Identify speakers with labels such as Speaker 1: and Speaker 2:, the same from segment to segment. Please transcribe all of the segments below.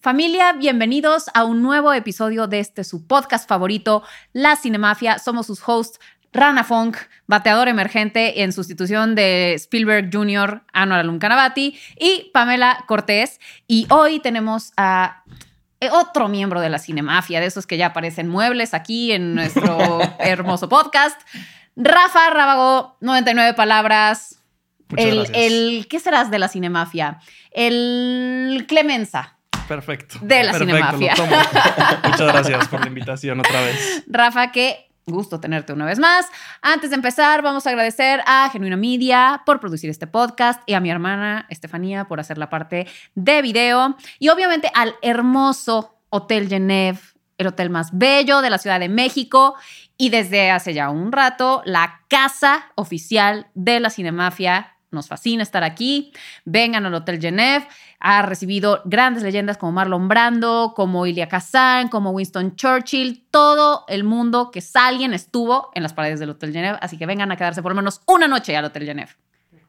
Speaker 1: Familia, bienvenidos a un nuevo episodio de este su podcast favorito, La Cinemafia. Somos sus hosts, Rana Funk, bateador emergente en sustitución de Spielberg Jr., Anwar Alum Kanabati y Pamela Cortés. Y hoy tenemos a eh, otro miembro de la Cinemafia, de esos que ya aparecen muebles aquí en nuestro hermoso podcast. Rafa Rábago, 99 palabras.
Speaker 2: Muchas
Speaker 1: El,
Speaker 2: gracias.
Speaker 1: el, ¿Qué serás de la Cinemafia? El Clemenza.
Speaker 2: Perfecto.
Speaker 1: de la
Speaker 2: Perfecto,
Speaker 1: Cinemafia.
Speaker 2: lo tomo. Muchas gracias por la invitación otra vez.
Speaker 1: Rafa, qué gusto tenerte una vez más. Antes de empezar, vamos a agradecer a Genuina Media por producir este podcast y a mi hermana Estefanía por hacer la parte de video y obviamente al hermoso Hotel Genève, el hotel más bello de la Ciudad de México y desde hace ya un rato la casa oficial de la Cinemafia. Nos fascina estar aquí. Vengan al Hotel Genève. Ha recibido grandes leyendas como Marlon Brando, como Ilya Kazan, como Winston Churchill. Todo el mundo que alguien estuvo en las paredes del Hotel Genève. Así que vengan a quedarse por lo menos una noche al Hotel Genève.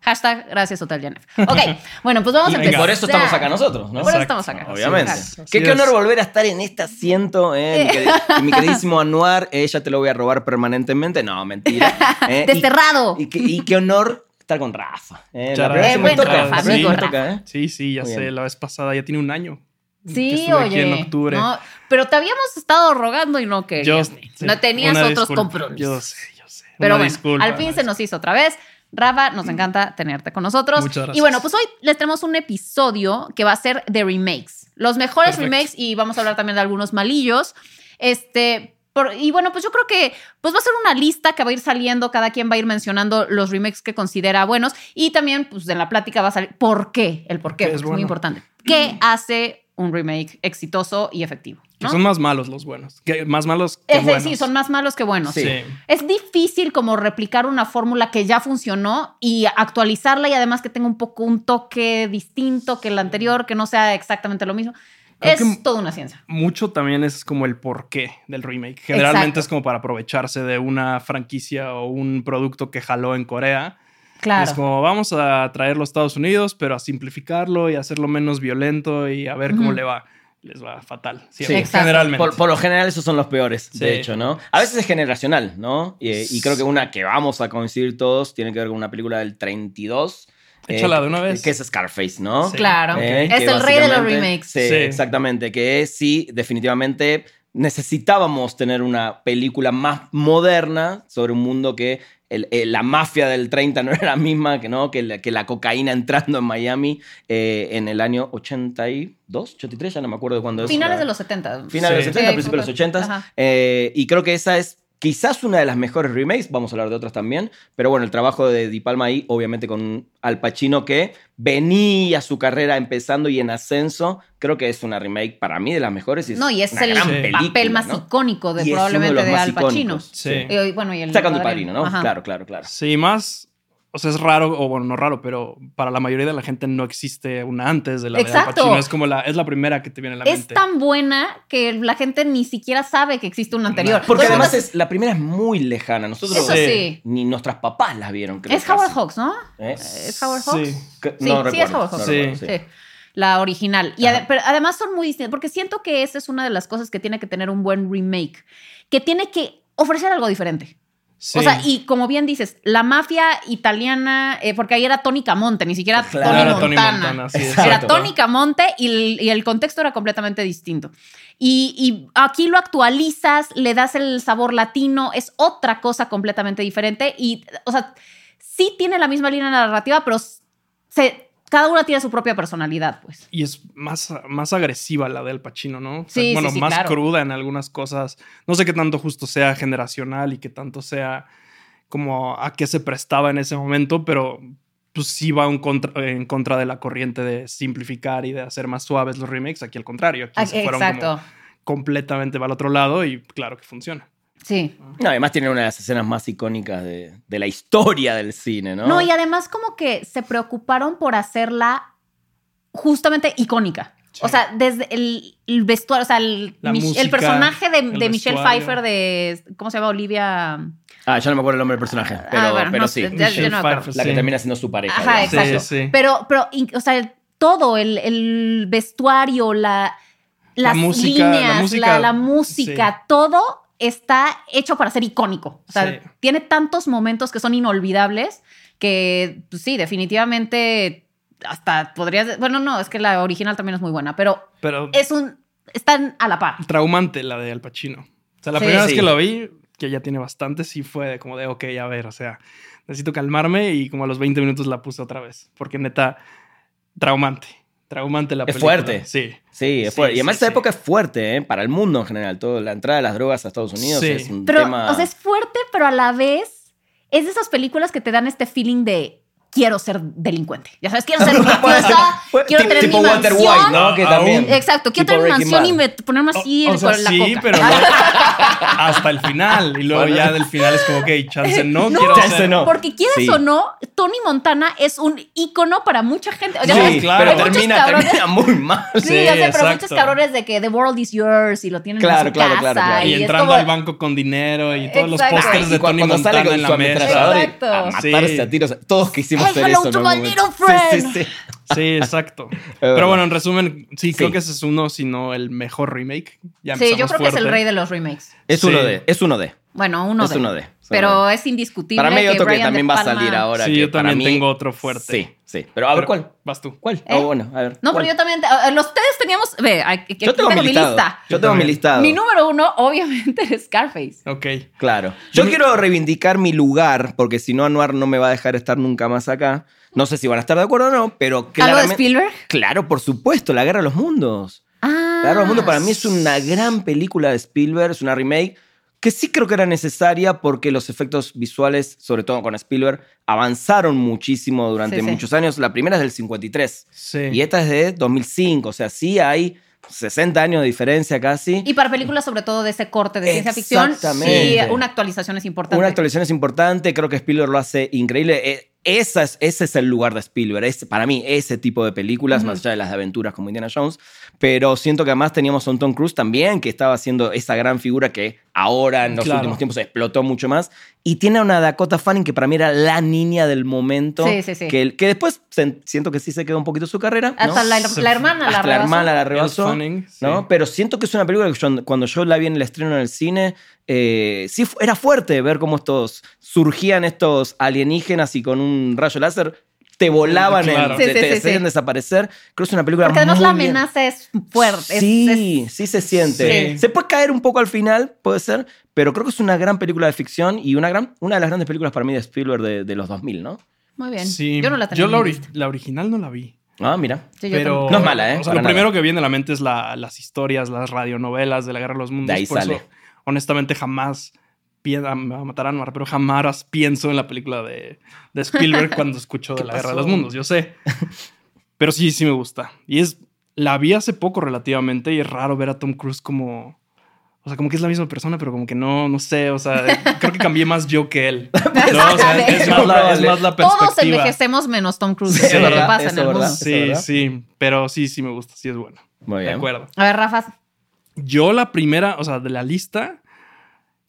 Speaker 1: Hashtag gracias Hotel Genève. Ok, bueno, pues vamos a
Speaker 3: Y
Speaker 1: empezar.
Speaker 3: por eso estamos acá nosotros, ¿no?
Speaker 1: Por eso
Speaker 2: Exacto,
Speaker 1: estamos acá.
Speaker 3: Obviamente.
Speaker 1: Sí,
Speaker 2: Así
Speaker 3: Qué, qué
Speaker 2: es.
Speaker 3: honor volver a estar en este asiento, ¿eh? mi, queri- mi queridísimo Anuar. eh, ya te lo voy a robar permanentemente. No, mentira. ¿eh?
Speaker 1: claro. Desterrado.
Speaker 3: Y, y qué, y qué honor estar con Rafa. ¿eh?
Speaker 2: Muchas
Speaker 3: La primera vez
Speaker 2: gracias,
Speaker 3: me
Speaker 2: muchas
Speaker 3: toca,
Speaker 2: gracias.
Speaker 3: la primera vez
Speaker 1: Amigo
Speaker 3: me toca, ¿eh?
Speaker 2: Sí, sí, ya
Speaker 3: Muy
Speaker 2: sé,
Speaker 3: bien.
Speaker 2: la vez pasada ya tiene un año. que
Speaker 1: Sí,
Speaker 2: estuve
Speaker 1: oye.
Speaker 2: aquí en octubre.
Speaker 1: No, pero te habíamos estado rogando y no que
Speaker 2: Yo-
Speaker 1: no
Speaker 2: sí,
Speaker 1: tenías
Speaker 2: una
Speaker 1: otros
Speaker 2: disculpa.
Speaker 1: compromisos.
Speaker 2: Yo sé, yo sé.
Speaker 1: Pero
Speaker 2: Una
Speaker 1: bueno,
Speaker 2: disculpa.
Speaker 1: al fin se nos hizo otra vez. Rafa, nos encanta tenerte con nosotros.
Speaker 2: Muchas gracias.
Speaker 1: Y bueno, pues hoy les tenemos un episodio que va a ser de remakes. Los mejores
Speaker 2: Perfecto.
Speaker 1: remakes y vamos a hablar también de algunos malillos. Este, por- y bueno, pues yo creo que pues va a ser una lista que va a ir saliendo, cada quien va a ir mencionando los remakes que considera buenos y también pues en la plática va a salir por qué, el por qué,
Speaker 2: Porque es
Speaker 1: porque es, muy
Speaker 2: bueno. Mm.
Speaker 1: importante. ¿Qué hace un remake exitoso y efectivo?
Speaker 2: Que
Speaker 1: ¿no?
Speaker 2: son más malos los buenos. Que más malos que
Speaker 1: Es
Speaker 2: buenos.
Speaker 1: decir, son más malos que buenos.
Speaker 2: Sí.
Speaker 1: Es difícil como replicar una fórmula que ya funcionó y actualizarla y además que tenga un poco un toque distinto que el anterior, que no sea exactamente lo mismo.
Speaker 2: Creo
Speaker 1: es
Speaker 2: que-
Speaker 1: toda una ciencia.
Speaker 2: Mucho también es como el porqué del remake. Generalmente
Speaker 1: Exacto.
Speaker 2: es como para aprovecharse de una franquicia o un producto que jaló en Corea.
Speaker 1: Claro.
Speaker 2: Es como vamos a traerlo a Estados Unidos, pero a simplificarlo y hacerlo menos violento y a ver cómo
Speaker 1: Ujú.
Speaker 2: le va. Les va fatal. Sí,
Speaker 3: Sí.
Speaker 1: Exacto.
Speaker 2: generalmente.
Speaker 3: Por, por lo general, esos son los peores, de
Speaker 2: Sí.
Speaker 3: hecho, ¿no? A veces es generacional, ¿no? Y, eh, y creo que una que vamos a coincidir todos tiene que ver con una película del 32. eh,
Speaker 2: Échala de una
Speaker 3: que-
Speaker 2: vez.
Speaker 3: Que es Scarface, ¿no?
Speaker 2: Sí.
Speaker 1: Claro.
Speaker 3: Eh,
Speaker 1: Es
Speaker 3: que
Speaker 1: el rey de los
Speaker 3: básicamente-
Speaker 1: remakes.
Speaker 3: Sí,
Speaker 2: Ah, Sí.
Speaker 3: exactamente. Que sí, definitivamente necesitábamos tener una película más moderna sobre un mundo que el- eh, la mafia del 30 no era la misma que, ¿no? que, la, que la cocaína entrando en Miami eh, en el año 82, 83, ya no me acuerdo cuándo es.
Speaker 1: Finales
Speaker 3: la-
Speaker 1: de los 70.
Speaker 3: Finales
Speaker 2: Sí.
Speaker 3: de los 70,
Speaker 1: Sí,
Speaker 3: principios de los
Speaker 1: como-
Speaker 3: 80.
Speaker 1: ajá.
Speaker 3: eh, y creo que esa es quizás una de las mejores remakes. Vamos a hablar de otras también. Pero bueno, el trabajo de Di Palma ahí, obviamente con Al Pacino, que venía su carrera empezando y en ascenso. Creo que es una remake para mí de las mejores. Y es
Speaker 1: No, y es
Speaker 3: una
Speaker 1: el
Speaker 3: gran
Speaker 1: papel
Speaker 3: película,
Speaker 1: más
Speaker 3: ¿no?
Speaker 1: icónico de
Speaker 3: Y es uno
Speaker 1: probablemente
Speaker 3: los
Speaker 1: de,
Speaker 3: más
Speaker 1: Al Pacino. Eh,
Speaker 3: icónicos,
Speaker 2: Sí.
Speaker 3: sí.
Speaker 1: Y, bueno, y el
Speaker 3: Sacando el
Speaker 1: Padrino.
Speaker 3: padrino, ¿no?
Speaker 1: Ajá.
Speaker 3: Claro, claro, claro.
Speaker 2: Sí, más. O sea, es raro, o bueno, no raro, pero para la mayoría de la gente no existe una antes de la de Al
Speaker 1: Exacto.
Speaker 2: Pacino. Es como la, es la primera que te viene a la
Speaker 1: Es
Speaker 2: mente.
Speaker 1: tan buena que la gente ni siquiera sabe que existe una anterior.
Speaker 3: Porque
Speaker 1: Todo el mundo
Speaker 3: además es, la primera es muy lejana. Nosotros
Speaker 1: Eso
Speaker 2: Sí.
Speaker 1: sí.
Speaker 3: ni nuestros papás las vieron, creo.
Speaker 1: Es Howard
Speaker 3: casi.
Speaker 1: Hawks, ¿no?
Speaker 3: ¿Eh?
Speaker 1: Es Howard Hawks.
Speaker 2: Sí.
Speaker 3: Que-
Speaker 1: Sí,
Speaker 3: no
Speaker 1: sí es
Speaker 3: recuerdo,
Speaker 1: Howard
Speaker 3: no
Speaker 1: Hawks.
Speaker 3: recuerdo,
Speaker 1: Sí. La original. Y ade- pero además son muy distintas, porque siento que esa es una de las cosas que tiene que tener un buen remake, que tiene que ofrecer algo diferente.
Speaker 2: Sí.
Speaker 1: O sea, y como bien dices, la mafia italiana, eh, porque ahí era Tony Camonte, ni siquiera
Speaker 3: Claro.
Speaker 1: Tony,
Speaker 2: Claro,
Speaker 1: Montana.
Speaker 2: Tony Montana, sí,
Speaker 3: Exacto.
Speaker 1: Era
Speaker 2: exacto.
Speaker 1: Tony Camonte y el, y el contexto era completamente distinto. Y, y aquí lo actualizas, le das el sabor latino, es otra cosa completamente diferente. Y, o sea, sí tiene la misma línea narrativa, pero se, cada una tiene su propia personalidad, pues.
Speaker 2: Y es más, más agresiva la de Al Pacino, ¿no? O sea,
Speaker 1: Sí, sí,
Speaker 2: bueno,
Speaker 1: sí,
Speaker 2: más
Speaker 1: claro.
Speaker 2: cruda en algunas cosas. No sé qué tanto justo sea generacional y qué tanto sea como a qué se prestaba en ese momento, pero pues sí va un contra- en contra de la corriente de simplificar y de hacer más suaves los remakes. Aquí al contrario, aquí Ah, se fueron como
Speaker 1: Ah, Exacto.
Speaker 2: completamente va al otro lado y claro que funciona.
Speaker 1: Sí.
Speaker 3: No, además tiene una de las escenas más icónicas de, de la historia del cine, ¿no?
Speaker 1: No, y además como que se preocuparon por hacerla justamente icónica.
Speaker 2: Sí.
Speaker 1: O sea, desde el, el vestuario, o sea, el,
Speaker 2: La
Speaker 1: Mich- el
Speaker 2: música,
Speaker 1: personaje de,
Speaker 2: el
Speaker 1: de Michelle
Speaker 2: vestuario.
Speaker 1: Pfeiffer de, ¿cómo se llama? Olivia.
Speaker 3: Ah, ya no me acuerdo el nombre del personaje, pero,
Speaker 1: Ah, bueno,
Speaker 3: pero
Speaker 1: no,
Speaker 3: sí.
Speaker 1: ya- ya no
Speaker 2: Michelle
Speaker 1: me acuerdo.
Speaker 2: Pfeiffer,
Speaker 3: La que
Speaker 2: sí.
Speaker 3: termina siendo su pareja.
Speaker 1: Ajá,
Speaker 3: digamos.
Speaker 1: exacto.
Speaker 2: Sí, sí.
Speaker 1: Pero, pero, in- o sea, el- todo, el, el vestuario, la, las
Speaker 2: música, la
Speaker 1: líneas, la
Speaker 2: música,
Speaker 1: la música, todo está hecho para ser icónico. O sea,
Speaker 2: Sí.
Speaker 1: tiene tantos momentos que son inolvidables que pues, sí, definitivamente hasta podrías, bueno, no, es que la original también es muy buena, pero
Speaker 2: Pero
Speaker 1: es un están a la par.
Speaker 2: traumante la de Al Pacino. O sea, la
Speaker 1: Sí.
Speaker 2: primera vez
Speaker 3: Sí.
Speaker 2: que lo vi, que ya tiene bastante, sí fue como de, ok, a ver, o sea, necesito calmarme y como a los 20 minutos la puse otra vez. Porque neta, traumante. Traumante la
Speaker 3: Es
Speaker 2: película.
Speaker 3: fuerte.
Speaker 2: Sí.
Speaker 3: Sí, es
Speaker 2: Sí,
Speaker 3: fuerte. Y además
Speaker 2: sí,
Speaker 3: esa
Speaker 2: sí.
Speaker 3: época es fuerte, ¿eh? Para el mundo en general. Todo, la entrada de las drogas a Estados Unidos
Speaker 2: Sí.
Speaker 3: es un
Speaker 1: Pero
Speaker 3: tema...
Speaker 1: o sea, es fuerte, pero a la vez es de esas películas que te dan este feeling de quiero ser delincuente. Ya sabes, quiero ser mafiosa,
Speaker 3: Fue-
Speaker 1: quiero
Speaker 3: tip-
Speaker 1: tener
Speaker 3: tipo
Speaker 1: mi
Speaker 3: Walter
Speaker 1: mansión.
Speaker 3: White, ¿no? Que
Speaker 2: Ah,
Speaker 3: también...
Speaker 2: aún-
Speaker 1: Exacto, quiero
Speaker 3: Tipo
Speaker 1: tener mi
Speaker 3: Breaking
Speaker 1: mansión y
Speaker 3: Bad.
Speaker 1: me- ponerme así
Speaker 2: O- o sea,
Speaker 1: con la
Speaker 2: sí,
Speaker 1: coca.
Speaker 2: pero no hasta el final. Y luego
Speaker 3: Bueno.
Speaker 2: ya del final es como, ok, chance no,
Speaker 1: No.
Speaker 2: quiero
Speaker 3: Chance
Speaker 2: ser-
Speaker 3: no.
Speaker 1: Porque quieras
Speaker 3: Sí.
Speaker 1: o no, Tony Montana es un ícono para mucha gente. O sea,
Speaker 2: Sí,
Speaker 1: ¿sabes?
Speaker 2: claro. Hay
Speaker 3: pero
Speaker 2: muchos
Speaker 3: termina,
Speaker 1: cabrones-
Speaker 3: termina muy mal.
Speaker 1: Sí,
Speaker 2: Sí,
Speaker 1: ya sé, pero
Speaker 2: exacto.
Speaker 1: muchos cabrones de que the world is yours y lo tienen en
Speaker 3: Claro,
Speaker 1: su
Speaker 3: claro,
Speaker 1: casa.
Speaker 3: claro, claro.
Speaker 2: Y,
Speaker 1: es
Speaker 2: entrando
Speaker 1: como-
Speaker 2: al banco con dinero y
Speaker 1: Exacto.
Speaker 2: todos los
Speaker 1: Y
Speaker 2: pósters de
Speaker 3: cu-
Speaker 2: Tony
Speaker 3: cuando
Speaker 2: Montana
Speaker 3: sale con
Speaker 2: en
Speaker 3: su
Speaker 2: la
Speaker 3: ametralladora
Speaker 2: mesa.
Speaker 1: Exacto.
Speaker 3: y a
Speaker 2: Sí.
Speaker 3: matarse a tiros. Todos quisimos
Speaker 1: Hey,
Speaker 3: hacer
Speaker 1: hello
Speaker 3: eso.
Speaker 1: to
Speaker 3: en
Speaker 1: my
Speaker 3: algún momento.
Speaker 1: little friend.
Speaker 3: Sí, sí, sí.
Speaker 2: Sí, exacto.
Speaker 3: verdad.
Speaker 2: Pero bueno, en resumen, sí, creo
Speaker 3: Sí.
Speaker 2: que ese es uno, si no el mejor remake. Ya
Speaker 1: Sí, yo
Speaker 2: empezamos
Speaker 1: creo que es el
Speaker 2: fuerte.
Speaker 1: rey de los remakes.
Speaker 3: Es
Speaker 2: Sí.
Speaker 3: uno de, es uno de.
Speaker 1: Bueno, uno
Speaker 3: Es
Speaker 1: de.
Speaker 3: uno de, es uno
Speaker 1: Pero es indiscutible.
Speaker 3: Para mí hay otro que
Speaker 1: Brian De
Speaker 3: también va a
Speaker 1: Palma-
Speaker 3: salir ahora.
Speaker 2: Sí,
Speaker 3: que
Speaker 2: yo
Speaker 3: para
Speaker 2: también
Speaker 3: mí-
Speaker 2: tengo otro fuerte.
Speaker 3: Sí, sí. Pero a ver,
Speaker 2: Pero
Speaker 3: ¿cuál?
Speaker 2: Vas tú.
Speaker 3: ¿Cuál?
Speaker 1: ¿Eh?
Speaker 3: Ah, bueno, a ver.
Speaker 1: No,
Speaker 3: ¿cuál?
Speaker 1: pero yo también. eh, los ustedes teníamos. Ve, aquí, aquí
Speaker 3: Yo tengo, mi listado. Yo
Speaker 2: Yo
Speaker 3: tengo mi
Speaker 2: también.
Speaker 3: listado.
Speaker 1: Mi número uno, obviamente, es Scarface.
Speaker 2: Ok.
Speaker 3: Claro. Yo
Speaker 2: Yo me-
Speaker 3: quiero reivindicar mi lugar, porque si no, Anuar no me va a dejar estar nunca más acá. No sé si van a estar de acuerdo o no, pero
Speaker 1: ¿Algo de
Speaker 3: claramente...
Speaker 1: Spielberg?
Speaker 3: Claro, por supuesto, La Guerra de los Mundos.
Speaker 1: Ah.
Speaker 3: La Guerra de los Mundos para mí es una gran película de Spielberg, es una remake que sí creo que era necesaria porque los efectos visuales, sobre todo con Spielberg, avanzaron muchísimo durante
Speaker 1: Sí, sí.
Speaker 3: muchos años. La primera es del 53
Speaker 2: Sí.
Speaker 3: y este esta es de 2005, o sea, sí hay 60 años de diferencia casi.
Speaker 1: Y para películas, sobre todo de ese corte de ciencia ficción, sí,
Speaker 3: Exactamente.
Speaker 1: una actualización es importante.
Speaker 3: Una actualización es importante, creo que Spielberg lo hace increíble. Eh, esa es- ese es el lugar de Spielberg, es, para mí, ese tipo de películas,
Speaker 1: Ujú.
Speaker 3: más allá de las de aventuras como Indiana Jones. Pero siento que además teníamos a un Tom Cruise también, que estaba haciendo esa gran figura que ahora, en los
Speaker 2: Claro.
Speaker 3: últimos tiempos, explotó mucho más. Y tiene a una Dakota Fanning que para mí era la niña del momento.
Speaker 1: Sí, sí, sí.
Speaker 3: Que, que después se- siento que sí se quedó un poquito su carrera. ¿no?
Speaker 1: Hasta la, la hermana la
Speaker 3: Hasta la
Speaker 1: rebasó.
Speaker 3: hermana la
Speaker 2: El
Speaker 3: rebasó.
Speaker 2: Fanning, sí.
Speaker 3: ¿no? Pero siento que es una película que yo- cuando yo la vi en el estreno en el cine, eh, sí fu- era fuerte ver cómo estos surgían estos alienígenas y con un rayo láser te volaban, el-
Speaker 2: Claro.
Speaker 1: Sí,
Speaker 3: te,
Speaker 1: sí,
Speaker 3: te
Speaker 1: sí,
Speaker 3: hacían
Speaker 1: sí.
Speaker 3: desaparecer. Creo que es una película
Speaker 1: Porque además
Speaker 3: muy
Speaker 1: la
Speaker 3: bien-
Speaker 1: amenaza es fuerte. es-
Speaker 3: Sí, sí se siente.
Speaker 2: Sí.
Speaker 3: Se puede caer un poco al final, puede ser, pero creo que es una gran película de ficción y una, gran, una de las grandes películas para mí de Spielberg de, de los 2000, ¿no?
Speaker 1: es- muy bien.
Speaker 2: Sí.
Speaker 1: Yo no la tenía. en mi
Speaker 2: ori-
Speaker 1: lista.
Speaker 2: la original no la vi.
Speaker 3: Ah, mira.
Speaker 1: Sí, yo
Speaker 2: pero
Speaker 1: tampoco.
Speaker 3: No es mala, ¿eh?
Speaker 2: O sea,
Speaker 3: Para
Speaker 2: lo
Speaker 3: nada.
Speaker 2: primero que viene a la mente es la- las historias, las radionovelas de la Guerra de los Mundos.
Speaker 3: De ahí
Speaker 2: Por
Speaker 3: sale.
Speaker 2: eso, honestamente, jamás pi- a- me va a matar a Anwar, pero jamás pienso en la película de, de Spielberg cuando escucho de
Speaker 3: ¿Qué
Speaker 2: la Guerra de los
Speaker 3: pasó?
Speaker 2: Mundos, yo sé. Pero sí, sí me gusta. Y es, la vi hace poco relativamente y es raro ver a Tom Cruise como, o sea, como que es la misma persona, pero como que no, no sé, o sea, eh, creo que cambié más yo que él. No, o sea, es, más la, es más la perspectiva.
Speaker 1: Todos envejecemos menos Tom Cruise.
Speaker 3: Sí,
Speaker 1: eso es lo que
Speaker 2: ¿verdad?
Speaker 1: pasa en
Speaker 3: Eso
Speaker 1: el
Speaker 3: es verdad.
Speaker 1: mundo.
Speaker 2: Sí,
Speaker 3: ¿verdad?
Speaker 2: sí, pero sí, sí me gusta, sí es bueno.
Speaker 3: Muy
Speaker 2: De
Speaker 3: bien.
Speaker 2: acuerdo.
Speaker 1: A ver, Rafa.
Speaker 2: Yo la primera, o sea, de la lista,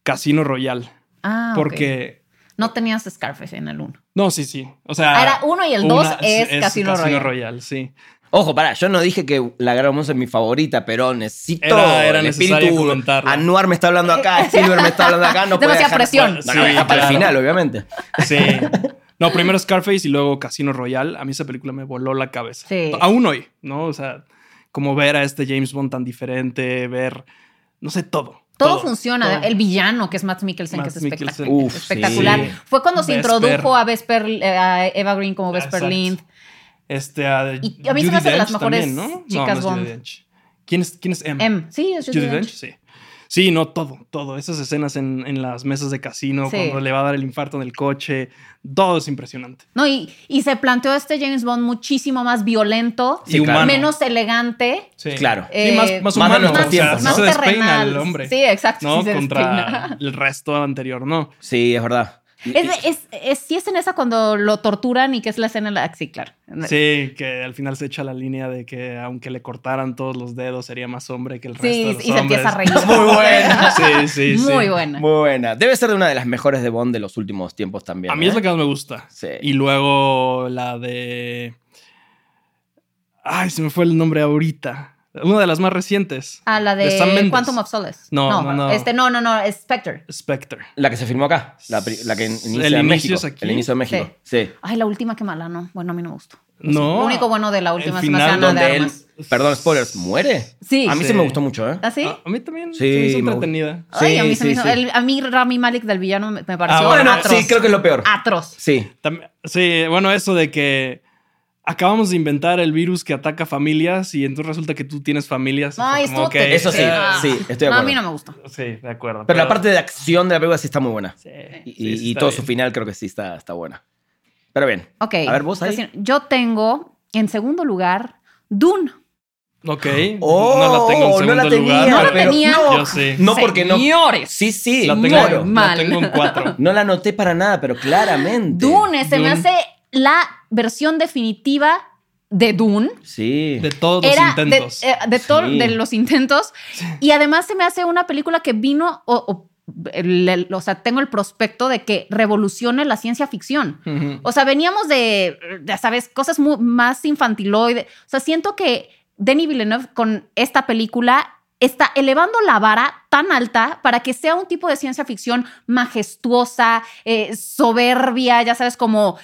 Speaker 2: Casino Royal.
Speaker 1: Ah, ok.
Speaker 2: porque...
Speaker 1: No tenías Scarface en el uno.
Speaker 2: No, sí, sí. O sea...
Speaker 1: Ah, era uno y el dos es Casino Royale.
Speaker 2: sí.
Speaker 3: Ojo, pará, yo no dije que la Guerra de los Mundos es mi favorita, pero necesito
Speaker 2: Era- era
Speaker 3: el
Speaker 2: necesario
Speaker 3: espíritu.
Speaker 2: comentarlo.
Speaker 3: Anuar me está hablando acá, Silver me está hablando acá, no puede
Speaker 1: Demasiada
Speaker 3: dejar-
Speaker 1: presión.
Speaker 3: No, no,
Speaker 2: Sí,
Speaker 3: deja para el
Speaker 2: claro.
Speaker 3: final, obviamente.
Speaker 2: Sí. No, primero Scarface y luego Casino Royale. A mí esa película me voló la cabeza.
Speaker 1: Sí.
Speaker 2: Aún hoy, ¿no? O sea, como ver a este James Bond tan diferente, ver, no sé, todo.
Speaker 1: Todo, funciona.
Speaker 2: todo.
Speaker 1: El villano, que es Matt Mikkelsen,
Speaker 2: Mads
Speaker 1: que es
Speaker 2: Mikkelsen.
Speaker 1: espectacular.
Speaker 3: Uf,
Speaker 1: espectacular.
Speaker 2: sí.
Speaker 1: Fue cuando se
Speaker 2: Vesper.
Speaker 1: introdujo a Vesper, eh, a Eva Green como
Speaker 2: Ah,
Speaker 1: Vesper
Speaker 2: exacto.
Speaker 1: Lind.
Speaker 2: Este, a
Speaker 1: Y a mí se me hace de las mejores chicas
Speaker 2: Judi
Speaker 1: Bond.
Speaker 2: Dench. ¿Quién es, quién es M?
Speaker 1: M. Em, Sí, es
Speaker 2: Judi
Speaker 1: Judi
Speaker 2: Dench,
Speaker 1: Dench.
Speaker 2: sí. Sí, no, todo, todo. Esas escenas en, en las mesas de casino,
Speaker 1: Sí.
Speaker 2: cuando le va a dar el infarto en el coche, todo es impresionante.
Speaker 1: No, y, y se planteó este James Bond muchísimo más violento,
Speaker 3: Sí, claro. humano.
Speaker 1: menos elegante.
Speaker 2: Sí.
Speaker 3: Claro.
Speaker 2: Sí, más,
Speaker 1: eh,
Speaker 2: más
Speaker 3: más de
Speaker 2: humano.
Speaker 3: nuestros
Speaker 2: o sea,
Speaker 3: tiempos,
Speaker 2: sí
Speaker 3: ¿no?
Speaker 2: se despeina
Speaker 1: terrenal.
Speaker 2: el hombre.
Speaker 1: Sí, exacto.
Speaker 2: ¿no?
Speaker 1: sí se
Speaker 2: Contra
Speaker 1: despina.
Speaker 2: el resto anterior, ¿no?
Speaker 3: Sí, es verdad.
Speaker 1: Es, es, es- sí es en esa cuando lo torturan y que es la escena en la... Sí, claro.
Speaker 2: Sí, que al final se echa la línea de que aunque le cortaran todos los dedos sería más hombre que el resto
Speaker 1: Sí,
Speaker 2: de
Speaker 1: y
Speaker 2: los
Speaker 1: se empieza a reír.
Speaker 3: Muy buena.
Speaker 2: reír. Sí, sí, sí.
Speaker 1: Muy buena.
Speaker 3: Muy buena. Debe ser de una de las mejores de Bond de los últimos tiempos también.
Speaker 2: A mí es
Speaker 3: ¿eh?
Speaker 2: la que más me gusta.
Speaker 3: Sí.
Speaker 2: Y luego la de... Ay, se me fue el nombre ahorita. Una de las más recientes.
Speaker 1: A la de,
Speaker 2: De Sam Mendes.
Speaker 1: Quantum of Solace.
Speaker 2: No, no, no.
Speaker 1: Este, no, no, no, Spectre.
Speaker 2: Spectre.
Speaker 3: La que se firmó acá, la, pri- la que inicia
Speaker 2: El
Speaker 3: en
Speaker 2: inicio
Speaker 3: México.
Speaker 2: es aquí.
Speaker 3: El inicio de México, sí.
Speaker 1: Ay, la última, qué mala, ¿no? Bueno, a mí no me gustó.
Speaker 2: No.
Speaker 1: Lo único bueno de la última
Speaker 2: el
Speaker 1: es una
Speaker 2: final
Speaker 1: escena de
Speaker 3: Donde él,
Speaker 1: armas.
Speaker 3: perdón, spoilers, muere.
Speaker 1: Sí.
Speaker 3: A mí
Speaker 2: Sí.
Speaker 3: sí, me gustó mucho, ¿eh?
Speaker 1: ¿Ah, sí?
Speaker 2: A, a mí también.
Speaker 3: Sí,
Speaker 2: se me hizo
Speaker 3: me-
Speaker 2: entretenida.
Speaker 1: Ay, a mí
Speaker 3: Sí,
Speaker 1: se me
Speaker 3: sí,
Speaker 1: hizo-
Speaker 3: sí.
Speaker 1: el- a mí Rami Malik del villano me, me pareció
Speaker 2: Ah, bueno,
Speaker 1: atroz.
Speaker 3: sí, creo que es lo peor.
Speaker 1: Atroz.
Speaker 3: Sí.
Speaker 2: Tam- sí, bueno, eso de que acabamos de inventar el virus que ataca familias y entonces resulta que tú tienes familias. y fue
Speaker 1: Ay,
Speaker 2: como,
Speaker 1: estuvo
Speaker 2: ok,
Speaker 1: terrible.
Speaker 3: Eso sí,
Speaker 1: Ah,
Speaker 3: sí, estoy de
Speaker 1: no, A
Speaker 3: acuerdo.
Speaker 1: mí no me gustó.
Speaker 2: Sí, de acuerdo.
Speaker 3: Pero la parte de acción de la película sí está muy buena.
Speaker 2: Sí,
Speaker 3: Y,
Speaker 2: sí,
Speaker 3: y- y
Speaker 2: está
Speaker 3: todo
Speaker 2: bien.
Speaker 3: su final creo que sí está, está buena. Pero bien.
Speaker 1: Ok.
Speaker 3: A ver, vos ahí.
Speaker 1: Entonces, Yo tengo, en segundo lugar, Dune.
Speaker 2: Ok.
Speaker 3: Oh,
Speaker 2: no la tengo en
Speaker 3: no
Speaker 2: segundo
Speaker 3: la tenía,
Speaker 2: lugar.
Speaker 1: No la
Speaker 2: pero-
Speaker 1: tenía.
Speaker 2: Yo sí.
Speaker 3: No, porque no.
Speaker 1: Señores.
Speaker 3: Sí, sí.
Speaker 2: La tengo,
Speaker 1: Claro.
Speaker 2: la
Speaker 1: Mal.
Speaker 2: tengo en cuatro.
Speaker 3: No la noté para nada, pero claramente.
Speaker 1: Dune se me
Speaker 2: Dune.
Speaker 1: hace la versión definitiva de Dune.
Speaker 3: Sí.
Speaker 2: De todos
Speaker 1: Era
Speaker 2: los intentos.
Speaker 1: de, eh, de todos
Speaker 3: Sí.
Speaker 1: de los intentos. Y además se me hace una película que vino, o, o, el- el- o sea, tengo el prospecto de que revolucione la ciencia ficción.
Speaker 2: Ujú.
Speaker 1: O sea, veníamos de, ya sabes, cosas mu- más infantiloides. O sea, siento que Denis Villeneuve con esta película está elevando la vara tan alta para que sea un tipo de ciencia ficción majestuosa, eh, soberbia, ya sabes, como,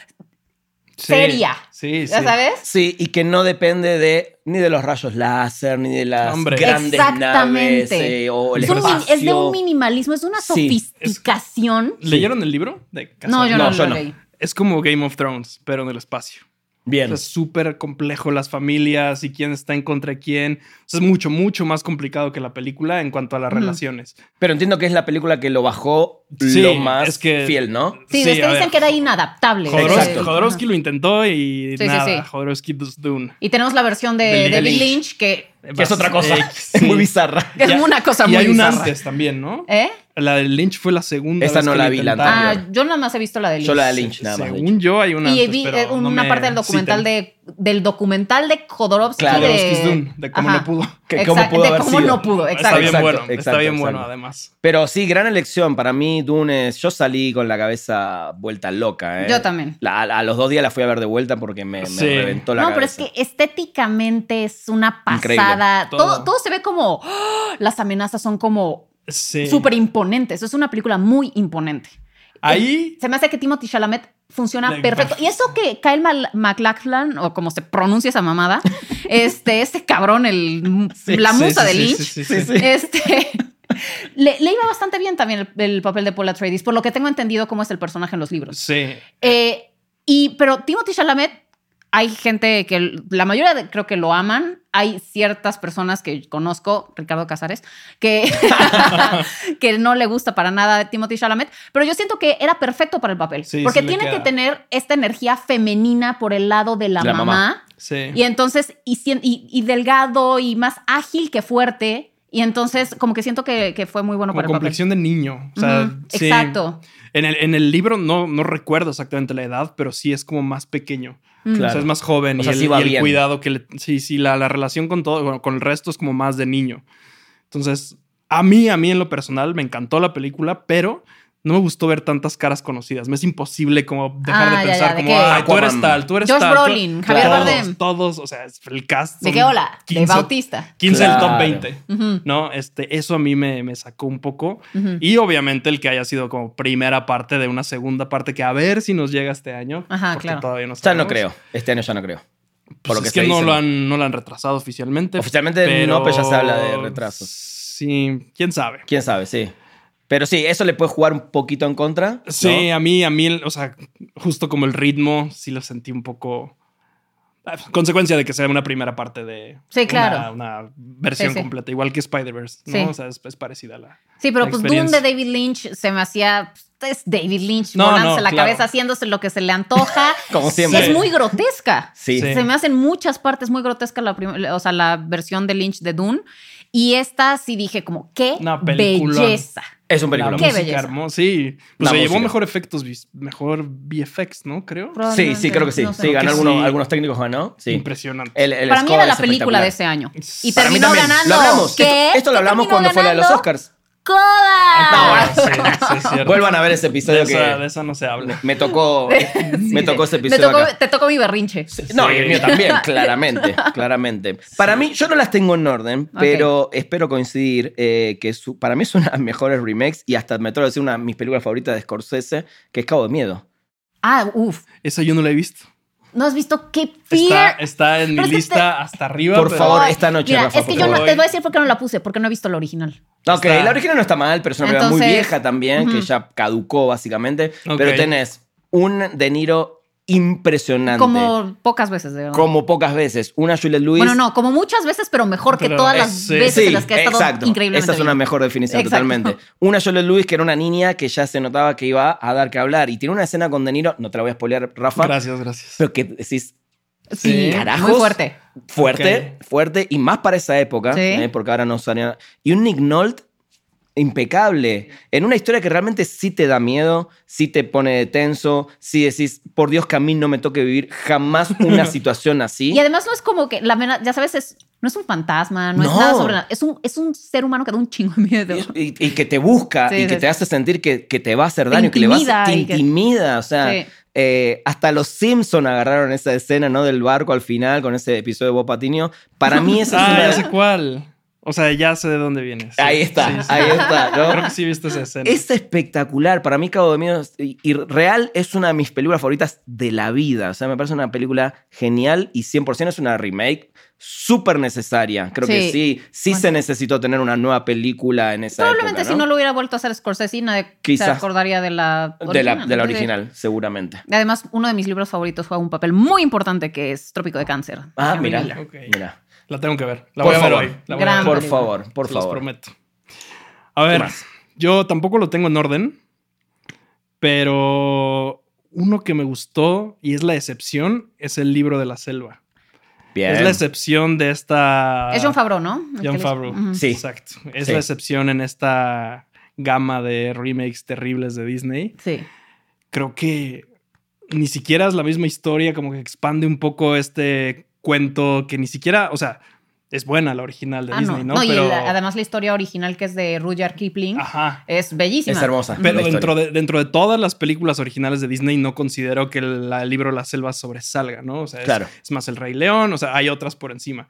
Speaker 2: Sí,
Speaker 1: seria.
Speaker 2: Sí, sí.
Speaker 1: ya sabes.
Speaker 3: Sí, y que no depende de ni de los rayos láser, ni de las
Speaker 2: Hombre.
Speaker 3: grandes
Speaker 1: Exactamente.
Speaker 3: naves eh, o el
Speaker 1: Es, un min-
Speaker 3: espacio.
Speaker 1: es de un minimalismo, es de una
Speaker 3: Sí, es-
Speaker 1: sofisticación.
Speaker 2: ¿Leyeron el libro? De
Speaker 1: no, yo no,
Speaker 3: No, yo
Speaker 1: lo
Speaker 3: no.
Speaker 1: leí.
Speaker 2: Es como Game of Thrones, pero en el espacio. O
Speaker 3: Bien.
Speaker 2: sea, es súper complejo las familias y quién está en contra de quién. O sea, es mucho, mucho más complicado que la película en cuanto a las
Speaker 1: Ujú.
Speaker 2: relaciones.
Speaker 3: Pero entiendo que es la película que lo bajó
Speaker 2: Sí,
Speaker 3: lo más
Speaker 2: es que-
Speaker 3: fiel, ¿no?
Speaker 1: Sí,
Speaker 2: Sí,
Speaker 1: es que
Speaker 2: a
Speaker 1: dicen
Speaker 2: ver.
Speaker 1: que era inadaptable.
Speaker 2: Jodorowsky,
Speaker 1: Eh,
Speaker 3: Exacto.
Speaker 2: Jodorowsky lo intentó y
Speaker 1: Sí, sí,
Speaker 2: nada,
Speaker 1: sí.
Speaker 2: Jodorowsky pues, does Dune.
Speaker 1: Y tenemos la versión de,
Speaker 2: De
Speaker 1: David
Speaker 3: Lynch.
Speaker 1: Lynch, que
Speaker 3: Que es otra cosa.
Speaker 2: Eh,
Speaker 3: Es
Speaker 2: sí.
Speaker 3: muy bizarra.
Speaker 1: que es
Speaker 2: Ya-
Speaker 1: una cosa
Speaker 2: Y
Speaker 1: muy
Speaker 2: hay una
Speaker 1: bizarra.
Speaker 2: antes también, ¿no?
Speaker 1: ¿Eh?
Speaker 2: La de Lynch fue la segunda.
Speaker 3: Esa
Speaker 2: vez
Speaker 3: no
Speaker 2: que
Speaker 3: la
Speaker 2: lo
Speaker 3: vi, la
Speaker 2: intentaron. Ah,
Speaker 1: Ah,
Speaker 3: Anterior.
Speaker 1: yo nada más he visto la de Lynch.
Speaker 3: Yo la de Lynch, nada más. de hecho.
Speaker 2: Según yo, hay una.
Speaker 1: Y
Speaker 2: antes,
Speaker 1: vi
Speaker 2: pero
Speaker 1: eh,
Speaker 2: no
Speaker 1: una
Speaker 2: me
Speaker 1: parte del documental
Speaker 2: citen.
Speaker 1: de, del documental de Jodorowsky.
Speaker 3: Claro.
Speaker 1: de,
Speaker 2: Jodorowsky's Dune, de cómo no pudo.
Speaker 3: Que cómo
Speaker 1: Exacto,
Speaker 3: pudo
Speaker 1: de
Speaker 3: haber
Speaker 1: cómo
Speaker 3: sido.
Speaker 1: no pudo,
Speaker 2: Está bien
Speaker 1: exacto.
Speaker 3: Exacto,
Speaker 2: bueno, está
Speaker 3: exacto,
Speaker 2: bien bueno,
Speaker 3: exacto.
Speaker 2: además.
Speaker 3: Pero sí, gran elección. Para mí, Dune, es- yo salí con la cabeza vuelta loca. ¿eh?
Speaker 1: Yo también.
Speaker 3: La- a, a los dos días la fui a ver de vuelta porque me, me
Speaker 2: Sí.
Speaker 3: reventó la
Speaker 1: No, pero es
Speaker 3: cabeza.
Speaker 1: que estéticamente es una
Speaker 3: Increíble.
Speaker 1: pasada. Todo. Todo,
Speaker 2: Todo.
Speaker 1: se ve como. ¡ah! Las amenazas son como
Speaker 2: Sí.
Speaker 1: súper imponentes. Es una película muy imponente.
Speaker 2: Ahí.
Speaker 1: Se me hace que Timothy Chalamet funciona
Speaker 2: Le-
Speaker 1: perfecto. Y eso que Kyle Mal- MacLachlan, o como se pronuncia esa mamada, este, este cabrón, el,
Speaker 2: Sí,
Speaker 1: la
Speaker 2: sí,
Speaker 1: musa
Speaker 2: sí,
Speaker 1: de
Speaker 2: sí,
Speaker 1: Lynch,
Speaker 2: sí, sí, sí.
Speaker 1: Este, le, le iba bastante bien también el, el papel de Paula Atreides, por lo que tengo entendido cómo es el personaje en los libros.
Speaker 2: Sí.
Speaker 1: Eh, y, pero Timothy Chalamet, hay gente que l- la mayoría de- creo que lo aman. Hay ciertas personas que conozco, Ricardo Casares, que, que no le gusta para nada Timothy Chalamet, pero yo siento que era perfecto para el papel,
Speaker 2: Sí,
Speaker 1: porque
Speaker 2: sí le
Speaker 1: tiene que
Speaker 2: queda.
Speaker 1: tener esta energía femenina por el lado de la,
Speaker 3: La
Speaker 1: mamá.
Speaker 3: mamá.
Speaker 2: Sí.
Speaker 1: Y entonces, y, sien- y, y delgado y más ágil que fuerte. Y entonces, como que siento que, que fue muy bueno
Speaker 2: Como
Speaker 1: para el papel.
Speaker 2: complexión de niño. O sea,
Speaker 1: Ujú,
Speaker 2: sí.
Speaker 1: Exacto.
Speaker 2: En el, en el libro no, no recuerdo exactamente la edad, pero sí es como más pequeño.
Speaker 1: Mm.
Speaker 3: Claro.
Speaker 2: O sea, es más joven
Speaker 3: O
Speaker 2: y
Speaker 3: sea,
Speaker 2: el,
Speaker 3: sí va
Speaker 2: y el
Speaker 3: bien.
Speaker 2: cuidado que le. Sí, sí, la, la relación con todo, bueno, con el resto es como más de niño. Entonces, a mí, a mí en lo personal, me encantó la película, pero no me gustó ver tantas caras conocidas. Me es imposible como dejar
Speaker 1: Ah, ya,
Speaker 2: de
Speaker 1: ya,
Speaker 2: pensar
Speaker 1: ¿de
Speaker 2: como,
Speaker 1: qué?
Speaker 2: ay, tú eres
Speaker 3: Aquaman.
Speaker 2: tal, tú eres
Speaker 1: Josh
Speaker 2: tal. tú-".
Speaker 1: Brolin, Javier
Speaker 2: todos,
Speaker 1: Bardem.
Speaker 2: Todos, o sea, es el cast.
Speaker 1: ¿De
Speaker 2: son
Speaker 1: qué hola?
Speaker 2: 15,
Speaker 1: De Bautista.
Speaker 2: 15 del
Speaker 3: Claro.
Speaker 2: top 20.
Speaker 1: Ujú,
Speaker 2: ¿no? Este, eso a mí me, me sacó un poco.
Speaker 1: ujú.
Speaker 2: Y obviamente el que haya sido como primera parte de una segunda parte que a ver si nos llega este año.
Speaker 1: Ajá,
Speaker 2: porque
Speaker 1: claro.
Speaker 2: Todavía no
Speaker 3: Ya
Speaker 2: sabemos.
Speaker 3: no creo. Este año ya no creo.
Speaker 2: Pues
Speaker 3: por lo
Speaker 2: es
Speaker 3: que
Speaker 2: que,
Speaker 3: se
Speaker 2: no,
Speaker 3: dice,
Speaker 2: lo
Speaker 3: ¿no?
Speaker 2: han, no lo han retrasado oficialmente.
Speaker 3: Oficialmente no, pero ya se habla de retrasos.
Speaker 2: Sí, quién sabe.
Speaker 3: Quién sabe, sí. Pero sí, eso le puede jugar un poquito en contra. ¿no?
Speaker 2: Sí, a mí, a mí, el- o sea, justo como el ritmo, sí lo sentí un poco. Ah, Consecuencia de que sea una primera parte de
Speaker 1: Sí,
Speaker 2: una-
Speaker 1: claro.
Speaker 2: una, versión
Speaker 1: Sí, sí.
Speaker 2: completa, igual que Spider-Verse, ¿no?
Speaker 1: Sí.
Speaker 2: O sea, es, es parecida a la.
Speaker 1: Sí, pero
Speaker 2: La
Speaker 1: pues Doom de
Speaker 2: experiencia.
Speaker 1: David Lynch se me hacía. pues, Es David Lynch
Speaker 2: No,
Speaker 1: volándose
Speaker 2: no,
Speaker 1: la
Speaker 2: claro.
Speaker 1: cabeza, haciéndose lo que se le antoja.
Speaker 3: Como
Speaker 1: Y
Speaker 3: siempre.
Speaker 1: es muy grotesca.
Speaker 3: Sí.
Speaker 2: Sí.
Speaker 1: Se me hacen muchas partes muy grotescas, la prim- o sea, la versión de Lynch de Dune. Y esta sí dije como, qué
Speaker 2: Una peliculón.
Speaker 1: belleza.
Speaker 3: Es un película.
Speaker 2: La
Speaker 1: Qué
Speaker 2: música
Speaker 1: belleza.
Speaker 2: hermosa. Sí.
Speaker 3: La
Speaker 2: Pues se llevó
Speaker 3: música.
Speaker 2: mejor efectos, vis- mejor VFX, ¿no? Creo.
Speaker 3: Sí, sí, creo que sí.
Speaker 1: No sé.
Speaker 3: sí, ganó
Speaker 2: Creo que
Speaker 3: algunos,
Speaker 2: sí.
Speaker 3: algunos técnicos, ganó. Sí. Eh,
Speaker 2: Impresionante.
Speaker 3: El- el
Speaker 1: Para mí
Speaker 3: score
Speaker 1: era la
Speaker 3: es
Speaker 1: película de
Speaker 3: espectacular.
Speaker 1: ese año. Y
Speaker 2: Para mí
Speaker 1: terminó
Speaker 2: también.
Speaker 1: ganando.
Speaker 3: Lo hablamos.
Speaker 1: ¿Qué?
Speaker 3: Esto, esto lo
Speaker 1: ¿Qué
Speaker 3: hablamos
Speaker 1: terminó
Speaker 3: cuando fue la de los
Speaker 1: ganando?
Speaker 3: Oscars.
Speaker 1: coda.
Speaker 2: Ah, bueno, sí, sí, es cierto.
Speaker 3: Vuelvan a ver ese
Speaker 2: de
Speaker 3: episodio que
Speaker 2: esa, de esa no se habla.
Speaker 3: me tocó. me tocó ese
Speaker 1: Me
Speaker 3: episodio.
Speaker 1: tocó-
Speaker 3: acá.
Speaker 1: te tocó mi berrinche.
Speaker 3: No,
Speaker 2: Sí.
Speaker 3: y el mío también, claramente, claramente. Para mí, yo no las tengo en orden,
Speaker 1: Ok.
Speaker 3: pero espero coincidir eh, que su- para mí es una de las mejores remakes y hasta me atrevo a decir una de mis películas favoritas de Scorsese, que es Cabo de Miedo.
Speaker 1: Ah, uff.
Speaker 2: Esa yo no la he visto.
Speaker 1: ¿No has visto qué
Speaker 2: Está,
Speaker 1: fear?
Speaker 2: está en mi
Speaker 1: Pero es que
Speaker 2: lista
Speaker 1: te-
Speaker 2: hasta arriba.
Speaker 3: Por
Speaker 2: pero-
Speaker 3: favor, esta noche,
Speaker 1: Mira,
Speaker 3: Rafa,
Speaker 1: es que
Speaker 3: por
Speaker 1: yo no,
Speaker 2: favor.
Speaker 1: te voy a decir por qué no la puse, porque no he visto la original.
Speaker 3: Ok,
Speaker 2: Está-
Speaker 3: la original no está mal, pero es una película muy
Speaker 1: Entonces,
Speaker 3: vieja también, que
Speaker 1: ujú.
Speaker 3: ya caducó básicamente.
Speaker 2: Ok.
Speaker 3: Pero tenés un De Niro impresionante.
Speaker 1: Como pocas veces, de verdad.
Speaker 3: como pocas veces. Una Juliette Lewis.
Speaker 1: Bueno, no, como muchas veces, pero mejor que
Speaker 2: Pero
Speaker 1: todas las
Speaker 2: es- sí.
Speaker 1: veces
Speaker 3: Sí,
Speaker 1: en las que ha estado
Speaker 3: exacto.
Speaker 1: increíblemente
Speaker 3: Esa es
Speaker 1: bien.
Speaker 3: una mejor definición,
Speaker 1: Exacto.
Speaker 3: totalmente. Una Juliette Lewis, que era una niña que ya se notaba que iba a dar que hablar. Y tiene una escena con De Niro, no te la voy a spoilear, Rafa,
Speaker 2: Gracias, gracias.
Speaker 3: pero que decís
Speaker 1: Sí,
Speaker 2: Sí.
Speaker 1: muy
Speaker 3: Carajos.
Speaker 1: fuerte.
Speaker 3: fuerte, fuerte, y más para esa época,
Speaker 1: Sí.
Speaker 3: eh, porque ahora no salía. Y un Nick Nolte impecable, en una historia que realmente sí te da miedo, sí te pone tenso, sí decís, por Dios que a mí no me toque vivir jamás una situación así.
Speaker 1: Y además no es como que la mena- ya sabes, es, no es un fantasma, no, es
Speaker 3: No.
Speaker 1: nada sobrenatural. Es un, es un ser humano que da un chingo de miedo.
Speaker 3: Y, y que te busca
Speaker 1: Sí,
Speaker 3: y que
Speaker 1: sí, sí.
Speaker 3: te hace sentir que, que te va a hacer
Speaker 1: Te
Speaker 3: daño, que le vas
Speaker 1: intimida
Speaker 3: te
Speaker 1: y que-
Speaker 3: intimida, o sea,
Speaker 1: Sí.
Speaker 3: eh, hasta los Simpson agarraron esa escena, ¿no? Del barco al final con ese episodio de Bob Patiño. Para mí esa
Speaker 2: Ah, ya
Speaker 3: escena...
Speaker 2: sé cuál. O sea, ya sé de dónde vienes.
Speaker 3: Ahí está, ahí está, ¿no?
Speaker 2: Creo que sí viste esa escena.
Speaker 3: Es espectacular. Para mí, Cabo de Miedo es- y y Real es una de mis películas favoritas de la vida. O sea, me parece una película genial y 100% es una remake súper necesaria. Creo
Speaker 1: Sí.
Speaker 3: que sí, sí
Speaker 1: Bueno.
Speaker 3: se necesitó tener una nueva película en esa
Speaker 1: Probablemente
Speaker 3: época,
Speaker 1: si no lo hubiera vuelto a hacer Scorsese, nadie
Speaker 3: Quizás.
Speaker 1: se acordaría de la original.
Speaker 3: de la, de la
Speaker 1: Sí.
Speaker 3: original, seguramente.
Speaker 1: Además, uno de mis libros favoritos juega un papel muy importante que es Trópico de Cáncer.
Speaker 3: Ah,
Speaker 1: Henry
Speaker 3: mira,
Speaker 1: Miller.
Speaker 2: Ok.
Speaker 3: mira.
Speaker 2: La tengo que ver. La
Speaker 3: Por
Speaker 2: voy a ver
Speaker 3: favor.
Speaker 2: hoy. La voy a
Speaker 1: Gran
Speaker 2: ver.
Speaker 3: Por
Speaker 1: película.
Speaker 3: favor, por
Speaker 2: Se los
Speaker 3: favor.
Speaker 2: prometo. A ver,
Speaker 3: más?
Speaker 2: yo tampoco lo tengo en orden, pero uno que me gustó y es la excepción es el libro de la selva.
Speaker 3: Bien.
Speaker 2: Es la excepción de esta.
Speaker 1: Es John Favreau, ¿no? El que
Speaker 2: Ah. John
Speaker 1: les-
Speaker 2: Favreau.
Speaker 1: Ujú.
Speaker 3: Sí.
Speaker 2: Exacto. Es
Speaker 3: Sí.
Speaker 2: la excepción en esta gama de remakes terribles de Disney.
Speaker 1: Sí.
Speaker 2: Creo que ni siquiera es la misma historia, como que expande un poco este cuento que ni siquiera, o sea, es buena la original de
Speaker 1: Ah,
Speaker 2: Disney,
Speaker 1: no.
Speaker 2: ¿no?
Speaker 1: No, y
Speaker 2: Pero,
Speaker 1: el- además la historia original que es de Rudyard Kipling
Speaker 2: Ajá.
Speaker 1: es bellísima. Mm,
Speaker 3: Es hermosa.
Speaker 2: Pero
Speaker 3: la historia.
Speaker 2: dentro de, dentro de todas las películas originales de Disney no considero que el, la- el libro La Selva sobresalga, ¿no? O sea, es,
Speaker 3: Claro.
Speaker 2: es más el Rey León, o sea, hay otras por encima.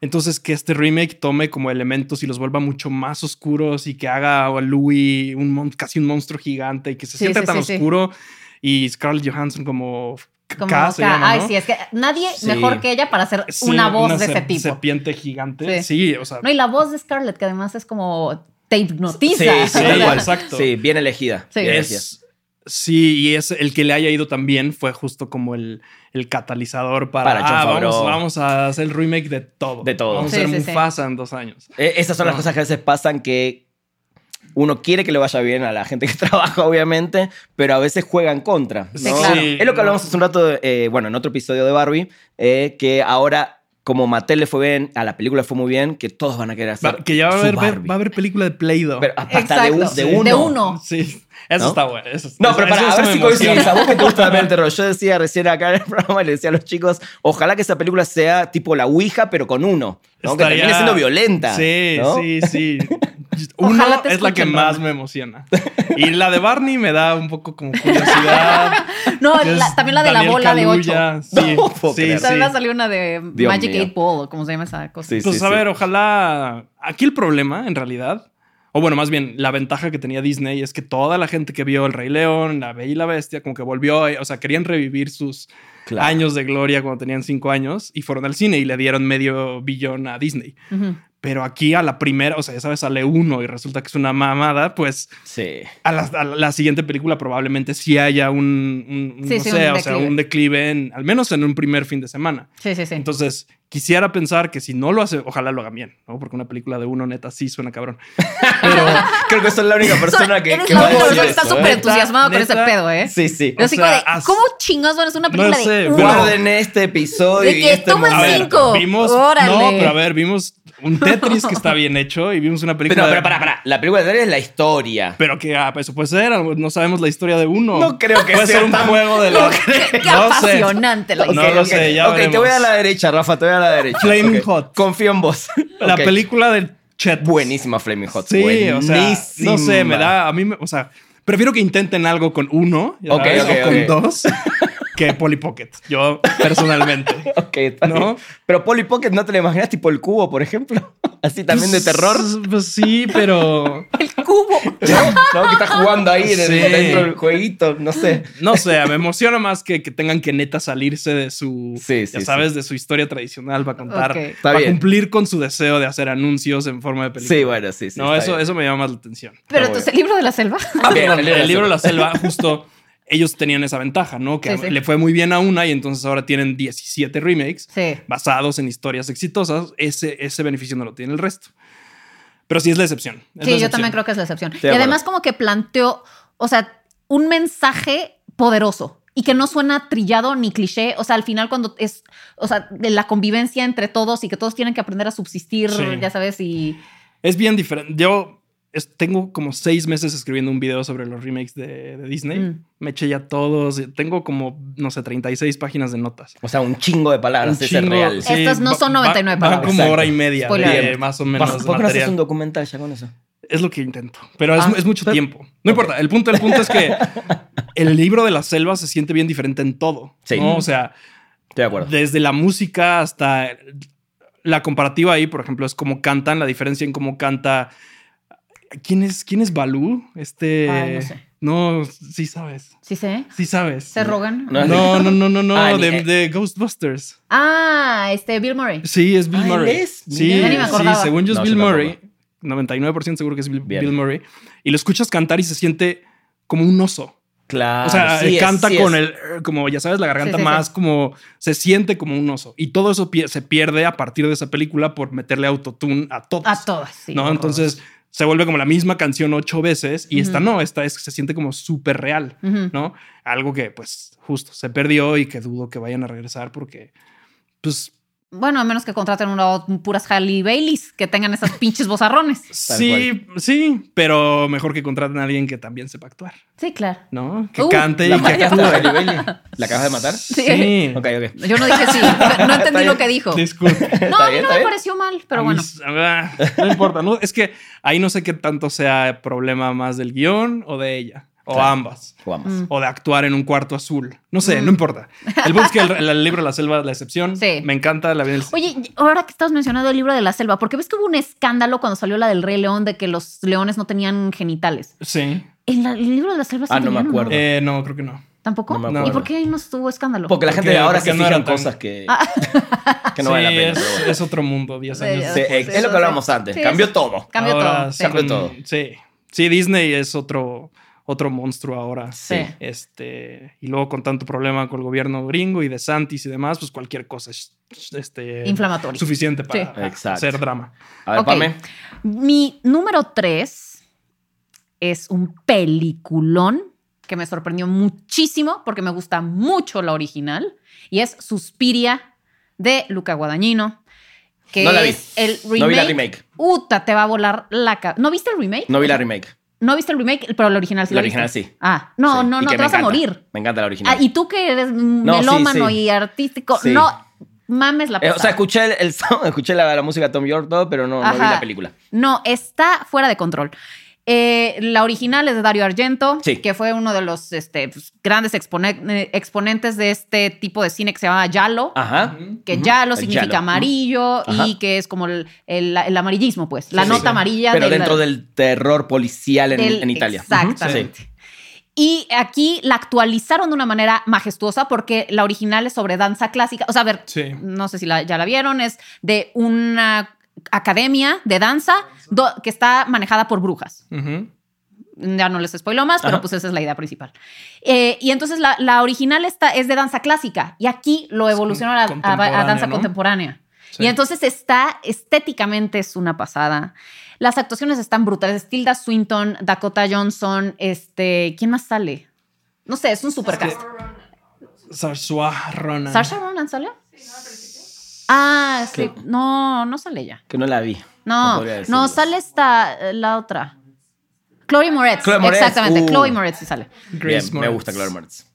Speaker 2: Entonces, que este remake tome como elementos y los vuelva mucho más oscuros y que haga a Louis un, mon- casi un monstruo gigante y que se
Speaker 1: Sí,
Speaker 2: sienta
Speaker 1: sí,
Speaker 2: tan
Speaker 1: sí, sí.
Speaker 2: oscuro y Scarlett Johansson como...
Speaker 1: Como
Speaker 2: K se
Speaker 1: K.
Speaker 2: llama,
Speaker 1: Ay,
Speaker 2: ¿no?
Speaker 1: sí, es que nadie
Speaker 3: Sí.
Speaker 1: mejor que ella para hacer
Speaker 2: Sí,
Speaker 1: una voz de
Speaker 2: ser-
Speaker 1: ese tipo.
Speaker 2: serpiente gigante. Sí, o sea...
Speaker 1: No, y la voz de Scarlett, que además es como te
Speaker 3: Sí,
Speaker 1: hipnotiza.
Speaker 3: sí,
Speaker 2: Sí,
Speaker 3: tal cual.
Speaker 2: exacto.
Speaker 3: Sí, bien elegida.
Speaker 1: Sí.
Speaker 3: bien elegida.
Speaker 2: es, sí, y es el que le haya ido también fue justo como el, el catalizador para,
Speaker 3: Para John
Speaker 2: "Ah, vamos,
Speaker 3: Favreau".
Speaker 2: vamos a hacer el remake de todo.
Speaker 3: De todo.
Speaker 2: Vamos
Speaker 1: Sí,
Speaker 2: a hacer
Speaker 1: sí, sí.
Speaker 2: Mufasa en dos años.
Speaker 3: Eh, Esas son las
Speaker 2: No.
Speaker 3: cosas que a veces pasan que uno quiere que le vaya bien a la gente que trabaja, obviamente, pero a veces juega en contra.
Speaker 1: Sí,
Speaker 3: ¿no?
Speaker 1: claro.
Speaker 3: Es lo que hablamos hace un rato, de, eh, bueno, en otro episodio de Barbie, eh, que ahora, como Mattel le fue bien, a la película le fue muy bien, que todos van a querer hacer.
Speaker 2: Va- que ya va a
Speaker 3: su
Speaker 2: haber,
Speaker 3: Barbie.
Speaker 2: va a haber película de Play-Doh.
Speaker 3: Pero hasta de,
Speaker 1: Exacto.
Speaker 3: un- de
Speaker 2: Sí.
Speaker 3: uno.
Speaker 1: De uno.
Speaker 2: Sí, eso
Speaker 3: ¿No?
Speaker 2: está bueno. eso-
Speaker 3: No, pero
Speaker 2: eso-
Speaker 3: para,
Speaker 2: eso
Speaker 3: a ver
Speaker 2: me
Speaker 3: si
Speaker 2: emociona.
Speaker 3: coincidimos. A vos que te gusta también el terror. Yo decía recién acá en el programa y le decía a los chicos, ojalá que esa película sea tipo la Ouija, pero con uno. ¿no? Que
Speaker 2: Estaría-
Speaker 3: termine siendo violenta.
Speaker 2: Sí,
Speaker 3: ¿no?
Speaker 2: sí, sí. Uno
Speaker 1: Ojalá te
Speaker 2: es la que
Speaker 1: escuchen,
Speaker 2: más
Speaker 1: Roma.
Speaker 2: me emociona. Y la de Barney me da un poco como curiosidad.
Speaker 1: No,
Speaker 2: Es
Speaker 1: la- también la de
Speaker 2: Daniel
Speaker 1: la bola de 8.
Speaker 2: Kaluuya. Sí,
Speaker 3: No puedo
Speaker 2: sí,
Speaker 3: creer.
Speaker 1: También va a
Speaker 2: sí.
Speaker 1: salir una de
Speaker 3: Dios
Speaker 1: Magic
Speaker 3: mío.
Speaker 1: 8 Ball, o como se llama esa cosa.
Speaker 3: Sí,
Speaker 2: Pues
Speaker 3: sí,
Speaker 2: a
Speaker 3: sí.
Speaker 2: ver, ojalá. Aquí el problema, en realidad, o bueno, más bien la ventaja que tenía Disney es que toda la gente que vio El Rey León, La Bella y la Bestia, como que volvió, o sea, querían revivir sus
Speaker 3: Claro.
Speaker 2: años de gloria cuando tenían cinco años y fueron al cine y le dieron medio billón a Disney.
Speaker 1: Ujú.
Speaker 2: Pero aquí a la primera, o sea, ya sabes, sale uno y resulta que es una mamada, pues
Speaker 3: Sí.
Speaker 2: a la, a la siguiente película probablemente sí haya un, un- un-
Speaker 1: Sí,
Speaker 2: no
Speaker 1: sí,
Speaker 2: sé,
Speaker 1: un
Speaker 2: o sea,
Speaker 1: declive.
Speaker 2: un declive, en- al menos en un primer fin de semana.
Speaker 1: Sí, sí, sí.
Speaker 2: Entonces, quisiera pensar que si no lo hace, ojalá lo haga bien, ¿no? Porque una película de uno neta sí suena cabrón.
Speaker 3: Creo que soy la única persona que,
Speaker 1: Eres
Speaker 3: que
Speaker 1: la
Speaker 3: va a
Speaker 1: única
Speaker 3: decir
Speaker 1: persona que está
Speaker 3: eso,
Speaker 1: súper
Speaker 3: ¿eh?
Speaker 1: entusiasmado con
Speaker 2: Neta,
Speaker 1: ese pedo, ¿eh?
Speaker 3: Sí, sí.
Speaker 1: Yo así
Speaker 2: O
Speaker 1: como
Speaker 2: sea,
Speaker 1: de,
Speaker 2: as-
Speaker 1: ¿cómo chingados van a hacer una película
Speaker 2: sé,
Speaker 1: de
Speaker 2: pero-
Speaker 1: uno?
Speaker 3: Guarden este episodio
Speaker 1: De
Speaker 3: y
Speaker 1: que
Speaker 3: este
Speaker 1: toma
Speaker 3: momento.
Speaker 2: ver,
Speaker 1: cinco.
Speaker 2: vimos,
Speaker 1: Órale.
Speaker 2: no, pero a ver, vimos un Tetris que está bien hecho y vimos una película.
Speaker 3: Pero, pero,
Speaker 2: de-
Speaker 3: para, para. La película de Daniel es la historia.
Speaker 2: Pero que ah, eso puede ser, no sabemos la historia de uno.
Speaker 3: No creo que
Speaker 2: puede
Speaker 3: sea
Speaker 2: ser un
Speaker 3: tan-
Speaker 2: juego de la.
Speaker 1: Qué
Speaker 2: No sé.
Speaker 1: apasionante la
Speaker 2: No
Speaker 1: historia.
Speaker 2: lo sé, ya
Speaker 3: Ok, te
Speaker 2: veremos.
Speaker 3: voy a la derecha, Rafa, te voy a la derecha.
Speaker 2: Flaming
Speaker 3: Ok.
Speaker 2: Hot.
Speaker 3: Confío en vos.
Speaker 2: La
Speaker 3: Ok.
Speaker 2: película del Chet.
Speaker 3: Buenísima Flaming Hot.
Speaker 2: Sí, o sea,
Speaker 3: buenísima.
Speaker 2: no sé, me da, a mí, me- o sea, prefiero que intenten algo con uno, ya
Speaker 3: Ok,
Speaker 2: sabes,
Speaker 3: ok,
Speaker 2: o con
Speaker 3: ok.
Speaker 2: dos, que Polly Pocket, yo personalmente,
Speaker 3: Ok, está bien.
Speaker 2: ¿no?
Speaker 3: Pero Polly Pocket, ¿no te la imaginas tipo el cubo, por ejemplo? Así también de terror.
Speaker 2: Pues, pues sí, pero
Speaker 1: El cubo.
Speaker 3: ¿No? Que está jugando ahí en el-
Speaker 2: Sí.
Speaker 3: dentro del jueguito, no sé.
Speaker 2: no sé, me emociona más que, que tengan que neta salirse de su,
Speaker 3: Sí,
Speaker 2: ya
Speaker 3: sí,
Speaker 2: sabes, de su historia tradicional para contar,
Speaker 1: Ok.
Speaker 3: Está
Speaker 2: para
Speaker 3: bien.
Speaker 2: cumplir con su deseo de hacer anuncios en forma de película.
Speaker 3: Sí, bueno, sí, sí.
Speaker 2: no,
Speaker 3: está
Speaker 2: eso,
Speaker 3: bien.
Speaker 2: eso me llama más la atención.
Speaker 1: Pero
Speaker 3: Está
Speaker 1: entonces,
Speaker 3: bien.
Speaker 1: el libro de la selva.
Speaker 3: Ah, bien,
Speaker 2: el, el libro La Selva, justo ellos tenían esa ventaja, ¿no? Que
Speaker 1: Sí, sí.
Speaker 2: le fue muy bien a una y entonces ahora tienen 17 remakes
Speaker 1: Sí.
Speaker 2: basados en historias exitosas. Ese, ese beneficio no lo tiene el resto. Pero sí es la excepción. es la
Speaker 1: Sí, yo
Speaker 2: excepción.
Speaker 1: también creo que es la excepción.
Speaker 3: de
Speaker 1: y además como que planteó, o sea, un mensaje poderoso y que no suena trillado ni cliché. O sea, al final cuando es, o sea, de la convivencia entre todos y que todos tienen que aprender a subsistir,
Speaker 2: Sí.
Speaker 1: ya sabes, y...
Speaker 2: Es bien diferente. Yo es- tengo como seis meses escribiendo un video sobre los remakes de, de Disney.
Speaker 1: Mm.
Speaker 2: Me eché ya todos. Tengo como, no sé, 36 páginas de notas.
Speaker 3: O sea, un chingo de palabras,
Speaker 2: Un
Speaker 3: ese es
Speaker 2: chingo-
Speaker 3: real.
Speaker 2: sí,
Speaker 1: Estas no
Speaker 2: va-
Speaker 1: son
Speaker 2: va-
Speaker 1: 99
Speaker 2: van
Speaker 1: palabras.
Speaker 2: como
Speaker 3: Exacto.
Speaker 2: hora y media de,
Speaker 1: Spoiler.
Speaker 2: más o
Speaker 3: ¿Por
Speaker 2: menos
Speaker 3: por qué no haces
Speaker 2: material.
Speaker 3: un documental ya con eso?
Speaker 2: Es lo que intento, pero es,
Speaker 3: Ah,
Speaker 2: es mucho
Speaker 3: pero-
Speaker 2: tiempo. No importa, el punto, el punto es que el libro de la selva se siente bien diferente en todo.
Speaker 3: Sí.
Speaker 2: ¿no? O sea,
Speaker 3: Estoy de acuerdo.
Speaker 2: desde la música hasta la comparativa ahí, por ejemplo, es cómo cantan, la diferencia en cómo canta. ¿Quién es, quién es Balú? Este.
Speaker 1: Ay, no sé.
Speaker 2: No, sí sabes.
Speaker 1: ¿Sí sé?
Speaker 2: Sí sabes.
Speaker 1: ¿Se eh. rogan?
Speaker 3: No.
Speaker 2: No, no, no, no, no.
Speaker 3: Ah, ni-
Speaker 2: de, de Ghostbusters.
Speaker 1: Ah, este, Bill Murray.
Speaker 2: Sí, es Bill
Speaker 3: Ah, él
Speaker 2: Murray.
Speaker 3: es,
Speaker 2: Sí,
Speaker 3: mira.
Speaker 1: Ya ni me
Speaker 2: sí,
Speaker 1: acordaba.
Speaker 2: según yo es
Speaker 3: No,
Speaker 2: Bill
Speaker 3: yo tampoco.
Speaker 2: Murray. 99% seguro que es Bill,
Speaker 3: Bien.
Speaker 2: Bill Murray. Y lo escuchas cantar y se siente como un oso.
Speaker 3: Claro.
Speaker 2: o sea,
Speaker 3: Ah, sí
Speaker 2: eh,
Speaker 3: es,
Speaker 2: canta
Speaker 3: sí
Speaker 2: con
Speaker 3: es.
Speaker 2: el, eh, como ya sabes, la garganta
Speaker 1: Sí, sí, sí.
Speaker 2: más como se siente como un oso. Y todo eso pie- se pierde a partir de esa película por meterle autotune a todos.
Speaker 1: A todas, sí.
Speaker 2: ¿no?
Speaker 1: horror.
Speaker 2: Entonces se vuelve como la misma canción ocho veces y esta
Speaker 1: Ujú.
Speaker 2: no, esta es, se siente como súper real.
Speaker 1: Ujú.
Speaker 2: ¿no? Algo que, pues, justo se perdió y que dudo que vayan a regresar porque, pues,
Speaker 1: Bueno, a menos que contraten una, puras Halle Baileys que tengan esas pinches bozarrones.
Speaker 2: sí, sí, pero mejor que contraten a alguien que también sepa actuar,
Speaker 1: Sí, claro.
Speaker 2: ¿no? Que
Speaker 1: Uh,
Speaker 2: cante
Speaker 3: ¿La
Speaker 2: y que
Speaker 3: mataste a Halle
Speaker 2: actúe.
Speaker 3: Bailey? ¿La acabas de matar?
Speaker 2: Sí.
Speaker 3: Ok, ok.
Speaker 1: Yo no dije sí, no
Speaker 3: Está
Speaker 1: entendí
Speaker 3: bien.
Speaker 1: lo que dijo.
Speaker 2: Disculpe.
Speaker 1: No,
Speaker 3: Está
Speaker 1: a mí
Speaker 3: bien,
Speaker 1: no
Speaker 3: está
Speaker 1: me
Speaker 3: bien.
Speaker 1: pareció mal, pero
Speaker 2: A mí
Speaker 1: bueno.
Speaker 2: s- ah, no importa, ¿no? Es que ahí no sé qué tanto sea problema más del guión o de ella, o
Speaker 3: Claro.
Speaker 2: ambas.
Speaker 3: Jugamos.
Speaker 1: Mm.
Speaker 2: O de actuar en un cuarto azul. No sé,
Speaker 1: Mm.
Speaker 2: no importa. El punto es que el, el libro La Selva es la excepción.
Speaker 1: Sí.
Speaker 2: Me encanta la vida del
Speaker 1: Oye, y ahora que estás mencionando el libro de la selva, porque ves que hubo un escándalo cuando salió la del Rey León de que los leones no tenían genitales.
Speaker 2: Sí.
Speaker 1: ¿En la- el libro de la selva sí
Speaker 3: Ah, no me
Speaker 1: tenían o
Speaker 3: acuerdo.
Speaker 2: Eh, no, creo que no.
Speaker 1: ¿Tampoco?
Speaker 3: No me
Speaker 2: acuerdo.
Speaker 1: ¿Y por qué ahí no estuvo escándalo?
Speaker 3: Porque la gente
Speaker 2: Porque-
Speaker 3: de ahora
Speaker 2: porque
Speaker 3: se
Speaker 2: no
Speaker 3: fija en
Speaker 2: eran tan-
Speaker 3: cosas que,
Speaker 1: Ah.
Speaker 3: que no vale la
Speaker 2: Sí,
Speaker 3: pena.
Speaker 2: es,
Speaker 3: pero bueno.
Speaker 2: es otro mundo, 10
Speaker 1: Sí,
Speaker 2: años
Speaker 1: ya.
Speaker 3: Sí,
Speaker 2: después.
Speaker 3: es, es lo
Speaker 1: sí.
Speaker 3: que hablábamos antes.
Speaker 1: Sí,
Speaker 3: Cambió
Speaker 1: sí.
Speaker 3: todo.
Speaker 1: Cambió
Speaker 2: Ahora
Speaker 1: todo. sí.
Speaker 2: sacan-
Speaker 3: Cambió todo.
Speaker 2: Sí. Sí, Disney es otro, otro monstruo ahora.
Speaker 1: Sí.
Speaker 2: Este, y luego con tanto problema con el gobierno gringo y de Santis y demás, pues cualquier cosa es este,
Speaker 1: Inflamatorio.
Speaker 2: suficiente para
Speaker 3: Sí. Exacto.
Speaker 2: hacer drama.
Speaker 3: A ver,
Speaker 1: Ok.
Speaker 3: Pame.
Speaker 1: Mi número tres es un peliculón que me sorprendió muchísimo porque me gusta mucho la original y es Suspiria de Luca Guadagnino, que
Speaker 3: No la vi.
Speaker 1: es el remake.
Speaker 3: No vi la remake.
Speaker 1: Uta, te va a volar la cabeza. ¿No viste el remake?
Speaker 3: No vi la remake.
Speaker 1: No viste el remake, pero el original sí.
Speaker 3: La
Speaker 1: lo viste.
Speaker 3: original sí.
Speaker 1: Ah, no,
Speaker 3: Sí.
Speaker 1: no,
Speaker 3: Y
Speaker 1: no,
Speaker 3: que
Speaker 1: te
Speaker 3: me
Speaker 1: vas a
Speaker 3: encanta.
Speaker 1: morir.
Speaker 3: Me encanta la
Speaker 1: Ah,
Speaker 3: original. Eh,
Speaker 1: y tú que eres
Speaker 3: sí,
Speaker 1: melómano
Speaker 3: sí.
Speaker 1: y artístico,
Speaker 3: Sí.
Speaker 1: no mames la
Speaker 3: Eh,
Speaker 1: pesa.
Speaker 3: o sea, escuché el, el sound, escuché la, la música de Tom York, todo, pero no, no vi
Speaker 1: Ajá.
Speaker 3: la película.
Speaker 1: No, está fuera de control. Eh, la original es de Dario Argento,
Speaker 3: Sí.
Speaker 1: que fue uno de los este, pues, grandes expone- eh, exponentes de este tipo de cine que se llama Yalo,
Speaker 3: Ajá.
Speaker 1: que Yalo
Speaker 3: Ah, El
Speaker 1: significa
Speaker 3: giallo.
Speaker 1: amarillo
Speaker 3: Ajá.
Speaker 1: y que es como el, el- el amarillismo, pues, la
Speaker 3: Sí,
Speaker 1: nota
Speaker 3: sí.
Speaker 1: amarilla.
Speaker 3: Pero
Speaker 1: de la-
Speaker 3: dentro del terror policial en,
Speaker 1: del-
Speaker 3: en Italia.
Speaker 1: Exactamente. Y aquí la actualizaron de una manera majestuosa porque la original es sobre danza clásica. O sea, a ver,
Speaker 2: Sí.
Speaker 1: no sé si la- ya la vieron, es de una academia de danza do- que está manejada por brujas.
Speaker 2: Ujú.
Speaker 1: Ya no les spoilo más, pero
Speaker 3: Ajá.
Speaker 1: pues esa es la idea principal. Eh, y entonces la, la original está, es de danza clásica y aquí lo
Speaker 2: Es
Speaker 1: evolucionaron a- a, a
Speaker 2: contemporáneo,
Speaker 1: danza
Speaker 2: ¿no?
Speaker 1: contemporánea.
Speaker 2: Sí.
Speaker 1: Y entonces está estéticamente es una pasada. Las actuaciones están brutales. Tilda Swinton, Dakota Johnson, este, ¿quién más sale? No sé, es un supercast.
Speaker 2: Sarsua Ronan.
Speaker 1: ¿Sarsha Ronan sale? Ah, sí. No, no sale ya.
Speaker 3: Que no la vi.
Speaker 1: No,
Speaker 3: podría decirlo.
Speaker 1: no sale esta, eh, la otra. Chloe Moretz.
Speaker 3: Chloe Moretz,
Speaker 1: Exactamente,
Speaker 3: uh.
Speaker 1: Chloe Moretz sí sale.
Speaker 2: Grace
Speaker 3: Bien, me
Speaker 2: Moretz.
Speaker 3: gusta Gloria Moritz.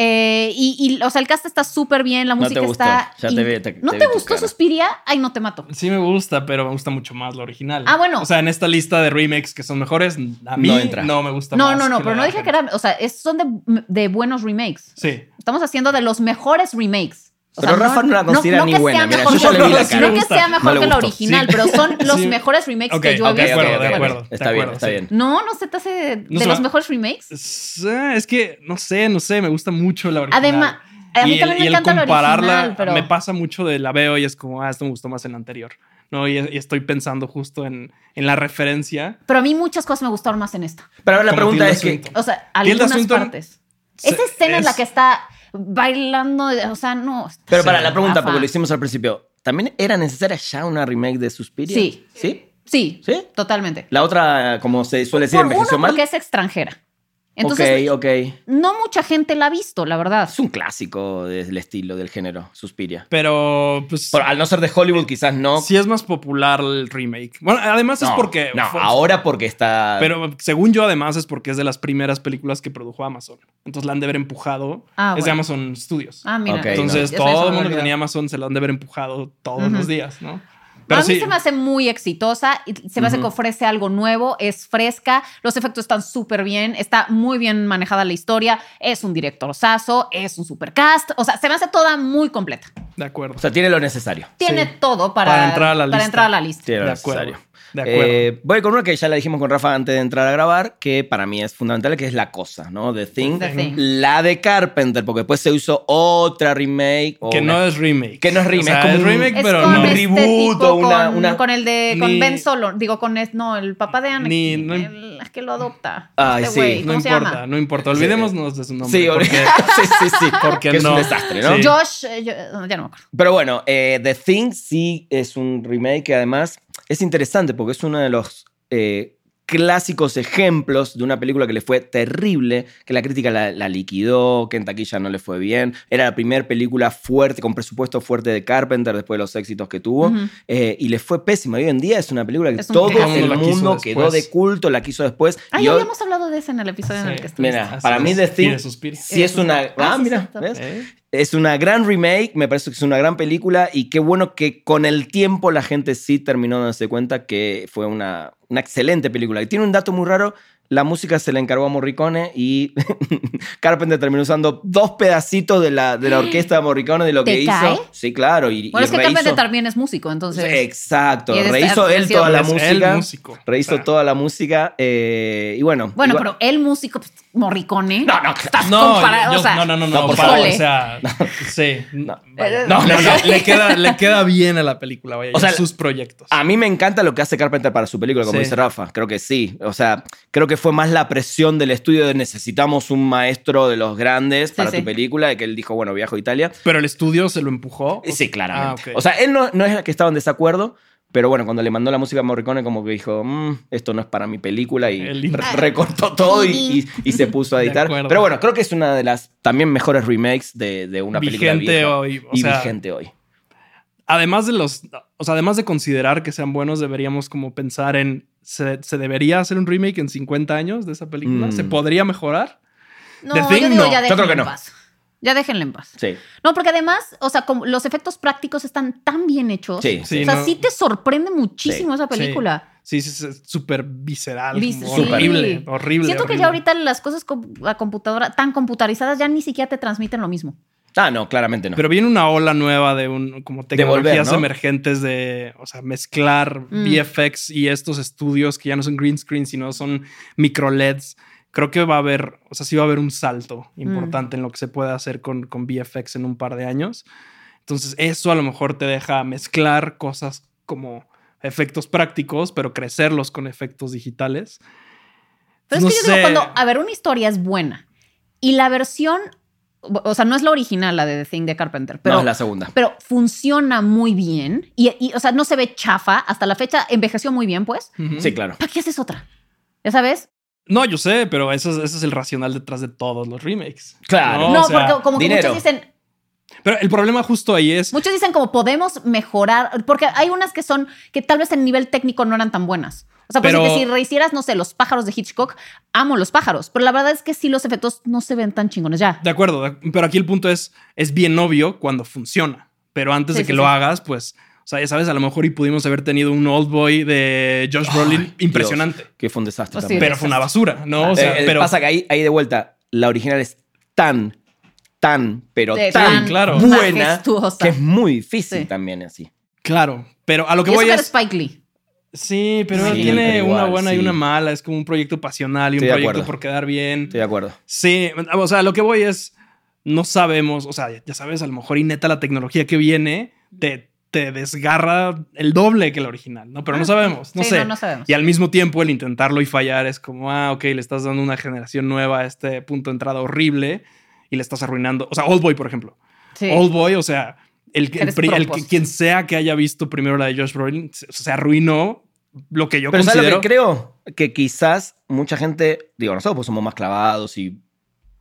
Speaker 1: Eh, y, y, o sea, el cast está súper bien, la
Speaker 3: No te
Speaker 1: música
Speaker 3: gustó.
Speaker 1: está.
Speaker 3: Ya te
Speaker 1: in-
Speaker 3: vi. Te,
Speaker 1: ¿No
Speaker 3: vi
Speaker 1: te
Speaker 3: tu
Speaker 1: gustó
Speaker 3: cara.
Speaker 1: Suspiria? Ay, no te mato.
Speaker 2: Sí me gusta, pero me gusta mucho más la original.
Speaker 1: Ah, bueno.
Speaker 2: O sea, en esta lista de remakes que son mejores, a mí
Speaker 3: No
Speaker 2: no,
Speaker 3: entra.
Speaker 2: me gusta
Speaker 1: No,
Speaker 2: más
Speaker 1: no, no,
Speaker 2: la
Speaker 1: pero
Speaker 2: de
Speaker 1: no
Speaker 2: la
Speaker 1: dije que
Speaker 2: gente.
Speaker 1: eran. O sea, es- son de, de buenos remakes.
Speaker 2: Sí.
Speaker 1: Estamos haciendo de los mejores remakes. O
Speaker 3: Pero Rafa no la considera ni
Speaker 1: que sea
Speaker 3: buena, mira,
Speaker 1: mejor
Speaker 2: yo ya
Speaker 1: que-
Speaker 2: le vi la cara.
Speaker 1: No que sea
Speaker 3: No
Speaker 1: mejor
Speaker 3: le
Speaker 1: que la
Speaker 3: gustó.
Speaker 1: original,
Speaker 2: Sí.
Speaker 1: pero son los
Speaker 2: Sí.
Speaker 1: mejores remakes
Speaker 2: Ok,
Speaker 1: que yo he
Speaker 2: ok,
Speaker 1: visto.
Speaker 2: de acuerdo,
Speaker 3: Ok, ok,
Speaker 2: de
Speaker 3: ok.
Speaker 2: acuerdo, de
Speaker 3: Está bien,
Speaker 2: acuerdo,
Speaker 3: está
Speaker 2: sí.
Speaker 3: bien.
Speaker 1: No, no se te hace de,
Speaker 2: No se
Speaker 1: los
Speaker 2: va-
Speaker 1: mejores remakes.
Speaker 2: Es es que, no sé, no sé, me gusta mucho la original.
Speaker 1: Además, a mí
Speaker 2: Y el-
Speaker 1: también
Speaker 2: y
Speaker 1: me
Speaker 2: el
Speaker 1: encanta la original, pero
Speaker 2: me pasa mucho de la veo y es como, ah, esto me gustó más en la anterior. ¿no? Y, y estoy pensando justo en, en la referencia.
Speaker 1: pero a mí muchas cosas me gustaron más en esta.
Speaker 3: Pero ahora la
Speaker 2: Como
Speaker 3: pregunta
Speaker 2: Tilda
Speaker 3: es que.
Speaker 2: Swinton.
Speaker 1: O sea,
Speaker 2: Tilda
Speaker 1: algunas
Speaker 2: Swinton
Speaker 1: partes. Esa escena es la que está bailando, o sea, no.
Speaker 3: Pero
Speaker 2: Sí.
Speaker 3: para la pregunta,
Speaker 1: Rafa.
Speaker 3: porque lo hicimos al principio, ¿también era necesaria ya una remake de Suspiria?
Speaker 1: Sí.
Speaker 3: ¿Sí?
Speaker 1: Sí,
Speaker 3: ¿Sí?
Speaker 1: totalmente.
Speaker 3: La otra, como se suele decir,
Speaker 1: Por uno,
Speaker 3: envejeció mal.
Speaker 1: porque es extranjera. Entonces,
Speaker 3: ok, ok.
Speaker 1: no mucha gente la ha visto, la verdad.
Speaker 3: Es un clásico del estilo, del género, Suspiria.
Speaker 2: Pero, pues,
Speaker 3: Por- al no ser de Hollywood, quizás ah, no.
Speaker 2: sí es más popular el remake. Bueno, además es
Speaker 3: No,
Speaker 2: porque...
Speaker 3: No,
Speaker 2: fue-
Speaker 3: ahora porque está.
Speaker 2: Pero según yo, además, es porque es de las primeras películas que produjo Amazon. Entonces la han de haber empujado.
Speaker 1: Ah,
Speaker 2: es de
Speaker 1: bueno.
Speaker 2: Amazon Studios.
Speaker 1: Ah, mira.
Speaker 3: Ok,
Speaker 2: Entonces
Speaker 1: Eso- eso me
Speaker 2: todo el mundo que
Speaker 1: olvidó.
Speaker 2: tenía Amazon se la han de haber empujado todos
Speaker 1: Ujú.
Speaker 2: los días, ¿no?
Speaker 1: a mí se me hace muy exitosa, y se me hace que
Speaker 3: Ujú.
Speaker 1: ofrece algo nuevo, es fresca, los efectos están súper bien, está muy bien manejada la historia, es un director saso, es un supercast, o sea, se me hace toda muy completa.
Speaker 2: De acuerdo.
Speaker 3: O sea, tiene lo necesario.
Speaker 1: Tiene
Speaker 2: Sí.
Speaker 1: todo para,
Speaker 2: Para entrar a la
Speaker 1: para
Speaker 2: lista.
Speaker 1: entrar a la lista.
Speaker 3: Tiene lo
Speaker 2: de
Speaker 3: necesario.
Speaker 2: acuerdo. De acuerdo.
Speaker 3: Eh, voy con una que ya la dijimos con Rafa antes de entrar a grabar, que para mí es fundamental, que es La Cosa, ¿no? The Thing.
Speaker 1: The Thing.
Speaker 3: La de Carpenter, porque después se hizo otra remake. o
Speaker 2: que
Speaker 3: una-
Speaker 2: no es remake.
Speaker 3: oh, Que no es remake,
Speaker 2: O sea,
Speaker 3: es como
Speaker 2: es
Speaker 3: un-
Speaker 2: remake,
Speaker 1: Es
Speaker 2: pero
Speaker 1: con
Speaker 2: no.
Speaker 1: este
Speaker 3: reboot
Speaker 1: tipo,
Speaker 3: o una-
Speaker 1: con,
Speaker 3: una-
Speaker 1: con el de con
Speaker 2: Ni-
Speaker 1: Ben Solo, digo con es- no, el papá de Anakin,
Speaker 2: Ni- no- Ah,
Speaker 1: el, el que lo adopta.
Speaker 3: Ay, sí,
Speaker 1: güey,
Speaker 2: No
Speaker 1: ¿cómo se
Speaker 2: importa,
Speaker 1: llama?
Speaker 2: no importa. Olvidémonos de su nombre.
Speaker 3: Sí,
Speaker 2: porque-
Speaker 3: sí, sí, sí.
Speaker 2: Porque
Speaker 3: que es un
Speaker 2: no.
Speaker 3: desastre, ¿no?
Speaker 2: Sí.
Speaker 1: Josh, eh, yo- ya no me acuerdo.
Speaker 3: Pero bueno, eh, The Thing sí es un remake que además es interesante porque es uno de los eh, clásicos ejemplos de una película que le fue terrible, que la crítica la, la liquidó, que en taquilla no le fue bien. Era la primera película fuerte, con presupuesto fuerte de Carpenter después de los éxitos que tuvo.
Speaker 1: Ujú.
Speaker 3: eh, y le fue pésima. Hoy en día es una película que
Speaker 1: Es un
Speaker 3: todo
Speaker 1: clásico.
Speaker 3: el
Speaker 2: Todo el mundo la
Speaker 3: mundo
Speaker 2: quiso
Speaker 3: quedó de
Speaker 2: después.
Speaker 3: culto, la quiso después.
Speaker 1: Ah,
Speaker 3: y
Speaker 1: ya
Speaker 3: hoy,
Speaker 1: habíamos hablado de eso en el episodio en el que
Speaker 2: Sí.
Speaker 1: estuviste.
Speaker 3: mira,
Speaker 2: Así
Speaker 3: para mí
Speaker 2: es.
Speaker 3: The Thing
Speaker 2: Suspire, suspire.
Speaker 3: sí es una...
Speaker 1: Ah,
Speaker 3: Ah,
Speaker 1: sí,
Speaker 3: mira,
Speaker 1: cierto.
Speaker 3: ¿ves?
Speaker 2: ¿Eh?
Speaker 3: Es una gran remake, me parece que es una gran película y qué bueno que con el tiempo la gente sí terminó dándose cuenta que fue una, una excelente película. Y tiene un dato muy raro, la música se la encargó a Morricone y Carpenter terminó usando dos pedacitos de la, de la orquesta de Morricone de lo
Speaker 1: ¿Te
Speaker 3: que
Speaker 1: cae?
Speaker 3: hizo. Sí, claro. Y,
Speaker 1: Bueno,
Speaker 3: y
Speaker 1: es que
Speaker 3: rehizo-
Speaker 1: Carpenter también es músico, entonces.
Speaker 3: Exacto,
Speaker 1: Y él es-
Speaker 3: rehizo él
Speaker 1: es
Speaker 3: toda la
Speaker 2: Es el
Speaker 3: música.
Speaker 2: músico.
Speaker 3: Rehizo
Speaker 2: O sea,
Speaker 3: toda la música eh, y bueno.
Speaker 1: Bueno, pero
Speaker 3: igual-
Speaker 1: el músico, pues, Morricone. No, no, estás
Speaker 2: No,
Speaker 1: comparado.
Speaker 2: yo-
Speaker 1: o sea,
Speaker 2: no, no, no,
Speaker 3: no,
Speaker 2: no,
Speaker 3: por
Speaker 2: para,
Speaker 1: favor.
Speaker 2: o sea, sí.
Speaker 3: No.
Speaker 2: vaya. No, no, no, le queda, le queda bien a la película, vaya,
Speaker 3: O
Speaker 2: o
Speaker 3: sea, ah,
Speaker 2: sea, sus proyectos.
Speaker 3: A mí me encanta lo que hace Carpenter para su película, como
Speaker 2: Sí.
Speaker 3: dice Rafa. Creo que sí. O sea, creo que fue más la presión del estudio de necesitamos un maestro de los grandes para
Speaker 1: sí.
Speaker 3: tu película, y que él dijo, bueno, viajo a Italia.
Speaker 2: Pero el estudio se lo empujó.
Speaker 3: Y Sí, claramente.
Speaker 2: Ah, ok.
Speaker 3: O sea, él no, no es el que estaba en desacuerdo, pero bueno, cuando le mandó la música a Morricone, como que dijo, "Mm, esto no es para mi película, y
Speaker 2: El intro.
Speaker 3: re- recortó todo y, y- y se puso a
Speaker 2: De
Speaker 3: editar.
Speaker 2: acuerdo.
Speaker 3: Pero bueno, creo que es una de las también mejores remakes de, de una película.
Speaker 2: vigente
Speaker 3: vieja.
Speaker 2: hoy. O
Speaker 3: y
Speaker 2: sea,
Speaker 3: vigente hoy.
Speaker 2: además de los, o sea, además de considerar que sean buenos, deberíamos como pensar en se, se debería hacer un remake en 50 años de esa película.
Speaker 3: Mm.
Speaker 2: Se podría mejorar.
Speaker 1: no,
Speaker 2: The Thing,
Speaker 1: yo digo, ya
Speaker 2: no. Yo
Speaker 3: creo
Speaker 1: déjenlo
Speaker 3: que
Speaker 1: en
Speaker 3: no.
Speaker 1: paz. Ya déjenlo en paz.
Speaker 3: Sí.
Speaker 1: No, porque además, o sea, como los efectos prácticos están tan bien hechos.
Speaker 3: Sí.
Speaker 1: O
Speaker 2: Sí,
Speaker 1: sea,
Speaker 2: no.
Speaker 1: sí te sorprende muchísimo esa película.
Speaker 2: Sí, sí, es súper visceral,
Speaker 1: Vis-
Speaker 2: como
Speaker 1: sí.
Speaker 2: horrible, horrible.
Speaker 1: Siento que
Speaker 2: horrible.
Speaker 1: ya ahorita las cosas con la computadora tan computarizadas ya ni siquiera te transmiten lo mismo.
Speaker 3: Ah, no, claramente no.
Speaker 2: Pero viene una ola nueva de un como tecnologías
Speaker 3: volver, ¿no?
Speaker 2: emergentes de, o sea, mezclar
Speaker 1: Mm.
Speaker 2: VFX y estos estudios que ya no son green screen, sino son micro LEDs. Creo que va a haber, o sea, sí va a haber un salto importante en lo que se puede hacer con, con VFX en un par de años. Entonces, eso a lo mejor te deja mezclar cosas como efectos prácticos, pero crecerlos con efectos digitales.
Speaker 1: Pero
Speaker 2: No
Speaker 1: es que yo digo,
Speaker 2: sé.
Speaker 1: cuando, a ver, una historia es buena y la versión, o sea, no es la original, la de The Thing de Carpenter, pero,
Speaker 3: no es la segunda.
Speaker 1: pero funciona muy bien y, y, o sea, no se ve chafa. Hasta la fecha envejeció muy bien, pues.
Speaker 2: Ujú.
Speaker 3: Sí, claro.
Speaker 1: ¿Para qué haces otra? ¿Ya sabes?
Speaker 2: No, yo sé, pero eso es, ese es el racional detrás de todos los remakes.
Speaker 3: Claro.
Speaker 1: No,
Speaker 2: O sea,
Speaker 1: porque como que
Speaker 3: dinero.
Speaker 1: muchos dicen,
Speaker 2: Pero el problema justo ahí es.
Speaker 1: Muchos dicen como podemos mejorar, porque hay unas que son, que tal vez en nivel técnico no eran tan buenas. O sea, por
Speaker 2: Pero-
Speaker 1: ejemplo, si rehicieras, no sé, los pájaros de Hitchcock, amo los pájaros, pero la verdad es que sí los efectos no se ven tan chingones ya.
Speaker 2: De acuerdo, de- pero aquí el punto es, es bien obvio cuando funciona, pero antes
Speaker 1: Sí,
Speaker 2: de que
Speaker 1: sí,
Speaker 2: lo
Speaker 1: sí.
Speaker 2: hagas, pues, o sea, ya sabes, a lo mejor y pudimos haber tenido un old boy de Josh Brolin impresionante,
Speaker 3: Que fue un desastre.
Speaker 1: Pues sí.
Speaker 3: también.
Speaker 2: pero fue una basura, ¿no?
Speaker 1: Ah,
Speaker 2: O sea,
Speaker 3: Eh, eh,
Speaker 2: pero
Speaker 3: Pasa que ahí, ahí de vuelta, la original es tan, tan, pero
Speaker 1: Sí,
Speaker 3: tan,
Speaker 2: tan claro.
Speaker 3: buena
Speaker 1: majestuosa.
Speaker 3: que es muy difícil
Speaker 1: Sí.
Speaker 3: también así.
Speaker 2: claro, pero a lo que
Speaker 1: Y eso
Speaker 2: voy
Speaker 1: que era
Speaker 2: es
Speaker 1: Spike Lee.
Speaker 2: sí, pero
Speaker 3: Sí,
Speaker 2: tiene
Speaker 3: pero
Speaker 2: una
Speaker 3: igual,
Speaker 2: buena y
Speaker 3: sí.
Speaker 2: una mala, es como un proyecto pasional y un
Speaker 3: Estoy de
Speaker 2: proyecto
Speaker 3: acuerdo.
Speaker 2: por quedar bien.
Speaker 3: Estoy de acuerdo.
Speaker 2: Sí, o sea, lo que voy es, no sabemos, o sea, ya sabes, a lo mejor y neta la tecnología que viene te, te desgarra el doble que la original, ¿no? Pero no sabemos, no
Speaker 1: Sí,
Speaker 2: sé.
Speaker 1: No, no sabemos.
Speaker 2: Y al mismo tiempo el intentarlo y fallar es como, ah, ok, le estás dando una generación nueva a este punto de entrada horrible y le estás arruinando. O sea, Oldboy, por ejemplo.
Speaker 1: Sí.
Speaker 2: Oldboy, o sea, el, que- el
Speaker 1: Eres
Speaker 2: pri- el que-
Speaker 1: propósito.
Speaker 2: quien sea que haya visto primero la de Josh Brolin se, se arruinó lo que yo
Speaker 3: Pero ¿sabes
Speaker 2: considero.
Speaker 3: lo que creo? Que quizás mucha gente, digo, nosotros pues somos más clavados y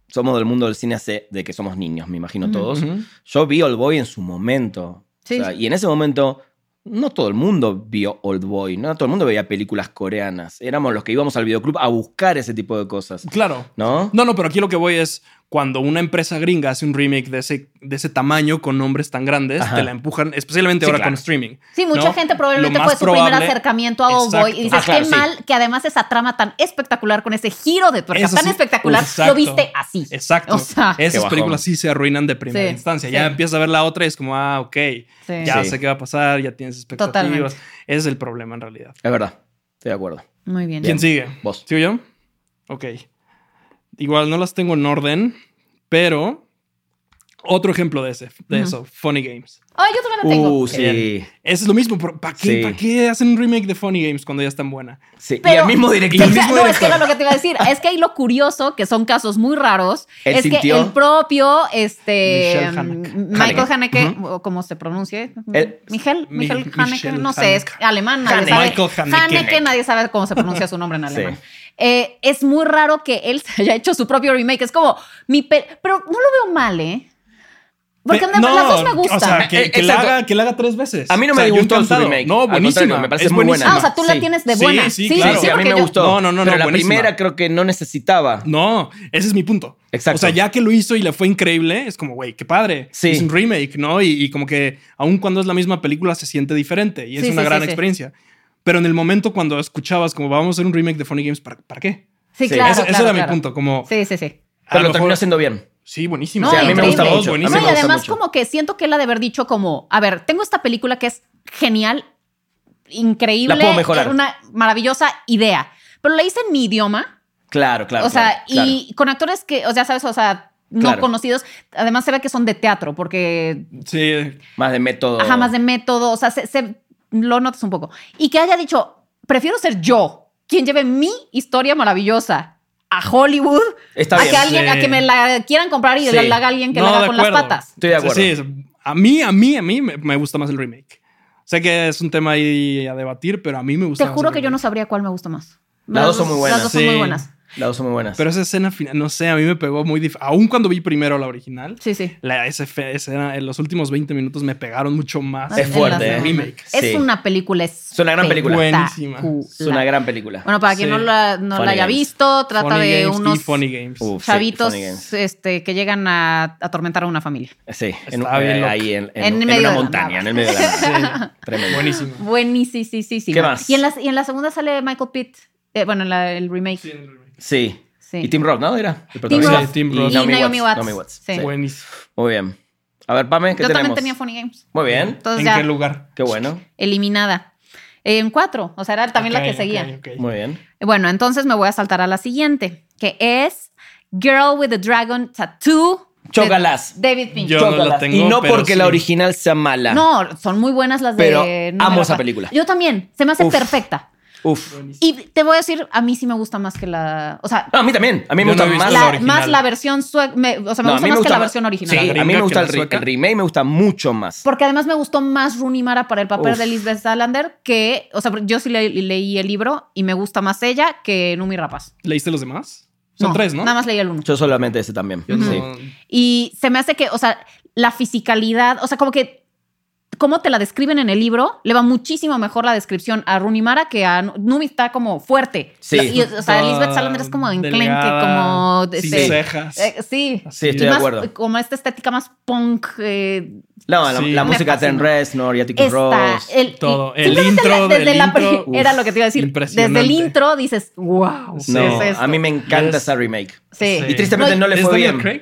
Speaker 3: somos del mundo del cine hace de que somos niños, me imagino
Speaker 1: Ujú.
Speaker 3: todos.
Speaker 2: Ujú.
Speaker 3: Yo vi Old Boy en su momento.
Speaker 1: Sí.
Speaker 3: O sea, y en ese momento no todo el mundo vio Old Boy, no todo el mundo veía películas coreanas. Éramos los que íbamos al videoclub a buscar ese tipo de cosas,
Speaker 2: Claro.
Speaker 3: ¿no?
Speaker 2: No, no, pero aquí lo que voy es cuando una empresa gringa hace un remake de ese, de ese tamaño con nombres tan grandes,
Speaker 3: Ajá.
Speaker 2: te la empujan, especialmente
Speaker 3: Sí,
Speaker 2: ahora
Speaker 3: claro.
Speaker 2: con streaming.
Speaker 1: Sí, mucha
Speaker 2: ¿no?
Speaker 1: gente
Speaker 2: Lo
Speaker 1: probablemente
Speaker 2: más
Speaker 1: fue su primer
Speaker 2: probable-
Speaker 1: acercamiento a Old
Speaker 2: Exacto.
Speaker 1: Boy y dices,
Speaker 3: Ah, claro,
Speaker 1: qué
Speaker 3: sí.
Speaker 1: mal que además esa trama tan espectacular con ese giro de tuerca
Speaker 2: Eso
Speaker 1: tan
Speaker 2: sí.
Speaker 1: espectacular,
Speaker 2: Exacto.
Speaker 1: lo viste así.
Speaker 2: Exacto.
Speaker 1: O sea,
Speaker 3: Qué
Speaker 2: Esas
Speaker 3: bajón.
Speaker 2: películas sí se arruinan de primera
Speaker 1: Sí,
Speaker 2: instancia. Ya
Speaker 1: sí.
Speaker 2: empiezas a ver la otra y es como, ah, ok,
Speaker 1: Sí.
Speaker 2: ya
Speaker 3: Sí.
Speaker 2: sé qué va a pasar, ya tienes expectativas.
Speaker 1: Totalmente.
Speaker 2: Ese es el problema en realidad.
Speaker 3: Es verdad, estoy de acuerdo.
Speaker 1: Muy bien.
Speaker 2: ¿Quién sigue?
Speaker 3: Vos.
Speaker 2: ¿Sigo yo? Ok. Igual no las tengo en orden, pero otro ejemplo de ese, de
Speaker 1: Ujú.
Speaker 2: eso, Funny Games.
Speaker 1: Ay, yo también la tengo.
Speaker 3: Uh, sí.
Speaker 2: Ese es lo mismo. ¿Para qué,
Speaker 3: Sí.
Speaker 2: ¿Para qué hacen un remake de Funny Games cuando ya es tan buena?
Speaker 3: Sí, y
Speaker 1: Pero-
Speaker 3: el mismo director.
Speaker 2: Y el
Speaker 1: Exa-
Speaker 2: mismo
Speaker 1: no, es que
Speaker 2: director.
Speaker 1: era lo que te iba a decir. Es que ahí lo curioso, que son casos muy raros,
Speaker 3: Él
Speaker 1: es
Speaker 3: sintió-
Speaker 1: que el propio este,
Speaker 2: Michel Haneke.
Speaker 1: mm, Michael
Speaker 3: Haneke.
Speaker 1: Haneke, o como se pronuncie,
Speaker 3: Él-
Speaker 1: Michel,
Speaker 2: Mi-
Speaker 1: Michel
Speaker 2: Michel
Speaker 1: Haneke, no sé, es
Speaker 2: Haneke.
Speaker 1: alemán, nadie
Speaker 2: Haneke.
Speaker 1: sabe.
Speaker 2: Michael Haneke.
Speaker 1: Haneke, nadie sabe cómo se pronuncia su nombre en alemán.
Speaker 3: Sí.
Speaker 1: Eh, es muy raro que él se haya hecho su propio remake. Es como, mi pe- pero no lo veo mal, ¿eh? Porque
Speaker 2: Pe-
Speaker 1: además
Speaker 2: no,
Speaker 1: las dos me gustan.
Speaker 2: O sea, que,
Speaker 3: Eh,
Speaker 2: que la
Speaker 3: exacto.
Speaker 2: haga, que la haga tres veces.
Speaker 3: A mí no
Speaker 2: O
Speaker 3: me
Speaker 2: sea, yo
Speaker 3: disgustó su
Speaker 2: encantado.
Speaker 3: remake.
Speaker 2: No,
Speaker 3: Al
Speaker 2: buenísima.
Speaker 3: contrario, me parece
Speaker 2: es
Speaker 3: muy buena.
Speaker 2: buenísima.
Speaker 1: ah, o sea, tú la
Speaker 3: sí.
Speaker 1: tienes de
Speaker 2: Sí,
Speaker 1: buena.
Speaker 2: sí,
Speaker 1: Sí,
Speaker 2: claro.
Speaker 1: sí,
Speaker 3: Sí, a mí
Speaker 1: porque
Speaker 3: me
Speaker 1: yo-
Speaker 3: gustó.
Speaker 2: No, no, no,
Speaker 3: Pero
Speaker 2: no,
Speaker 3: la
Speaker 2: buenísima.
Speaker 3: primera creo que no necesitaba.
Speaker 2: No, ese es mi punto.
Speaker 3: Exacto.
Speaker 2: O sea, ya que lo hizo y le fue increíble, es como, güey, qué padre.
Speaker 3: Sí.
Speaker 2: Es un remake, ¿no? Y, y como que, aun cuando es la misma película, se siente diferente y es
Speaker 1: Sí,
Speaker 2: una
Speaker 1: sí,
Speaker 2: gran
Speaker 1: sí, sí.
Speaker 2: experiencia. Pero en el momento cuando escuchabas, como, vamos a hacer un remake de Funny Games, ¿para, para qué?
Speaker 1: Sí,
Speaker 3: Sí.
Speaker 1: claro.
Speaker 2: ese, ese
Speaker 1: claro,
Speaker 2: era
Speaker 1: claro.
Speaker 2: mi punto, como.
Speaker 1: Sí, sí, sí.
Speaker 2: a
Speaker 3: Pero
Speaker 2: lo
Speaker 3: lo terminó
Speaker 2: mejor-
Speaker 3: haciendo bien.
Speaker 2: Sí, buenísimo.
Speaker 1: No, O sea, a mí me gusta
Speaker 2: Todos
Speaker 1: mucho.
Speaker 3: A mí
Speaker 1: no,
Speaker 2: buenísimos.
Speaker 3: me
Speaker 1: y
Speaker 3: gusta
Speaker 1: además
Speaker 3: mucho.
Speaker 1: como que siento que él ha de haber dicho como, a ver, tengo esta película que es genial, increíble,
Speaker 3: La puedo mejorar.
Speaker 1: es una maravillosa idea, pero la hice en mi idioma,
Speaker 3: Claro, claro.
Speaker 1: o sea,
Speaker 3: claro, claro.
Speaker 1: y con actores que, o sea, sabes, o sea, no
Speaker 3: Claro.
Speaker 1: conocidos, además se ve que son de teatro, porque
Speaker 2: Sí,
Speaker 3: Más de método.
Speaker 1: ajá, más de método, o sea, se, se- lo notas un poco, y que haya dicho, prefiero ser yo quien lleve mi historia maravillosa a Hollywood,
Speaker 3: Está
Speaker 1: a
Speaker 3: bien.
Speaker 1: que alguien,
Speaker 2: Sí.
Speaker 1: a que me la quieran comprar y
Speaker 3: Sí.
Speaker 1: la haga alguien que
Speaker 2: No,
Speaker 1: la
Speaker 2: de
Speaker 1: haga con las
Speaker 2: acuerdo.
Speaker 1: patas.
Speaker 3: Estoy de acuerdo.
Speaker 2: Sí, sí, a mí, a mí, a mí me, me gusta más el remake. Sé que es un tema ahí a debatir, pero a mí me gusta.
Speaker 1: Te
Speaker 2: más
Speaker 1: juro
Speaker 2: el
Speaker 1: que yo no
Speaker 2: remake.
Speaker 1: sabría cuál me gusta más.
Speaker 3: Las dos son muy buenas.
Speaker 1: Las dos son muy
Speaker 2: Sí.
Speaker 1: buenas.
Speaker 3: Las dos son muy buenas.
Speaker 2: Pero esa escena final, no sé, a mí me pegó muy dif- Aún cuando vi primero la original,
Speaker 1: Sí, sí.
Speaker 2: la esa fe- escena en los últimos 20 minutos me pegaron mucho más.
Speaker 3: Es
Speaker 1: En
Speaker 3: fuerte,
Speaker 1: las
Speaker 3: ¿eh?
Speaker 1: dos.
Speaker 2: Remake.
Speaker 1: Es
Speaker 3: Sí.
Speaker 1: una película. Es
Speaker 3: una gran película.
Speaker 2: Buenísima.
Speaker 3: es una gran película.
Speaker 1: Bueno, para quien
Speaker 2: Sí.
Speaker 1: no la, no la
Speaker 3: Funny
Speaker 1: haya
Speaker 3: Games.
Speaker 1: visto, trata
Speaker 2: Funny
Speaker 1: de
Speaker 2: Games
Speaker 1: unos
Speaker 2: y Funny Games.
Speaker 3: Uf, sí,
Speaker 1: chavitos
Speaker 3: Funny Games.
Speaker 1: este, que llegan a atormentar a una familia.
Speaker 3: Sí, en,
Speaker 2: Está bien
Speaker 3: eh,
Speaker 2: loco.
Speaker 3: ahí en, en-
Speaker 1: En medio
Speaker 3: en una
Speaker 1: de la
Speaker 3: montaña,
Speaker 1: nada.
Speaker 3: en el medio de la nada. Tremendo.
Speaker 2: Buenísima.
Speaker 1: Buenísimo. Sí, sí, sí,
Speaker 3: ¿Qué más?
Speaker 1: Y en, la, y en la segunda sale Michael Pitt. Eh, bueno, en la- el remake.
Speaker 2: Sí, el remake.
Speaker 3: Sí.
Speaker 1: Sí.
Speaker 3: Y Tim Roth, ¿no? Era. el
Speaker 1: Tim
Speaker 3: protagonista.
Speaker 1: Roth.
Speaker 2: Sí, Tim
Speaker 1: Y
Speaker 2: Roth.
Speaker 1: Naomi, Watts.
Speaker 3: Naomi Watts.
Speaker 1: Sí.
Speaker 3: Sí.
Speaker 2: Buenísimo.
Speaker 3: Muy bien. A ver, Pame, ¿qué
Speaker 1: Yo
Speaker 3: tenemos?
Speaker 1: también tenía Funny Games.
Speaker 3: Muy bien.
Speaker 1: Entonces
Speaker 2: ¿En
Speaker 1: ya,
Speaker 2: qué lugar?
Speaker 3: Qué bueno.
Speaker 1: eliminada. En cuatro. O sea, era también
Speaker 2: Ok,
Speaker 1: la que
Speaker 2: ok,
Speaker 1: seguía.
Speaker 2: ok.
Speaker 3: Muy bien.
Speaker 1: Bueno, entonces me voy a saltar a la siguiente, que es Girl with the Dragon Tattoo. de
Speaker 3: Chócalas.
Speaker 1: David Fincher.
Speaker 2: Yo no la
Speaker 3: Chócalas.
Speaker 2: tengo,
Speaker 3: y no
Speaker 2: pero
Speaker 3: porque
Speaker 2: sí.
Speaker 3: la original sea mala.
Speaker 1: No, son muy buenas las de.
Speaker 3: Pero
Speaker 1: no
Speaker 3: amo
Speaker 1: me la
Speaker 3: esa
Speaker 1: pa-
Speaker 3: película.
Speaker 1: Yo también. Se me hace
Speaker 3: Uf.
Speaker 1: perfecta.
Speaker 3: Uf.
Speaker 1: Y te voy a decir, a mí sí me gusta más que la. O sea,
Speaker 3: No, a mí también. A mí me
Speaker 2: Yo no
Speaker 3: gusta
Speaker 2: he visto
Speaker 3: más
Speaker 2: la
Speaker 1: la-
Speaker 2: original.
Speaker 1: más la versión sueca. me- o sea, me
Speaker 3: No, a
Speaker 1: gusta
Speaker 3: mí
Speaker 1: más que la
Speaker 3: ma-
Speaker 1: versión original.
Speaker 3: Sí,
Speaker 2: La
Speaker 3: a mí
Speaker 2: gringa
Speaker 3: me
Speaker 2: que
Speaker 3: gusta
Speaker 2: la
Speaker 3: el, re-
Speaker 2: sueca.
Speaker 3: el remake, me gusta mucho más.
Speaker 1: Porque además me gustó más Rooney Mara para el papel
Speaker 3: Uf.
Speaker 1: de Lisbeth Salander que. O sea, yo sí le- leí el libro y me gusta más ella que Numi Rapaz.
Speaker 2: ¿Leíste los demás? Son tres, ¿no?
Speaker 1: Nada más leí el uno.
Speaker 3: Yo solamente ese también.
Speaker 2: Yo
Speaker 3: sí.
Speaker 2: no-
Speaker 1: Y se me hace que, o sea, la fisicalidad, o sea, como que cómo te la describen en el libro, le va muchísimo mejor la descripción a Runimara que a Nu- Numi está como fuerte.
Speaker 3: Sí.
Speaker 1: Y, o sea, Elizabeth Salander es como enclenque, como...
Speaker 2: Sin
Speaker 1: este,
Speaker 2: cejas.
Speaker 1: eh, sí.
Speaker 3: Sí, estoy
Speaker 1: Y
Speaker 3: de
Speaker 1: más,
Speaker 3: acuerdo.
Speaker 1: Como esta estética más punk. eh,
Speaker 3: No, la,
Speaker 2: Sí.
Speaker 3: la
Speaker 2: Me
Speaker 3: música de Ten
Speaker 1: fascina.
Speaker 3: Reznor y Atticus
Speaker 1: esta,
Speaker 3: Ross.
Speaker 1: el,
Speaker 2: todo.
Speaker 1: y-
Speaker 2: El
Speaker 1: simplemente
Speaker 2: intro
Speaker 1: desde
Speaker 2: del
Speaker 1: la
Speaker 2: intro,
Speaker 1: pri- era
Speaker 2: uf,
Speaker 1: lo que te iba a decir. Desde el
Speaker 2: impresionante.
Speaker 1: intro dices, wow.
Speaker 2: Sí.
Speaker 3: no,
Speaker 1: ¿qué es esto?
Speaker 3: a mí me encanta
Speaker 2: Es-
Speaker 3: esa remake.
Speaker 1: Sí.
Speaker 3: Y tristemente no,
Speaker 1: No,
Speaker 3: le
Speaker 2: ¿Es
Speaker 3: fue
Speaker 2: Daniel
Speaker 3: bien.
Speaker 2: Craig?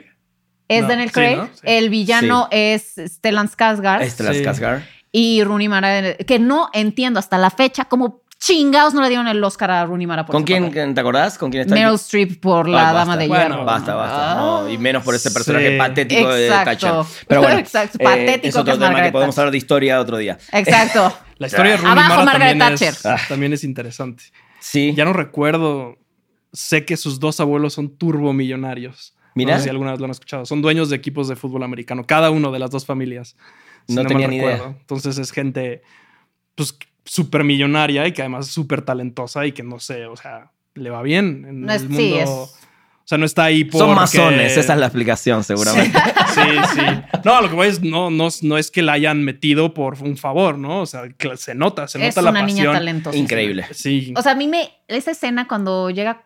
Speaker 1: Es
Speaker 2: No,
Speaker 1: Daniel
Speaker 2: sí,
Speaker 1: Craig.
Speaker 2: ¿no? Sí.
Speaker 1: El villano es Stellan Skarsgård.
Speaker 3: Este las
Speaker 2: Sí.
Speaker 3: Skarsgård.
Speaker 1: y Rooney Mara, que no entiendo hasta la fecha cómo chingados no le dieron el Oscar a Rooney Mara por
Speaker 3: ¿Con
Speaker 1: ese
Speaker 3: quién
Speaker 1: papel.
Speaker 3: te acordás? ¿Con quién está?
Speaker 1: Meryl Streep por La
Speaker 3: Ah, basta.
Speaker 1: Dama de
Speaker 2: Bueno, ah.
Speaker 1: Hierro.
Speaker 3: Basta,
Speaker 1: ¿no?
Speaker 3: basta. no, y menos por ese personaje
Speaker 2: Sí.
Speaker 3: patético de Thatcher.
Speaker 1: Exacto.
Speaker 3: Pero bueno,
Speaker 1: Exacto,
Speaker 3: eh,
Speaker 1: patético
Speaker 3: es
Speaker 1: que
Speaker 3: otro
Speaker 1: es
Speaker 3: tema
Speaker 1: Margaret
Speaker 3: que podemos
Speaker 1: Thatcher.
Speaker 3: hablar de historia otro día.
Speaker 1: Exacto.
Speaker 2: La historia de Rooney
Speaker 1: Abajo,
Speaker 2: Mara
Speaker 1: Margaret
Speaker 2: también es-
Speaker 3: Ah.
Speaker 1: Thatcher.
Speaker 2: también es interesante.
Speaker 3: Sí.
Speaker 2: Ya no recuerdo. Sé que sus dos abuelos son turbomillonarios.
Speaker 3: Mira.
Speaker 2: No sé si alguna vez lo han escuchado. Son dueños de equipos de fútbol americano, cada uno de las dos familias.
Speaker 3: No
Speaker 2: mal
Speaker 3: tenía ni idea.
Speaker 2: Entonces es gente, pues, súper millonaria y que además es súper talentosa y que no sé, o sea, le va bien en
Speaker 1: No es-
Speaker 2: el
Speaker 1: sí,
Speaker 2: mundo.
Speaker 1: es-
Speaker 2: O sea, no está ahí por.
Speaker 3: Son masones, esa es la explicación, seguramente.
Speaker 2: Sí, sí. No, lo que voy es, no, no, no es que la hayan metido por un favor, ¿no? O sea, que se nota, se
Speaker 1: Es
Speaker 2: nota la
Speaker 1: una niña
Speaker 2: pasión.
Speaker 1: talentosa.
Speaker 3: Increíble.
Speaker 2: Sí.
Speaker 1: O sea, a mí me. Esa escena cuando llega.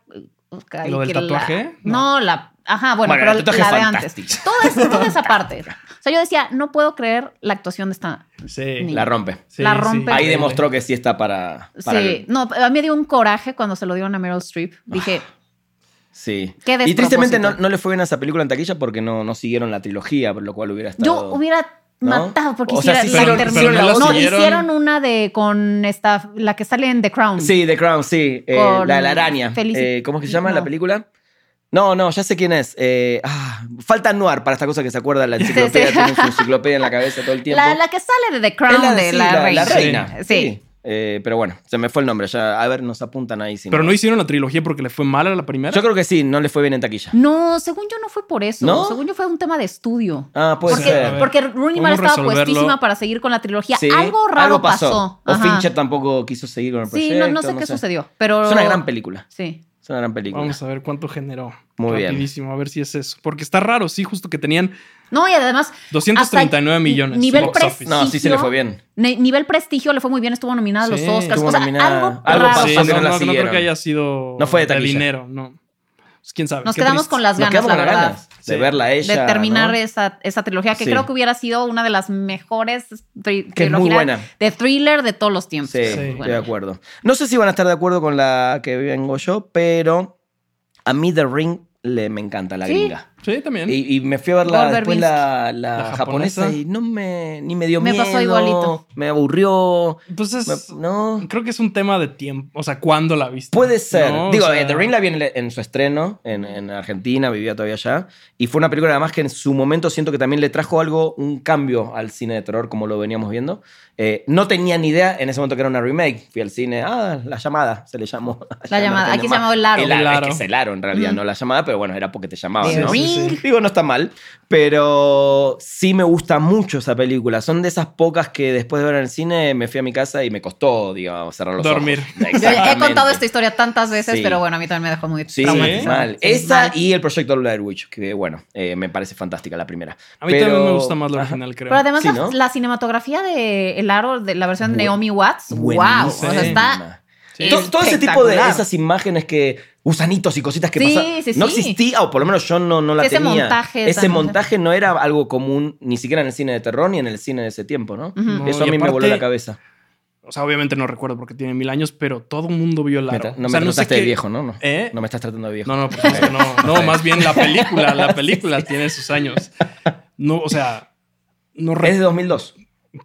Speaker 1: uh, ay,
Speaker 2: ¿Lo del
Speaker 1: que la-
Speaker 2: tatuaje?
Speaker 1: no.
Speaker 2: No.
Speaker 1: la. Ajá, bueno,
Speaker 3: Bueno,
Speaker 1: pero
Speaker 3: el tatuaje
Speaker 1: la
Speaker 3: es
Speaker 1: de
Speaker 3: fantástico.
Speaker 1: antes. Toda, esa- toda esa parte. O sea, yo decía, no puedo creer la actuación de esta.
Speaker 2: sí.
Speaker 1: ni-
Speaker 3: La rompe.
Speaker 2: Sí,
Speaker 1: La
Speaker 2: sí.
Speaker 1: rompe.
Speaker 3: Ahí demostró que sí está para. para
Speaker 1: sí,
Speaker 3: el-
Speaker 1: no, a mí me dio un coraje cuando se lo dieron a Meryl Streep. Dije,
Speaker 3: Ah. sí.
Speaker 1: Qué
Speaker 3: Y tristemente no,
Speaker 1: despropósito.
Speaker 3: no le fue bien a esa película en taquilla porque no, no siguieron la trilogía, por lo cual hubiera estado.
Speaker 1: Yo hubiera
Speaker 3: ¿No?
Speaker 1: matado porque
Speaker 3: O
Speaker 1: hiciera
Speaker 3: sea, sí
Speaker 1: la
Speaker 2: hicieron-
Speaker 1: terminaron.
Speaker 2: pero no
Speaker 1: no,
Speaker 2: la
Speaker 1: hicieron.
Speaker 2: siguieron.
Speaker 1: una de con esta, la que sale en The Crown.
Speaker 3: Sí, The Crown, sí. Eh,
Speaker 1: Con
Speaker 3: la de la araña.
Speaker 1: Felici-
Speaker 3: Eh, ¿Cómo es que se llama
Speaker 1: no.
Speaker 3: la película? No, no, ya sé quién es. Eh, ah, falta Noir para esta cosa que se acuerda la enciclopedia.
Speaker 1: sí.
Speaker 3: Tiene su enciclopedia en la cabeza todo el tiempo.
Speaker 1: La, la que sale de The
Speaker 3: Es
Speaker 1: Crown de,
Speaker 3: sí,
Speaker 1: la, reina.
Speaker 3: reina.
Speaker 1: Sí.
Speaker 3: Eh, pero bueno, se me fue el nombre. Ya, a ver, nos apuntan ahí. si
Speaker 2: Pero no hicieron la trilogía porque le fue mal a la primera.
Speaker 3: Yo creo que sí, no le fue bien en taquilla.
Speaker 1: No, según yo no fue por eso.
Speaker 3: ¿No?
Speaker 1: Según yo fue un tema de estudio.
Speaker 3: Ah, puede
Speaker 1: porque,
Speaker 2: ser. A ver,
Speaker 1: porque Rooney Mara
Speaker 2: podemos
Speaker 1: estaba
Speaker 2: resolverlo.
Speaker 1: puestísima para seguir con la trilogía.
Speaker 3: Sí,
Speaker 1: Algo raro pasó.
Speaker 3: O
Speaker 1: Ajá.
Speaker 3: Fincher tampoco quiso seguir con el
Speaker 1: Sí,
Speaker 3: proyecto.
Speaker 1: no, no sé qué sucedió, pero...
Speaker 3: Es una gran película.
Speaker 1: Sí.
Speaker 3: Es una gran película.
Speaker 2: Vamos a ver cuánto generó.
Speaker 3: Muy bien.
Speaker 2: Rapidísimo, a ver si es eso. Porque está raro, sí, justo que tenían
Speaker 1: No, y además...
Speaker 2: 239
Speaker 1: hasta
Speaker 2: millones.
Speaker 1: Nivel
Speaker 2: box office.
Speaker 1: prestigio.
Speaker 3: No, sí se le fue bien.
Speaker 1: ne- Nivel prestigio le fue muy bien, estuvo nominada a los
Speaker 2: Sí,
Speaker 1: Oscars.
Speaker 3: estuvo
Speaker 1: O sea,
Speaker 3: nominada.
Speaker 1: algo,
Speaker 3: Algo
Speaker 1: raro
Speaker 2: Sí,
Speaker 3: pasó que
Speaker 2: no,
Speaker 1: pasó.
Speaker 3: no
Speaker 2: no,
Speaker 3: la
Speaker 2: no creo
Speaker 3: siguieron.
Speaker 2: que haya sido
Speaker 3: No fue de taquilla.
Speaker 2: dinero, no. Pues quién sabe.
Speaker 1: Nos
Speaker 2: qué
Speaker 1: quedamos
Speaker 2: triste.
Speaker 1: con las
Speaker 3: Nos
Speaker 1: ganas,
Speaker 3: quedamos
Speaker 1: la
Speaker 3: con las
Speaker 1: verdad.
Speaker 3: ganas de
Speaker 2: Sí.
Speaker 3: verla a ella.
Speaker 1: de terminar
Speaker 3: ¿no?
Speaker 1: esa, esa trilogía, que
Speaker 3: Sí.
Speaker 1: creo que hubiera sido una de las mejores tri-
Speaker 3: Que es muy
Speaker 1: trilogías
Speaker 3: buena.
Speaker 1: de thriller de todos los tiempos.
Speaker 3: Sí,
Speaker 2: Sí.
Speaker 3: estoy de acuerdo. No sé si van a estar de acuerdo con la que vengo yo, pero a mí The Ring le, me encanta la
Speaker 1: Sí.
Speaker 3: gringa.
Speaker 2: Sí, también.
Speaker 3: Y, y me fui a ver la,
Speaker 1: Gore
Speaker 3: después
Speaker 1: Verbinski.
Speaker 3: la, la
Speaker 2: La
Speaker 3: japonesa.
Speaker 2: japonesa.
Speaker 3: y no me, ni me dio
Speaker 1: Me
Speaker 3: miedo.
Speaker 1: pasó igualito.
Speaker 3: Me aburrió. me-
Speaker 2: Entonces,
Speaker 3: no.
Speaker 2: creo que es un tema de tiempo. O sea, ¿cuándo la viste?
Speaker 3: Puede ser.
Speaker 2: No, o
Speaker 3: Digo,
Speaker 2: sea,
Speaker 3: eh, The Ring la vi en, en su estreno en, en Argentina, vivía todavía allá. Y fue una película además que en su momento siento que también le trajo algo, un cambio al cine de terror como lo veníamos viendo. Eh, no tenía ni idea en ese momento que era una remake. Fui al cine, ah, La Llamada, se le llamó.
Speaker 1: La
Speaker 3: Allá en
Speaker 1: Llamada, aquí se
Speaker 3: Argentina.
Speaker 1: llamaba Mm. El Aro.
Speaker 2: El
Speaker 3: El Aro,
Speaker 2: Aro.
Speaker 3: es que es el Aro en realidad,
Speaker 1: Ujú.
Speaker 3: no La Llamada, pero bueno, era porque te llamaban.
Speaker 1: The
Speaker 3: ¿no?
Speaker 2: sí,
Speaker 1: Ring.
Speaker 2: sí, sí.
Speaker 3: Digo, no está mal, pero sí me gusta mucho esa película. Son de esas pocas que después de ver en el cine me fui a mi casa y me costó, digamos, cerrar los
Speaker 2: Dormir.
Speaker 3: ojos.
Speaker 1: Yo he
Speaker 3: Exactamente.
Speaker 1: contado esta historia tantas veces,
Speaker 3: Sí.
Speaker 1: pero bueno, a mí también me dejó muy
Speaker 3: Sí,
Speaker 1: traumatizada.
Speaker 3: mal.
Speaker 1: Sí,
Speaker 3: Esa
Speaker 1: mal.
Speaker 3: y el proyecto Blair Witch, que bueno, eh, me parece fantástica la primera.
Speaker 2: A mí
Speaker 3: Pero-
Speaker 2: también me gusta más la
Speaker 3: Ajá.
Speaker 2: original, creo.
Speaker 1: Pero además
Speaker 3: Sí,
Speaker 1: la-
Speaker 3: ¿no?
Speaker 1: la, cinematografía de El Aro, de la versión de
Speaker 3: Bu-
Speaker 1: Naomi Watts, wow. O sea,
Speaker 2: buenísima.
Speaker 1: está...
Speaker 2: Sí.
Speaker 3: To- Todo ese tipo de
Speaker 1: espectacular.
Speaker 3: esas imágenes que gusanitos y cositas que
Speaker 1: Sí,
Speaker 3: pasan.
Speaker 1: sí,
Speaker 3: no
Speaker 1: sí.
Speaker 3: existía, o por lo menos yo no, no la
Speaker 1: Ese
Speaker 3: tenía.
Speaker 1: montaje,
Speaker 3: ese
Speaker 1: esas-
Speaker 3: montaje no era algo común, ni siquiera en el cine de terror ni en el cine de ese tiempo, ¿no?
Speaker 1: Ujú.
Speaker 2: No,
Speaker 3: Eso a
Speaker 2: y
Speaker 3: mí me voló
Speaker 2: aparte-
Speaker 3: la cabeza.
Speaker 2: O sea, obviamente no recuerdo porque tiene mil años, pero todo el mundo vio el
Speaker 3: Me
Speaker 2: aro.
Speaker 3: tra- no me
Speaker 2: o sea, no sé
Speaker 3: trataste de
Speaker 2: qué-
Speaker 3: viejo, ¿no? No,
Speaker 2: ¿Eh?
Speaker 3: no me estás tratando de viejo.
Speaker 2: No, no, por supuesto, no, no, más bien la película, la película tiene sus años. No, o sea, no
Speaker 3: Es de
Speaker 2: recuerdo
Speaker 3: 2002.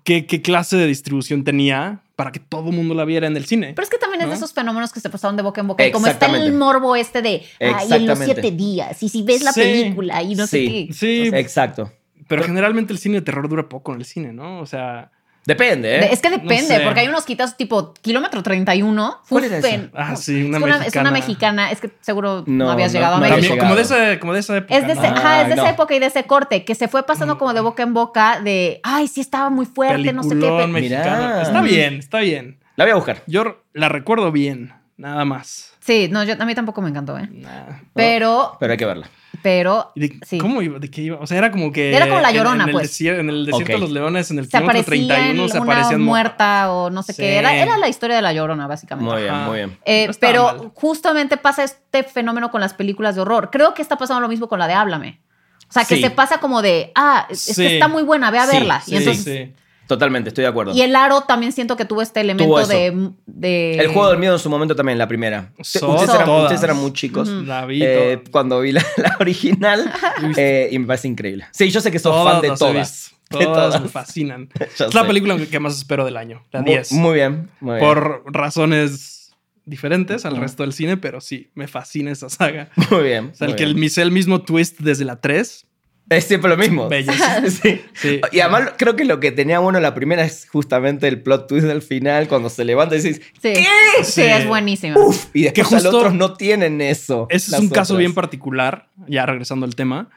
Speaker 2: qué, qué clase de distribución tenía para que todo el mundo la viera en el cine.
Speaker 1: Pero es que también es de
Speaker 2: ¿No?
Speaker 1: esos fenómenos que se pasaron de boca en boca. Y como está el
Speaker 3: Exactamente.
Speaker 1: morbo este de... "Ay, en los
Speaker 3: Exactamente.
Speaker 1: siete días. Y si ves la
Speaker 2: Sí,
Speaker 1: película y no
Speaker 3: sí.
Speaker 1: sé qué.
Speaker 2: Sí,
Speaker 3: Exacto.
Speaker 2: pero generalmente el cine de terror dura poco en el cine, ¿no? O sea,
Speaker 3: Depende, ¿eh?
Speaker 1: De- Es que depende,
Speaker 2: sé.
Speaker 1: porque hay unos quitas tipo kilómetro 31. fue
Speaker 3: ¿Cuál
Speaker 1: un
Speaker 3: era esa?
Speaker 1: fen-
Speaker 2: ah, sí,
Speaker 1: es,
Speaker 2: una
Speaker 1: que
Speaker 2: mexicana.
Speaker 1: una, es una mexicana, es que seguro no,
Speaker 3: No,
Speaker 1: habías
Speaker 3: no,
Speaker 1: llegado a
Speaker 3: no
Speaker 1: México.
Speaker 3: había
Speaker 2: También, como de,
Speaker 3: llegado.
Speaker 2: ese- como de esa época.
Speaker 1: Es de, ese-
Speaker 2: Ah, ¿no? Mm.
Speaker 1: ajá, es de
Speaker 3: Ay,
Speaker 1: esa
Speaker 3: no.
Speaker 1: época y de ese corte que se fue pasando como de boca en boca de, ay, sí estaba muy fuerte, no sé qué.
Speaker 2: Peliculón
Speaker 1: pe-".
Speaker 2: mexicano.
Speaker 3: Mirá.
Speaker 2: Está bien, está bien.
Speaker 3: La voy a buscar.
Speaker 2: Yo la recuerdo bien. Nada más.
Speaker 1: Sí, no, yo, a mí tampoco me encantó, ¿eh?
Speaker 2: Nah.
Speaker 1: Pero,
Speaker 3: Pero hay que verla.
Speaker 1: pero
Speaker 2: ¿Y de-
Speaker 1: Sí.
Speaker 2: ¿Cómo iba? ¿De qué iba? O sea, era como que.
Speaker 1: Era como La
Speaker 2: en-
Speaker 1: Llorona,
Speaker 2: en, el
Speaker 1: pues.
Speaker 2: desier- en el desierto de
Speaker 3: Ok.
Speaker 2: los leones, en el
Speaker 1: se
Speaker 2: kilómetro
Speaker 1: aparecía
Speaker 2: 31,
Speaker 1: en
Speaker 2: se
Speaker 1: una
Speaker 2: aparecían. mo-
Speaker 1: muerta o no sé
Speaker 2: Sí.
Speaker 1: qué. Era, era la historia de la llorona, básicamente.
Speaker 3: Muy bien,
Speaker 2: Ajá.
Speaker 3: muy bien.
Speaker 1: Eh,
Speaker 2: No estaba
Speaker 1: pero
Speaker 2: mal.
Speaker 1: justamente pasa este fenómeno con las películas de horror. Creo que está pasando lo mismo con la de Háblame. O sea, que
Speaker 3: Sí.
Speaker 1: se pasa como de, ah, es
Speaker 2: Sí.
Speaker 1: que está muy buena, ve a
Speaker 3: Sí,
Speaker 1: verla.
Speaker 2: Sí,
Speaker 1: y, entonces,
Speaker 2: sí.
Speaker 3: Totalmente, estoy de acuerdo.
Speaker 1: y el aro también siento que tuvo este elemento
Speaker 3: eso.
Speaker 1: de, de-
Speaker 3: El juego del miedo en su momento también, la primera. Usted-
Speaker 2: Saw,
Speaker 3: ustedes, eran,
Speaker 2: todas.
Speaker 3: ustedes eran muy chicos.
Speaker 1: Ujú.
Speaker 2: La vi
Speaker 3: eh,
Speaker 2: toda.
Speaker 3: cuando vi la, la original eh, y me parece increíble. Sí, yo sé que sos fan de
Speaker 2: las he
Speaker 3: todas.
Speaker 2: visto.
Speaker 3: De
Speaker 2: Todas, me
Speaker 3: todas.
Speaker 2: fascinan.
Speaker 3: Ya
Speaker 2: es la
Speaker 3: sé.
Speaker 2: película que más espero del año, la
Speaker 3: Mu-
Speaker 2: 10.
Speaker 3: Muy, bien, muy bien.
Speaker 2: Por razones diferentes al
Speaker 3: Ujú.
Speaker 2: resto del cine, pero sí, me fascina esa saga.
Speaker 3: Muy bien.
Speaker 2: O sea, el
Speaker 3: muy
Speaker 2: que el,
Speaker 3: bien.
Speaker 2: misel mismo twist desde la 3.
Speaker 3: Es siempre lo mismo.
Speaker 2: Belleza.
Speaker 3: Sí.
Speaker 2: Sí.
Speaker 3: Y además creo que lo que tenía bueno la primera es justamente el plot twist del final, cuando se levanta y dices,
Speaker 1: Sí, Sí,
Speaker 2: Sí.
Speaker 1: es buenísima. Mm.
Speaker 3: uff, y después
Speaker 2: Que
Speaker 3: los
Speaker 2: justo-
Speaker 3: otros no tienen eso.
Speaker 2: Ese es
Speaker 3: las
Speaker 2: un caso
Speaker 3: otras.
Speaker 2: bien particular, ya regresando al tema,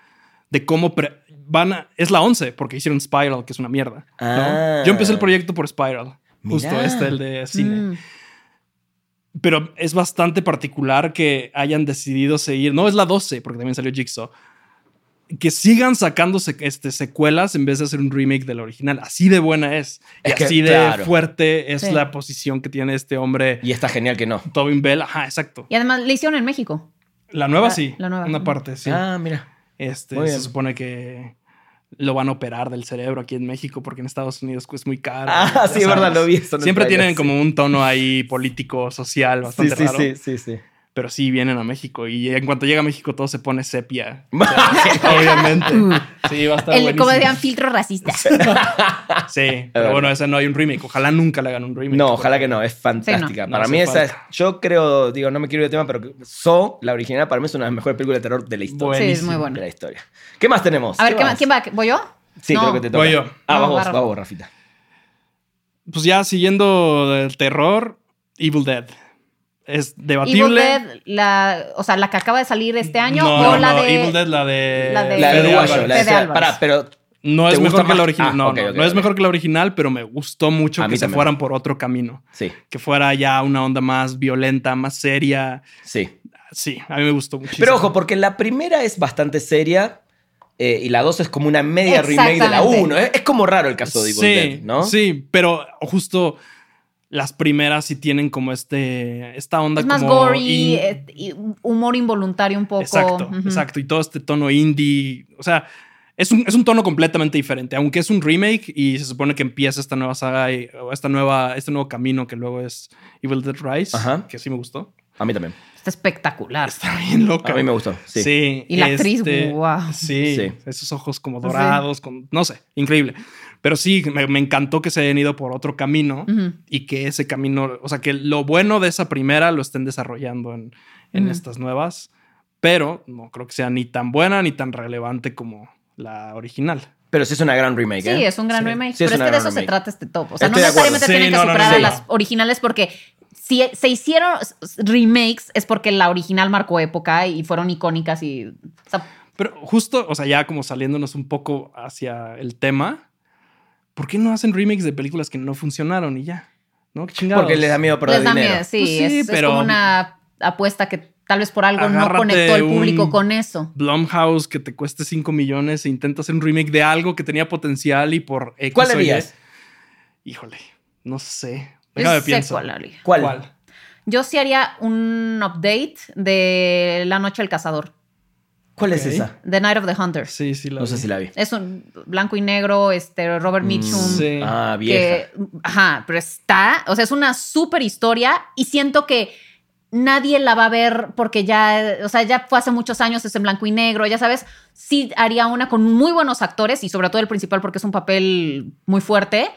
Speaker 2: de cómo pre- van a... Es la 11, porque hicieron Spiral, que es una mierda. ¿no?
Speaker 3: Ah.
Speaker 2: Yo empecé el proyecto por Spiral, justo
Speaker 3: Mirá.
Speaker 2: este, el de cine.
Speaker 1: Mm.
Speaker 2: Pero es bastante particular que hayan decidido seguir. No, es la 12, porque también salió Jigsaw. Que sigan sacando sec- este, secuelas en vez de hacer un remake del original. Así de buena es. Y
Speaker 3: Es que,
Speaker 2: así de
Speaker 3: claro.
Speaker 2: fuerte es
Speaker 1: Sí.
Speaker 2: la posición que tiene este hombre,
Speaker 3: Y está genial que no.
Speaker 2: Tobin Bell. Ajá, exacto.
Speaker 1: Y además le hicieron en México.
Speaker 2: La nueva
Speaker 1: La-
Speaker 2: sí.
Speaker 1: la nueva.
Speaker 2: Una parte, sí.
Speaker 3: Ah, mira.
Speaker 2: Este,
Speaker 3: Muy
Speaker 2: se
Speaker 3: bien.
Speaker 2: supone que lo van a operar del cerebro aquí en México porque en Estados Unidos pues, es muy caro.
Speaker 3: Ah,
Speaker 2: Ya
Speaker 3: sí, es verdad, lo vi eso en el
Speaker 2: Siempre
Speaker 3: tráiler,
Speaker 2: tienen
Speaker 3: sí.
Speaker 2: como un tono ahí político, social,
Speaker 3: Sí,
Speaker 2: bastante
Speaker 3: sí,
Speaker 2: raro.
Speaker 3: sí, sí, sí.
Speaker 2: Pero sí vienen a México y en cuanto llega a México todo se pone sepia.
Speaker 3: Obviamente.
Speaker 2: Sí, va a estar
Speaker 1: Mm. El, como
Speaker 2: buenísimo.
Speaker 1: decían, filtro racista.
Speaker 2: Sí, pero bueno, esa no hay un remake. Ojalá nunca le hagan un remake.
Speaker 3: No, ojalá que no, es fantástica.
Speaker 2: Sí, no.
Speaker 3: Para
Speaker 2: No
Speaker 3: mí
Speaker 2: hace
Speaker 3: esa es,
Speaker 2: falta.
Speaker 3: yo creo, digo, no me quiero ir de tema, pero So, la original, para mí es una de las mejores películas de terror de la historia.
Speaker 1: Sí, es muy
Speaker 2: Buenísimo.
Speaker 3: De
Speaker 1: bueno.
Speaker 3: la historia. ¿Qué más tenemos?
Speaker 1: A ver, ¿qué más? ¿quién va? ¿Voy yo?
Speaker 3: Sí,
Speaker 1: No.
Speaker 3: creo que te toca.
Speaker 2: Voy yo.
Speaker 3: Ah, vas
Speaker 1: No,
Speaker 3: vos,
Speaker 1: va
Speaker 3: vas vos, Rafita.
Speaker 2: Pues ya siguiendo del terror, Evil Dead. Es debatible.
Speaker 1: Evil Dead, la, o sea, la que acaba de salir este año
Speaker 2: no,
Speaker 1: o
Speaker 2: no,
Speaker 1: la
Speaker 2: no,
Speaker 1: de...
Speaker 2: Evil Dead, la de.
Speaker 1: la de-
Speaker 3: La
Speaker 2: Fede
Speaker 3: del uruguayo,
Speaker 2: Álvarez.
Speaker 3: la de
Speaker 1: Eh, Fede Álvarez.
Speaker 3: Pará, pero
Speaker 2: No
Speaker 3: ¿Te
Speaker 2: es
Speaker 3: gustó
Speaker 2: mejor que
Speaker 3: más?
Speaker 2: la original.
Speaker 3: Ah,
Speaker 2: no,
Speaker 3: ok,
Speaker 2: no,
Speaker 3: ok,
Speaker 2: no es
Speaker 3: ok.
Speaker 2: mejor que la original, pero me gustó mucho
Speaker 3: A
Speaker 2: que
Speaker 3: mí
Speaker 2: se
Speaker 3: también.
Speaker 2: fueran por otro camino.
Speaker 3: sí,
Speaker 2: Que fuera ya una onda más violenta, más seria.
Speaker 3: sí.
Speaker 2: Sí, a mí me gustó muchísimo.
Speaker 3: Pero ojo, porque la primera es bastante seria eh, y la dos es como una media remake de la
Speaker 1: Exactamente.
Speaker 3: uno. Es, es como raro el caso de Evil
Speaker 2: sí,
Speaker 3: Dead, ¿no?
Speaker 2: Sí, pero justo las primeras sí tienen como este. Esta onda
Speaker 1: Es más
Speaker 2: como.
Speaker 1: gory,
Speaker 2: in-
Speaker 1: eh, y humor involuntario un poco.
Speaker 2: Exacto,
Speaker 1: Ujú.
Speaker 2: exacto. Y todo este tono indie. O sea, es un, es un tono completamente diferente. Aunque es un remake y se supone que empieza esta nueva saga y- o esta nueva, este nuevo camino que luego es Evil Dead Rise,
Speaker 3: Ajá.
Speaker 2: que sí me gustó.
Speaker 3: A mí también.
Speaker 1: Está espectacular.
Speaker 2: Está bien loca. este,
Speaker 3: A mí me gustó. Sí.
Speaker 1: Y la actriz, guau.
Speaker 2: Sí,
Speaker 3: Sí.
Speaker 2: esos ojos como dorados, con, no sé, increíble. Pero sí, me, me encantó que se hayan ido por otro camino
Speaker 1: Ujú.
Speaker 2: y que ese camino, o sea, que lo bueno de esa primera lo estén desarrollando en, en
Speaker 1: Ujú.
Speaker 2: estas nuevas, pero no creo que sea ni tan buena ni tan relevante como la original.
Speaker 3: Pero sí es una gran remake.
Speaker 1: Sí,
Speaker 3: ¿eh?
Speaker 1: es un gran
Speaker 2: Sí.
Speaker 1: remake.
Speaker 3: Sí, es
Speaker 1: pero es que
Speaker 3: una
Speaker 1: de
Speaker 3: gran
Speaker 1: eso se
Speaker 3: remake.
Speaker 1: trata este top. O sea,
Speaker 3: Estoy
Speaker 1: no
Speaker 3: de acuerdo.
Speaker 1: necesariamente
Speaker 2: Sí,
Speaker 1: tienen
Speaker 2: no,
Speaker 1: que
Speaker 2: no,
Speaker 1: superar
Speaker 2: no,
Speaker 1: a
Speaker 2: no.
Speaker 1: las originales porque si e, se hicieron s- s- remakes es porque la original marcó época y fueron icónicas y... o sea,
Speaker 2: Pero justo, o sea, ya como saliéndonos un poco hacia el tema, ¿por qué no hacen remakes de películas que no funcionaron y ya? ¿No? ¿Qué chingados?
Speaker 3: Porque les da miedo perder
Speaker 1: les da
Speaker 3: dinero.
Speaker 1: miedo. Sí,
Speaker 2: Pues sí,
Speaker 1: es, es
Speaker 2: pero-
Speaker 1: como una apuesta que tal vez por algo
Speaker 2: Agárrate
Speaker 1: no conectó el público
Speaker 2: un-
Speaker 1: con eso.
Speaker 2: Blumhouse que te cueste 5 millones e intenta hacer un remake de algo que tenía potencial y por X
Speaker 3: ¿Cuál
Speaker 2: o Y-
Speaker 3: harías?
Speaker 2: Híjole, no sé.
Speaker 1: Yo
Speaker 2: Déjame
Speaker 1: sé
Speaker 2: pienso.
Speaker 1: cuál haría.
Speaker 3: ¿Cuál?
Speaker 1: Yo sí haría un update de La Noche del Cazador,
Speaker 3: ¿Cuál es
Speaker 2: Ok.
Speaker 3: esa?
Speaker 1: The Night of the Hunter.
Speaker 2: Sí, sí, la
Speaker 3: No sé
Speaker 2: vi.
Speaker 3: si la vi.
Speaker 1: Es un blanco y negro, este Robert Mitchum.
Speaker 2: Mm. Sí.
Speaker 3: Ah, Mm, vieja.
Speaker 1: que, ajá, pero está, o sea, es una súper historia y siento que nadie la va a ver porque ya, o sea, ya fue hace muchos años, es en blanco y negro, ya sabes, sí haría una con muy buenos actores y sobre todo el principal porque es un papel muy fuerte.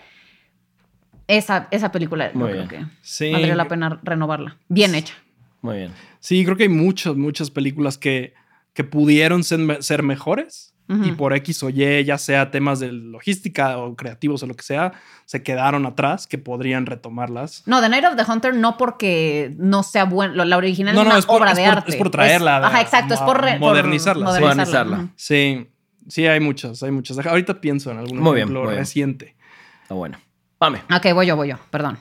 Speaker 1: Esa, esa película,
Speaker 3: Muy
Speaker 1: yo creo
Speaker 3: bien.
Speaker 1: que
Speaker 2: Sí.
Speaker 1: valdría la pena renovarla. Bien hecha.
Speaker 3: Muy bien.
Speaker 2: Sí, creo que hay muchas, muchas películas que, que pudieron ser, me- ser mejores
Speaker 1: Ujú.
Speaker 2: y por X o Y, ya sea temas de logística o creativos o lo que sea, se quedaron atrás que podrían retomarlas.
Speaker 1: No, The Night of the Hunter no porque no sea buena, la original
Speaker 2: No,
Speaker 1: es
Speaker 2: no,
Speaker 1: una
Speaker 2: es por-
Speaker 1: obra
Speaker 2: es
Speaker 1: de
Speaker 2: por-
Speaker 1: arte.
Speaker 2: es por traerla
Speaker 1: Es-
Speaker 2: de-
Speaker 1: ajá, exacto, es por, re- por
Speaker 2: modernizarla, sí.
Speaker 3: Modernizarla.
Speaker 1: ujú.
Speaker 2: Sí, sí, hay muchas, hay muchas. Deja- Ahorita pienso en algún
Speaker 3: Muy bien,
Speaker 2: ejemplo
Speaker 3: muy bien.
Speaker 2: reciente.
Speaker 3: Está bueno. Vame.
Speaker 1: Ok, voy yo, voy yo, perdón.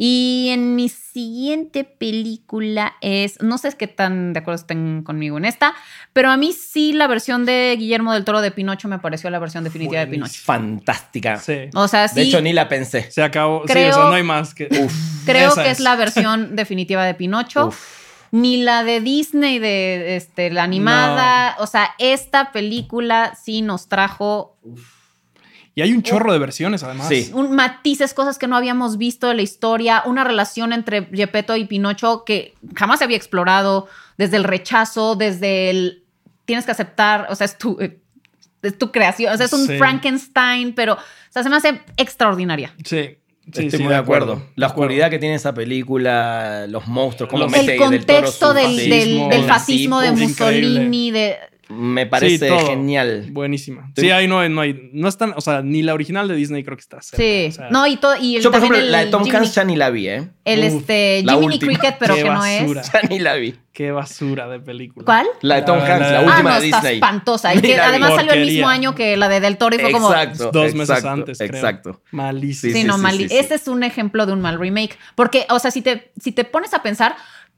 Speaker 1: Y en mi siguiente película es, no sé qué tan de acuerdo estén conmigo en esta, pero a mí sí la versión de Guillermo del Toro de Pinocho me pareció la versión definitiva de Pinocho.
Speaker 2: Buenísimo.
Speaker 3: Fantástica.
Speaker 2: Sí.
Speaker 1: O sea, sí.
Speaker 3: De hecho, ni la pensé.
Speaker 2: Se acabó. Sí,
Speaker 1: Creo-
Speaker 2: o sea, no hay más que.
Speaker 1: Creo
Speaker 2: Esa
Speaker 1: que es la versión definitiva de Pinocho. Ni la de Disney de este, la animada. O sea, esta película sí nos trajo
Speaker 2: Y hay un chorro de versiones, además.
Speaker 3: Sí.
Speaker 1: un matices, cosas que no habíamos visto de la historia, una relación entre Gepetto y Pinocho que jamás se había explorado, desde el rechazo, desde el tienes que aceptar, o sea, es tu, eh, es tu creación, o sea, es un
Speaker 2: Sí.
Speaker 1: Frankenstein, pero o sea, se me hace extraordinaria.
Speaker 2: Sí. sí,
Speaker 3: Estoy
Speaker 2: sí,
Speaker 3: muy de acuerdo. La
Speaker 2: De acuerdo.
Speaker 3: oscuridad que tiene esa película, los monstruos, cómo
Speaker 2: Los-
Speaker 3: mete
Speaker 1: El
Speaker 3: Del Toro
Speaker 1: contexto
Speaker 3: su
Speaker 1: del, del-
Speaker 2: fascismo,
Speaker 1: del
Speaker 2: el
Speaker 1: fascismo de
Speaker 2: nazismo, es increíble.
Speaker 1: Mussolini, de,
Speaker 3: Me parece
Speaker 2: todo.
Speaker 3: genial.
Speaker 2: Buenísima.
Speaker 3: Sí.
Speaker 2: Sí, ahí no hay, no hay. No están. O sea, ni la original de Disney creo que está. cerca,
Speaker 1: Sí,
Speaker 2: o sea,
Speaker 1: no, y, todo, y el,
Speaker 3: Yo, por
Speaker 1: también
Speaker 3: ejemplo,
Speaker 1: el
Speaker 3: la de Tom
Speaker 1: Jiminy-
Speaker 3: Hanks ya ni la vi, ¿eh?
Speaker 1: el
Speaker 2: Uf,
Speaker 1: este,
Speaker 3: la
Speaker 1: Jiminy
Speaker 3: última.
Speaker 1: Cricket, pero
Speaker 2: Qué
Speaker 1: que no
Speaker 2: basura.
Speaker 1: es.
Speaker 3: Ya ni la vi.
Speaker 2: Qué basura de película.
Speaker 1: ¿Cuál?
Speaker 3: La de Tom
Speaker 2: La-
Speaker 3: Hanks, la
Speaker 2: la-
Speaker 3: última
Speaker 1: ah, no,
Speaker 3: de
Speaker 1: está
Speaker 3: Disney.
Speaker 1: espantosa. Y
Speaker 3: Ni
Speaker 1: que
Speaker 3: la vi.
Speaker 1: además salió el
Speaker 2: Porquería.
Speaker 1: mismo año que la de Del Toro y fue como.
Speaker 3: Exacto.
Speaker 2: Dos meses
Speaker 3: exacto,
Speaker 2: antes. creo.
Speaker 3: Exacto.
Speaker 2: Malísimo.
Speaker 3: Sí,
Speaker 1: Sí,
Speaker 3: sí,
Speaker 1: no,
Speaker 3: sí,
Speaker 1: mal-
Speaker 3: sí, sí.
Speaker 1: Este es un ejemplo de un mal remake. Porque, o sea, si te, si te pones a pensar,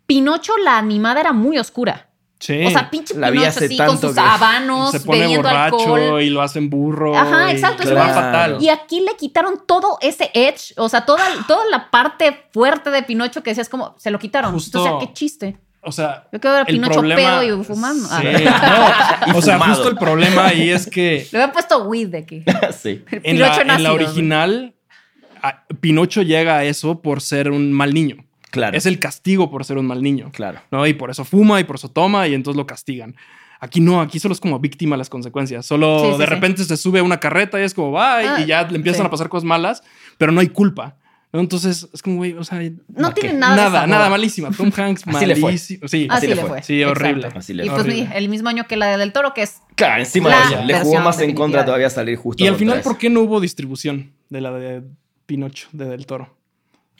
Speaker 1: Pinocho, la animada era muy oscura.
Speaker 2: Sí.
Speaker 1: O sea, pinche
Speaker 3: La vi
Speaker 1: Pinocho
Speaker 3: hace
Speaker 1: así, con
Speaker 3: tanto
Speaker 1: sus
Speaker 3: que-
Speaker 1: habanos,
Speaker 2: se pone
Speaker 1: bebiendo
Speaker 2: borracho
Speaker 1: alcohol.
Speaker 2: y lo hacen burro.
Speaker 1: Ajá,
Speaker 2: y
Speaker 1: exacto,
Speaker 2: Le
Speaker 1: es
Speaker 2: va
Speaker 1: una-
Speaker 2: fatal.
Speaker 1: Y aquí le quitaron todo ese edge, o sea, toda, toda la parte fuerte de Pinocho que decías como, se lo quitaron.
Speaker 2: Justo.
Speaker 1: Entonces, o sea, qué chiste.
Speaker 2: O sea,
Speaker 1: Yo quiero ver a
Speaker 2: el
Speaker 1: Pinocho
Speaker 2: problema.
Speaker 1: pedo y fumando. Ah.
Speaker 2: Sí,
Speaker 3: Y
Speaker 2: no. O sea,
Speaker 3: fumado.
Speaker 2: justo el problema ahí es que
Speaker 1: Le había puesto weed de aquí.
Speaker 3: sí.
Speaker 2: en la,
Speaker 1: Pinocho
Speaker 2: en la
Speaker 1: nacido.
Speaker 2: original, a- Pinocho llega a eso por ser un mal niño.
Speaker 3: Claro.
Speaker 2: Es el castigo por ser un mal niño.
Speaker 3: Claro.
Speaker 2: ¿no? Y por eso fuma y por eso toma y entonces lo castigan. Aquí no, aquí solo es como víctima de las consecuencias. Solo
Speaker 1: Sí, sí,
Speaker 2: de
Speaker 1: sí.
Speaker 2: repente se sube a una carreta y es como va
Speaker 1: Ah,
Speaker 2: y ya le empiezan
Speaker 1: sí.
Speaker 2: a pasar cosas malas, pero no hay culpa. ¿no? Entonces es como, güey, o sea,
Speaker 1: No
Speaker 3: Ok.
Speaker 1: tiene nada, de
Speaker 2: nada,
Speaker 1: sabor.
Speaker 2: nada malísima. Tom Hanks,
Speaker 3: Así le fue.
Speaker 2: malísimo. Sí,
Speaker 1: Así,
Speaker 3: le
Speaker 1: le
Speaker 3: fue.
Speaker 1: fue.
Speaker 2: Sí, horrible.
Speaker 1: Exacto.
Speaker 3: Así
Speaker 1: Y
Speaker 3: le fue.
Speaker 1: pues
Speaker 2: Horrible.
Speaker 1: mira, el mismo año que la de Del Toro, que es
Speaker 3: Claro, encima
Speaker 1: La
Speaker 3: de ella. Le jugó
Speaker 1: versión
Speaker 3: más en
Speaker 1: definitiva.
Speaker 3: contra todavía salir justo.
Speaker 2: Y al
Speaker 3: contra
Speaker 2: final,
Speaker 3: eso.
Speaker 2: ¿por qué no hubo distribución de la de Pinocho, de Del Toro?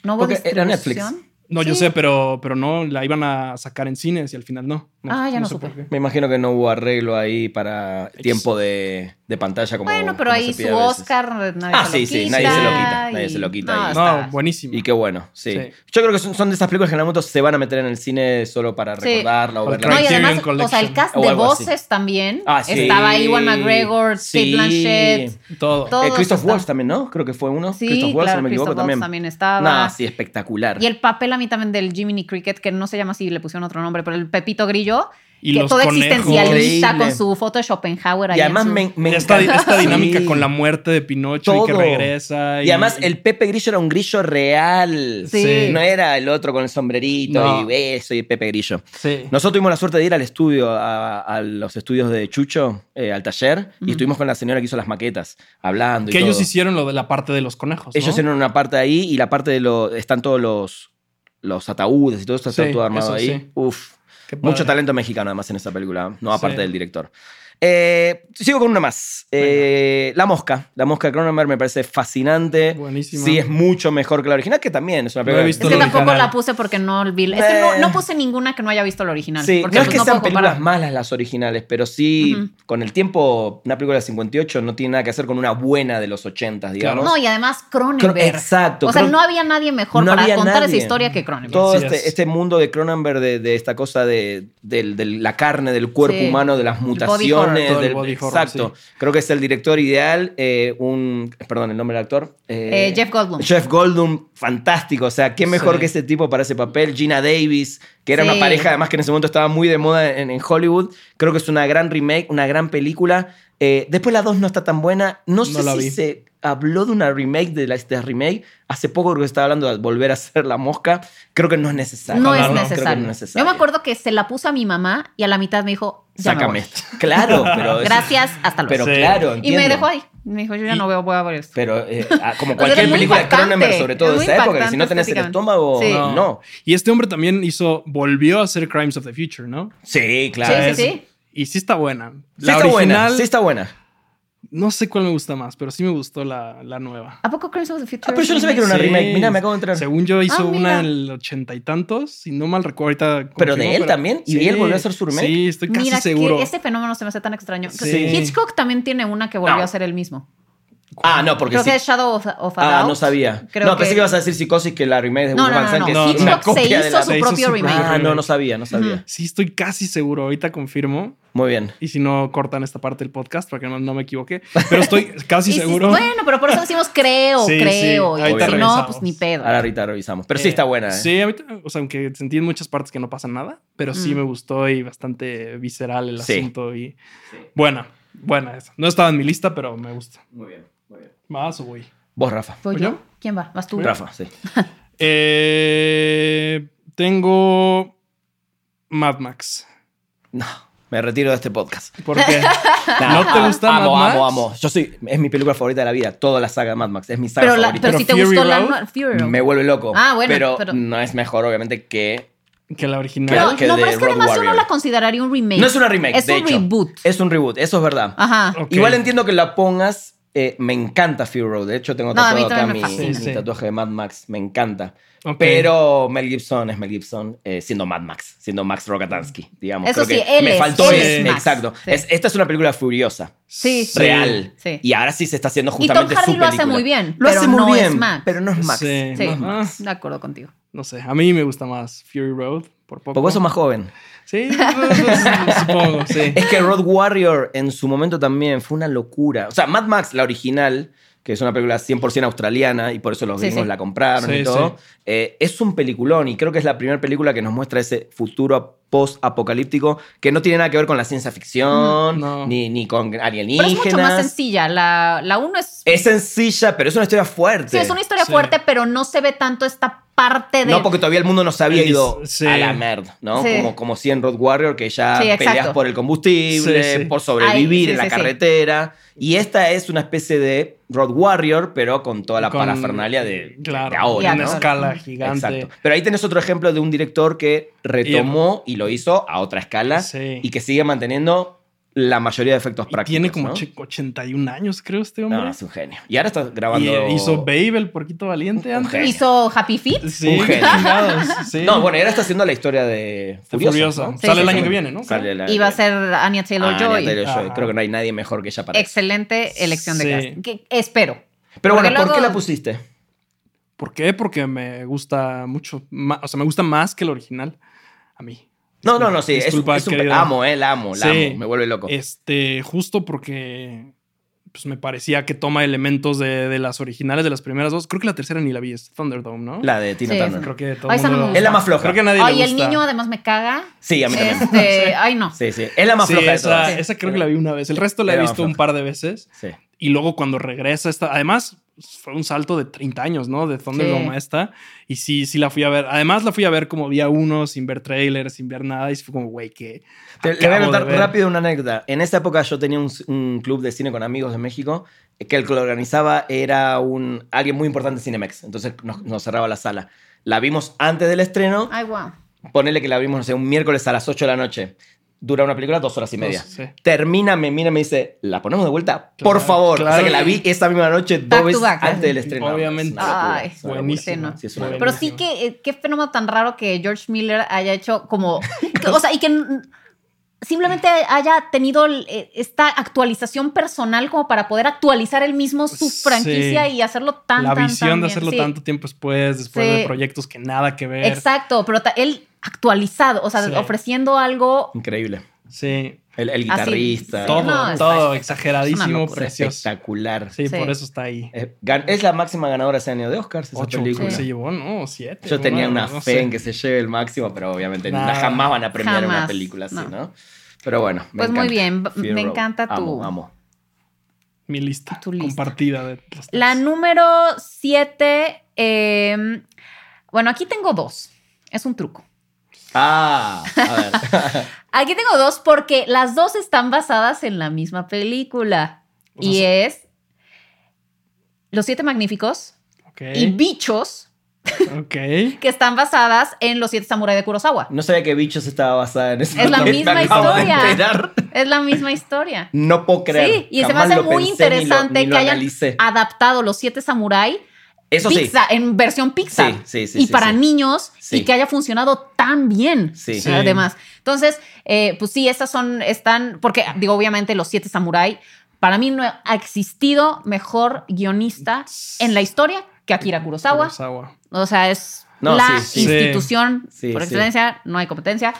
Speaker 1: no hubo
Speaker 3: Porque era
Speaker 1: distribución.
Speaker 2: No, yo
Speaker 1: Sí.
Speaker 2: sé, pero, pero no, la iban a sacar en cines y al final no.
Speaker 1: Ah, ya no
Speaker 2: sé
Speaker 1: supe.
Speaker 2: por qué.
Speaker 3: Me imagino que no hubo arreglo ahí para tiempo de, de pantalla como
Speaker 1: Bueno, pero
Speaker 3: como se
Speaker 1: ahí
Speaker 3: pide
Speaker 1: su
Speaker 3: a veces.
Speaker 1: Oscar, nadie
Speaker 3: Ah,
Speaker 1: se
Speaker 3: sí,
Speaker 1: lo
Speaker 3: sí,
Speaker 1: quita.
Speaker 3: nadie se lo quita, nadie se lo quita
Speaker 1: No,
Speaker 3: ahí.
Speaker 1: está-
Speaker 2: No, buenísimo.
Speaker 3: Y qué bueno, sí.
Speaker 2: Sí.
Speaker 3: Yo creo que son, son de esas películas que en algún momento se van a meter en el cine solo para
Speaker 1: Sí.
Speaker 3: recordarla o
Speaker 2: Para
Speaker 3: verla.
Speaker 1: No, y
Speaker 2: Criterion
Speaker 1: además, o sea, el
Speaker 2: Collection.
Speaker 1: cast
Speaker 3: O
Speaker 1: de
Speaker 3: algo así.
Speaker 1: voces también.
Speaker 3: Ah, sí.
Speaker 1: Estaba ahí Juan McGregor, Kate
Speaker 3: Sí.
Speaker 1: Blanchett. Todo.
Speaker 2: Todo.
Speaker 3: Eh,
Speaker 1: todos
Speaker 3: Christoph
Speaker 1: están.
Speaker 3: Waltz también, ¿no? Creo que fue uno.
Speaker 1: Sí,
Speaker 3: Christoph Waltz,
Speaker 1: claro,
Speaker 3: si no me equivoco,
Speaker 1: Christoph Waltz
Speaker 3: también.
Speaker 1: también estaba.
Speaker 3: Nah, sí, espectacular.
Speaker 1: Y el papel a mí también del Jiminy Cricket, que no se llama así, le pusieron otro nombre, pero el Pepito Grillo,
Speaker 2: Y
Speaker 1: que
Speaker 2: los
Speaker 1: todo
Speaker 2: conejos.
Speaker 1: existencialista
Speaker 3: Increíble.
Speaker 1: con su foto de Schopenhauer. ahí
Speaker 3: Y
Speaker 1: en
Speaker 3: además
Speaker 1: su-
Speaker 3: me, me
Speaker 2: esta,
Speaker 3: encanta.
Speaker 2: esta dinámica
Speaker 3: Sí.
Speaker 2: con la muerte de Pinocho y que
Speaker 3: Todo.
Speaker 2: regresa.
Speaker 3: Y además, el Pepe Grillo era un grillo real.
Speaker 1: Sí.
Speaker 3: No era el otro con el sombrerito
Speaker 2: No.
Speaker 3: y eso y el Pepe Grillo.
Speaker 2: Sí.
Speaker 3: Nosotros tuvimos la suerte de ir al estudio, a, a los estudios de Chucho, eh, al taller, y estuvimos con la señora que hizo las maquetas, hablando. y
Speaker 2: que ellos
Speaker 3: todo.
Speaker 2: hicieron lo de la parte de los conejos.
Speaker 3: Ellos
Speaker 2: ¿no?
Speaker 3: tienen una parte ahí y la parte de los. Están todos los, los ataúdes y todo eso, está
Speaker 2: Sí,
Speaker 3: todo
Speaker 2: eso
Speaker 3: armado ahí.
Speaker 2: sí.
Speaker 3: Uf.
Speaker 2: Qué padre.
Speaker 3: Mucho talento mexicano, además, en esta película, ¿eh? no aparte
Speaker 2: Sí.
Speaker 3: del director. Eh, sigo con una más. Eh, la mosca. La mosca de Cronenberg me parece fascinante.
Speaker 2: Buenísima.
Speaker 3: Sí, es mucho mejor que la original, que también es una
Speaker 2: No
Speaker 3: película.
Speaker 2: he visto
Speaker 1: Es que
Speaker 2: Lo
Speaker 1: tampoco
Speaker 2: original.
Speaker 1: la puse porque no vi. Es que no,
Speaker 3: Eh.
Speaker 1: no puse ninguna que no haya visto la original.
Speaker 3: Sí,
Speaker 1: porque
Speaker 3: no es
Speaker 1: pues,
Speaker 3: que
Speaker 1: puedo
Speaker 3: sean películas
Speaker 1: comparar.
Speaker 3: malas las originales, pero sí,
Speaker 1: Ujú.
Speaker 3: con el tiempo, una película de 58 no tiene nada que hacer con una buena de los 80, digamos.
Speaker 1: No, y además
Speaker 3: Cro-
Speaker 1: Cronenberg.
Speaker 3: Exacto.
Speaker 1: o sea,
Speaker 3: creo-
Speaker 1: no había nadie mejor
Speaker 3: no
Speaker 1: para
Speaker 3: había
Speaker 1: contar esa
Speaker 3: nadie.
Speaker 1: historia que Cronenberg.
Speaker 3: todo
Speaker 2: Así
Speaker 3: este,
Speaker 2: es.
Speaker 3: este mundo de Cronenberg, de, de esta cosa de, del- del- la carne, del cuerpo
Speaker 1: Sí.
Speaker 3: humano, de las
Speaker 1: body horror.
Speaker 3: mutaciones.
Speaker 2: Todo el
Speaker 3: del,
Speaker 2: body horror,
Speaker 3: exacto. Creo que es el director ideal. eh, un, perdón, el nombre del actor. eh,
Speaker 1: Eh, Jeff Goldblum.
Speaker 3: Jeff Goldblum, fantástico. O sea, qué mejor
Speaker 2: Sí.
Speaker 3: que ese tipo para ese papel. Gina Davis, que era
Speaker 1: Sí.
Speaker 3: una pareja además que en ese momento estaba muy de moda en, en Hollywood. Creo que es una gran remake, una gran película. Eh, después la 2 no está tan buena. No, sé
Speaker 2: la
Speaker 3: si
Speaker 2: vi.
Speaker 3: se habló de una remake de la de remake. Hace poco creo que se estaba hablando de volver a hacer La Mosca. Creo que no es necesario.
Speaker 1: No
Speaker 2: Ojalá
Speaker 1: es
Speaker 2: no, creo
Speaker 3: Creo que no
Speaker 1: necesario.
Speaker 3: es
Speaker 1: Yo
Speaker 3: necesario.
Speaker 1: me acuerdo que se la puse a mi mamá y a la mitad me dijo, ya me
Speaker 3: Sácame.
Speaker 1: voy.
Speaker 3: esto. Claro, pero... es-
Speaker 1: Gracias, hasta luego.
Speaker 3: Pero
Speaker 2: Sí.
Speaker 3: claro,
Speaker 1: y me
Speaker 3: entiendo.
Speaker 1: dejó ahí. Me dijo, yo ya
Speaker 2: Y-
Speaker 1: no veo, voy a ver esto.
Speaker 3: Pero eh, ah, como
Speaker 1: O sea, era
Speaker 3: cualquier
Speaker 1: muy
Speaker 3: película de
Speaker 1: impactante,
Speaker 3: Cronenberg, sobre todo
Speaker 1: era
Speaker 3: de
Speaker 1: muy
Speaker 3: esa época, que si
Speaker 1: impactante
Speaker 3: no tenés el
Speaker 1: estéticamente.
Speaker 3: estómago,
Speaker 1: Sí.
Speaker 3: no.
Speaker 2: Y este hombre también hizo, volvió a hacer Crimes of the Future, ¿no?
Speaker 3: Sí, claro.
Speaker 1: Sí,
Speaker 2: Es-
Speaker 1: sí, sí.
Speaker 2: Y sí está buena.
Speaker 3: Sí
Speaker 2: La
Speaker 3: está buena,
Speaker 2: original,
Speaker 3: sí está buena.
Speaker 2: no sé cuál me gusta más, pero sí me gustó la, la nueva.
Speaker 1: ¿A poco Crimes of the Future?
Speaker 3: Ah, pero yo no
Speaker 1: es
Speaker 3: sabía que era
Speaker 1: remake?
Speaker 3: una
Speaker 2: Sí.
Speaker 3: remake. Mira, me acabo de entrar.
Speaker 2: Según yo hizo
Speaker 1: Ah, mira.
Speaker 2: una en el ochenta y tantos, si no mal recuerdo ahorita.
Speaker 3: Pero de
Speaker 2: confirmo,
Speaker 3: él también, y él volvió a hacer su remake.
Speaker 2: Sí, estoy casi
Speaker 1: Mira, que
Speaker 2: seguro.
Speaker 1: ese fenómeno se me hace tan extraño.
Speaker 2: Sí.
Speaker 1: Hitchcock también tiene una que volvió
Speaker 3: No.
Speaker 1: a ser el mismo.
Speaker 3: Ah, no, porque
Speaker 1: Creo
Speaker 3: sí.
Speaker 1: que es Shadow of, of a
Speaker 3: Ah,
Speaker 1: Doubt.
Speaker 3: no sabía.
Speaker 1: Creo
Speaker 3: no,
Speaker 1: que-
Speaker 3: pensé que ibas a decir Psicosis que la remake de
Speaker 1: No,
Speaker 3: Gus
Speaker 1: no,
Speaker 3: Van
Speaker 1: no,
Speaker 3: Sant,
Speaker 1: no.
Speaker 3: que
Speaker 2: No,
Speaker 3: es
Speaker 2: no.
Speaker 1: Hitchcock
Speaker 3: una
Speaker 1: se
Speaker 3: copia de
Speaker 1: hizo
Speaker 3: la...
Speaker 1: su
Speaker 2: Se hizo
Speaker 1: propio
Speaker 2: su
Speaker 1: remake.
Speaker 2: propio
Speaker 3: Ah, no, no sabía, no sabía.
Speaker 1: Ujú.
Speaker 2: Sí, estoy casi seguro. Ahorita confirmo.
Speaker 3: Muy bien.
Speaker 2: Y si no cortan esta parte del podcast para que no, no me equivoque. Pero estoy casi
Speaker 1: Y si-
Speaker 2: seguro.
Speaker 1: bueno, pero por eso decimos creo,
Speaker 2: Sí, sí,
Speaker 1: creo. y
Speaker 2: ahí
Speaker 3: te
Speaker 1: si no,
Speaker 2: regresamos.
Speaker 1: pues ni pedo.
Speaker 3: Ahora ahorita revisamos. Pero sí
Speaker 2: Eh,
Speaker 3: está buena. ¿eh?
Speaker 2: Sí, ahorita, o sea, aunque sentí en muchas partes que no pasa nada, pero sí
Speaker 1: Mm.
Speaker 2: me gustó y bastante visceral el
Speaker 3: Sí.
Speaker 2: asunto. Y buena, buena esa. No estaba en mi lista, pero me gusta.
Speaker 3: Muy bien, muy bien.
Speaker 2: Más o voy.
Speaker 3: Vos, Rafa.
Speaker 1: ¿Voy
Speaker 2: ¿Voy
Speaker 1: yo?
Speaker 2: yo?
Speaker 1: ¿Quién va? ¿Vas tú?
Speaker 3: Rafa, sí.
Speaker 2: Eh, tengo Mad Max.
Speaker 3: No, me retiro de este podcast.
Speaker 2: Porque
Speaker 3: Nah,
Speaker 2: ¿No te gusta
Speaker 3: amo,
Speaker 2: Mad
Speaker 3: Amo,
Speaker 2: Max?
Speaker 3: amo, Yo soy... Es mi película favorita de la vida. Toda la saga de Mad Max. Es mi saga
Speaker 1: Pero, la-
Speaker 3: favorita.
Speaker 1: pero
Speaker 2: Pero
Speaker 1: si te
Speaker 2: Fury
Speaker 1: gustó la
Speaker 2: Road,
Speaker 1: no- Fury Road.
Speaker 3: Me vuelve loco.
Speaker 1: Ah, bueno,
Speaker 3: pero,
Speaker 1: pero-
Speaker 3: no es mejor, obviamente, que.
Speaker 2: que la original.
Speaker 1: pero,
Speaker 3: que
Speaker 1: no,
Speaker 3: de
Speaker 1: pero es que
Speaker 3: Road
Speaker 1: además yo no
Speaker 3: Warrior.
Speaker 1: la consideraría un remake.
Speaker 3: No es una remake.
Speaker 1: Es
Speaker 3: de
Speaker 1: un
Speaker 3: hecho.
Speaker 1: reboot.
Speaker 3: Es un reboot, eso es verdad.
Speaker 1: Ajá.
Speaker 2: Ok.
Speaker 3: Igual entiendo que la pongas. eh, me encanta Fury Road. De hecho, tengo
Speaker 1: No, a mí
Speaker 3: tatuado acá
Speaker 1: también
Speaker 3: mi,
Speaker 1: me
Speaker 2: fascina.
Speaker 3: mi
Speaker 2: Sí, sí.
Speaker 3: tatuaje de Mad Max. Me encanta.
Speaker 2: Ok.
Speaker 3: Pero Mel Gibson es Mel Gibson eh, siendo Mad Max, siendo Max Rogatansky, digamos.
Speaker 1: Eso
Speaker 3: Creo
Speaker 1: sí,
Speaker 3: que
Speaker 1: él
Speaker 3: me
Speaker 1: es-
Speaker 3: faltó
Speaker 2: él
Speaker 3: ese-
Speaker 2: es Max.
Speaker 3: Exacto.
Speaker 1: Sí.
Speaker 3: Es- esta es una película furiosa,
Speaker 1: Sí.
Speaker 2: Sí.
Speaker 3: real.
Speaker 1: Sí.
Speaker 3: Y ahora sí se está haciendo
Speaker 1: Y Tom
Speaker 3: justamente su
Speaker 1: Hardy lo hace
Speaker 3: película.
Speaker 1: muy bien.
Speaker 3: Lo
Speaker 1: pero
Speaker 3: hace muy
Speaker 1: no
Speaker 3: bien,
Speaker 1: Es Max.
Speaker 3: pero no es Max.
Speaker 2: Sí,
Speaker 1: Sí.
Speaker 2: Mad Max.
Speaker 1: De acuerdo contigo.
Speaker 2: No sé, a mí me gusta más Fury Road, por poco.
Speaker 3: Porque Pues vos sos más joven.
Speaker 2: Sí, pues, supongo, sí.
Speaker 3: Es que Road Warrior en su momento también fue una locura. O sea, Mad Max, la original, que es una película 100% australiana y por eso los
Speaker 1: Sí,
Speaker 3: gringos
Speaker 1: sí.
Speaker 3: la compraron
Speaker 2: Sí,
Speaker 3: y todo,
Speaker 2: sí.
Speaker 3: eh, es un peliculón y creo que es la primera película que nos muestra ese futuro post-apocalíptico que no tiene nada que ver con la ciencia ficción,
Speaker 2: No.
Speaker 3: ni, ni con
Speaker 1: Pero es
Speaker 3: alienígenas.
Speaker 1: mucho más sencilla. La, la uno es.
Speaker 3: Es sencilla, pero es una historia fuerte.
Speaker 1: Sí, es una historia
Speaker 2: Sí.
Speaker 1: fuerte, pero no se ve tanto esta parte de.
Speaker 3: No, porque todavía el mundo no se había
Speaker 2: Es-
Speaker 3: ido
Speaker 2: sí.
Speaker 3: a la merda, ¿no?
Speaker 1: Sí.
Speaker 3: Como, como si en Road Warrior, que ya
Speaker 1: Sí, exacto.
Speaker 3: peleas por el combustible,
Speaker 2: Sí, sí.
Speaker 3: por sobrevivir
Speaker 1: Ay, sí,
Speaker 3: en la
Speaker 1: sí, sí.
Speaker 3: carretera. Y esta es una especie de Road Warrior, pero con toda la
Speaker 2: Con-
Speaker 3: parafernalia de,
Speaker 2: claro,
Speaker 3: de ahora,
Speaker 1: Ya,
Speaker 2: Una
Speaker 3: ¿no?
Speaker 1: claro.
Speaker 2: escala gigante.
Speaker 3: Exacto. Pero ahí tenés otro ejemplo de un director que retomó y lo hizo a otra escala
Speaker 2: Sí.
Speaker 3: y que sigue manteniendo la mayoría de efectos
Speaker 2: Y
Speaker 3: prácticos.
Speaker 2: tiene como
Speaker 3: ¿no?
Speaker 2: chi- 81 años, creo, este hombre.
Speaker 3: No, es un genio. Y ahora está
Speaker 2: y
Speaker 3: grabando.
Speaker 2: eh, hizo Babe, el porquito valiente
Speaker 3: Un
Speaker 2: antes.
Speaker 3: genio.
Speaker 1: Hizo Happy Feet.
Speaker 2: Sí,
Speaker 3: Un genio.
Speaker 2: chingados, sí.
Speaker 3: No, bueno, y ahora está haciendo la historia de Furiosa.
Speaker 2: Furiosa.
Speaker 3: ¿no?
Speaker 1: Sale el
Speaker 2: año que viene, ¿no?
Speaker 3: Sale el año
Speaker 1: Y va a
Speaker 3: que
Speaker 1: ser Anya Taylor
Speaker 3: Ah,
Speaker 1: Joy.
Speaker 3: Anya Taylor-Joy.
Speaker 2: Ajá.
Speaker 3: Creo que no hay nadie mejor que ella para eso.
Speaker 1: Excelente elección de
Speaker 2: Sí.
Speaker 1: casting. Que espero.
Speaker 3: Pero bueno,
Speaker 1: porque
Speaker 3: ¿por qué
Speaker 1: luego-
Speaker 3: la pusiste?
Speaker 2: ¿Por qué? Porque me gusta mucho. ma- o sea, me gusta más que el original. A mí.
Speaker 3: No, no, no, sí. es-
Speaker 2: Disculpa,
Speaker 3: es un-
Speaker 2: querida.
Speaker 3: amo, eh, la amo, la
Speaker 2: Sí.
Speaker 3: amo. Me vuelve loco.
Speaker 2: Este, justo porque pues me parecía que toma elementos de, de las originales, de las primeras dos. Creo que la tercera ni la vi, es Thunderdome, ¿no?
Speaker 3: La de Tina
Speaker 1: Sí,
Speaker 3: Turner.
Speaker 2: Creo que todo
Speaker 1: Ay,
Speaker 2: el
Speaker 1: esa no
Speaker 2: mundo-
Speaker 1: me
Speaker 3: Es la más floja.
Speaker 2: Creo que a nadie
Speaker 1: Ay,
Speaker 2: le
Speaker 1: el
Speaker 2: gusta.
Speaker 1: niño además me caga.
Speaker 3: Sí, a mí también.
Speaker 1: Este, ay, no.
Speaker 3: Sí, sí. Es la más
Speaker 2: Sí,
Speaker 3: floja de
Speaker 2: esa,
Speaker 3: todas.
Speaker 2: esa creo que la vi una vez. El resto la
Speaker 3: Es
Speaker 2: he
Speaker 3: la más
Speaker 2: visto un
Speaker 3: floja.
Speaker 2: par de veces.
Speaker 3: Sí.
Speaker 2: Y luego cuando regresa esta, además fue un salto de 30 años, ¿no? De Thunderdome
Speaker 1: Sí.
Speaker 2: a esta. Y sí, sí la fui a ver. Además la fui a ver como día uno, sin ver trailers, sin ver nada. Y sí fue como, güey, que...
Speaker 3: Te- le voy a
Speaker 2: acabo de
Speaker 3: contar
Speaker 2: ver.
Speaker 3: rápido una anécdota. En esa época yo tenía un, un club de cine con amigos de México eh, que el que lo organizaba era un, alguien muy importante de Cinemex. Entonces nos, nos cerraba la sala. La vimos antes del estreno.
Speaker 1: Ay, wow.
Speaker 3: Ponele que la vimos, no sé, un miércoles a las 8 de la noche. Dura una película dos horas y media.
Speaker 2: Sí.
Speaker 3: Termina, me mira y me dice, ¿la ponemos de vuelta?
Speaker 2: Claro,
Speaker 3: Por favor. O sea
Speaker 2: claro.
Speaker 3: que la vi esa misma noche dos
Speaker 1: Back to
Speaker 3: veces
Speaker 1: back.
Speaker 3: antes del estreno.
Speaker 2: Obviamente.
Speaker 3: Es una locura,
Speaker 1: Ay,
Speaker 3: es una locura.
Speaker 1: buenísimo.
Speaker 2: Buenísima.
Speaker 3: Sí, es una
Speaker 1: Pero sí que eh, qué fenómeno tan raro que George Miller haya hecho como, que, o sea, y que n- simplemente haya tenido el- eh, esta actualización personal como para poder actualizar él mismo su
Speaker 2: Sí.
Speaker 1: franquicia y hacerlo tan,
Speaker 2: la
Speaker 1: tan, tan
Speaker 2: visión de
Speaker 1: bien.
Speaker 2: hacerlo
Speaker 1: Sí.
Speaker 2: tanto tiempo después, después
Speaker 1: Sí.
Speaker 2: de proyectos que nada que ver.
Speaker 1: Exacto, pero ta- él actualizado, o sea,
Speaker 2: Sí.
Speaker 1: ofreciendo algo
Speaker 3: Increíble.
Speaker 2: Sí,
Speaker 3: El, el guitarrista.
Speaker 2: todo,
Speaker 1: No, es-
Speaker 2: todo
Speaker 1: es- es una
Speaker 2: exageradísimo,
Speaker 1: locura.
Speaker 2: precioso.
Speaker 3: Espectacular.
Speaker 2: Sí,
Speaker 1: Sí.
Speaker 2: por eso está ahí.
Speaker 3: Eh, gan- Es la máxima ganadora ese año de Oscars, esa
Speaker 2: Ocho
Speaker 3: película.
Speaker 2: se llevó, no, siete.
Speaker 3: Yo tenía
Speaker 2: nueve,
Speaker 3: una
Speaker 2: no
Speaker 3: fe
Speaker 2: sé.
Speaker 3: en que se lleve el máximo, pero obviamente
Speaker 2: Nada.
Speaker 3: na- jamás van a premiar una
Speaker 1: Jamás,
Speaker 3: película así,
Speaker 1: no.
Speaker 3: ¿no? Pero bueno, me
Speaker 1: Pues muy
Speaker 3: encanta.
Speaker 1: bien, b-
Speaker 3: Fear
Speaker 1: me
Speaker 3: Road.
Speaker 1: encanta tu-
Speaker 3: Amo, amo.
Speaker 2: Mi lista,
Speaker 1: Tu lista.
Speaker 2: compartida. De los
Speaker 1: La
Speaker 2: tres.
Speaker 1: número 7, bueno, aquí tengo dos. Es un truco.
Speaker 3: Ah, a ver.
Speaker 1: Aquí tengo dos porque las dos están basadas en la misma película.
Speaker 2: O sea,
Speaker 1: y
Speaker 2: sí.
Speaker 1: es Los Siete Magníficos
Speaker 2: Ok,
Speaker 1: y Bichos,
Speaker 2: ok.
Speaker 1: que están basadas en Los Siete Samuráis de Kurosawa.
Speaker 3: No sabía que Bichos estaba basada en esa
Speaker 1: Es la
Speaker 3: película.
Speaker 1: misma
Speaker 3: Me acabo de
Speaker 1: historia.
Speaker 3: enterar.
Speaker 1: Es la misma historia.
Speaker 3: No puedo creer.
Speaker 1: Sí, y se me
Speaker 3: Jamás
Speaker 1: hace
Speaker 3: lo
Speaker 1: muy
Speaker 3: pensé ni lo-
Speaker 1: interesante
Speaker 3: ni lo
Speaker 1: que hayan
Speaker 3: analicé.
Speaker 1: adaptado Los Siete Samuráis
Speaker 3: Eso sí.
Speaker 1: pizza, en versión Pixar.
Speaker 3: Sí, sí, sí,
Speaker 1: Y
Speaker 3: sí,
Speaker 1: para
Speaker 3: sí.
Speaker 1: niños y
Speaker 3: Sí.
Speaker 1: que haya funcionado tan bien.
Speaker 3: Sí.
Speaker 2: Sí.
Speaker 1: Además. Entonces, eh, pues sí, estas son, están, porque digo, obviamente los siete samuráis Para mí no ha existido mejor guionista en la historia que Akira Kurosawa.
Speaker 2: Kurosawa.
Speaker 1: O sea, es
Speaker 3: No,
Speaker 1: la
Speaker 2: sí.
Speaker 3: sí,
Speaker 1: institución
Speaker 3: Sí. Sí,
Speaker 1: por
Speaker 3: sí.
Speaker 1: excelencia, no hay competencia.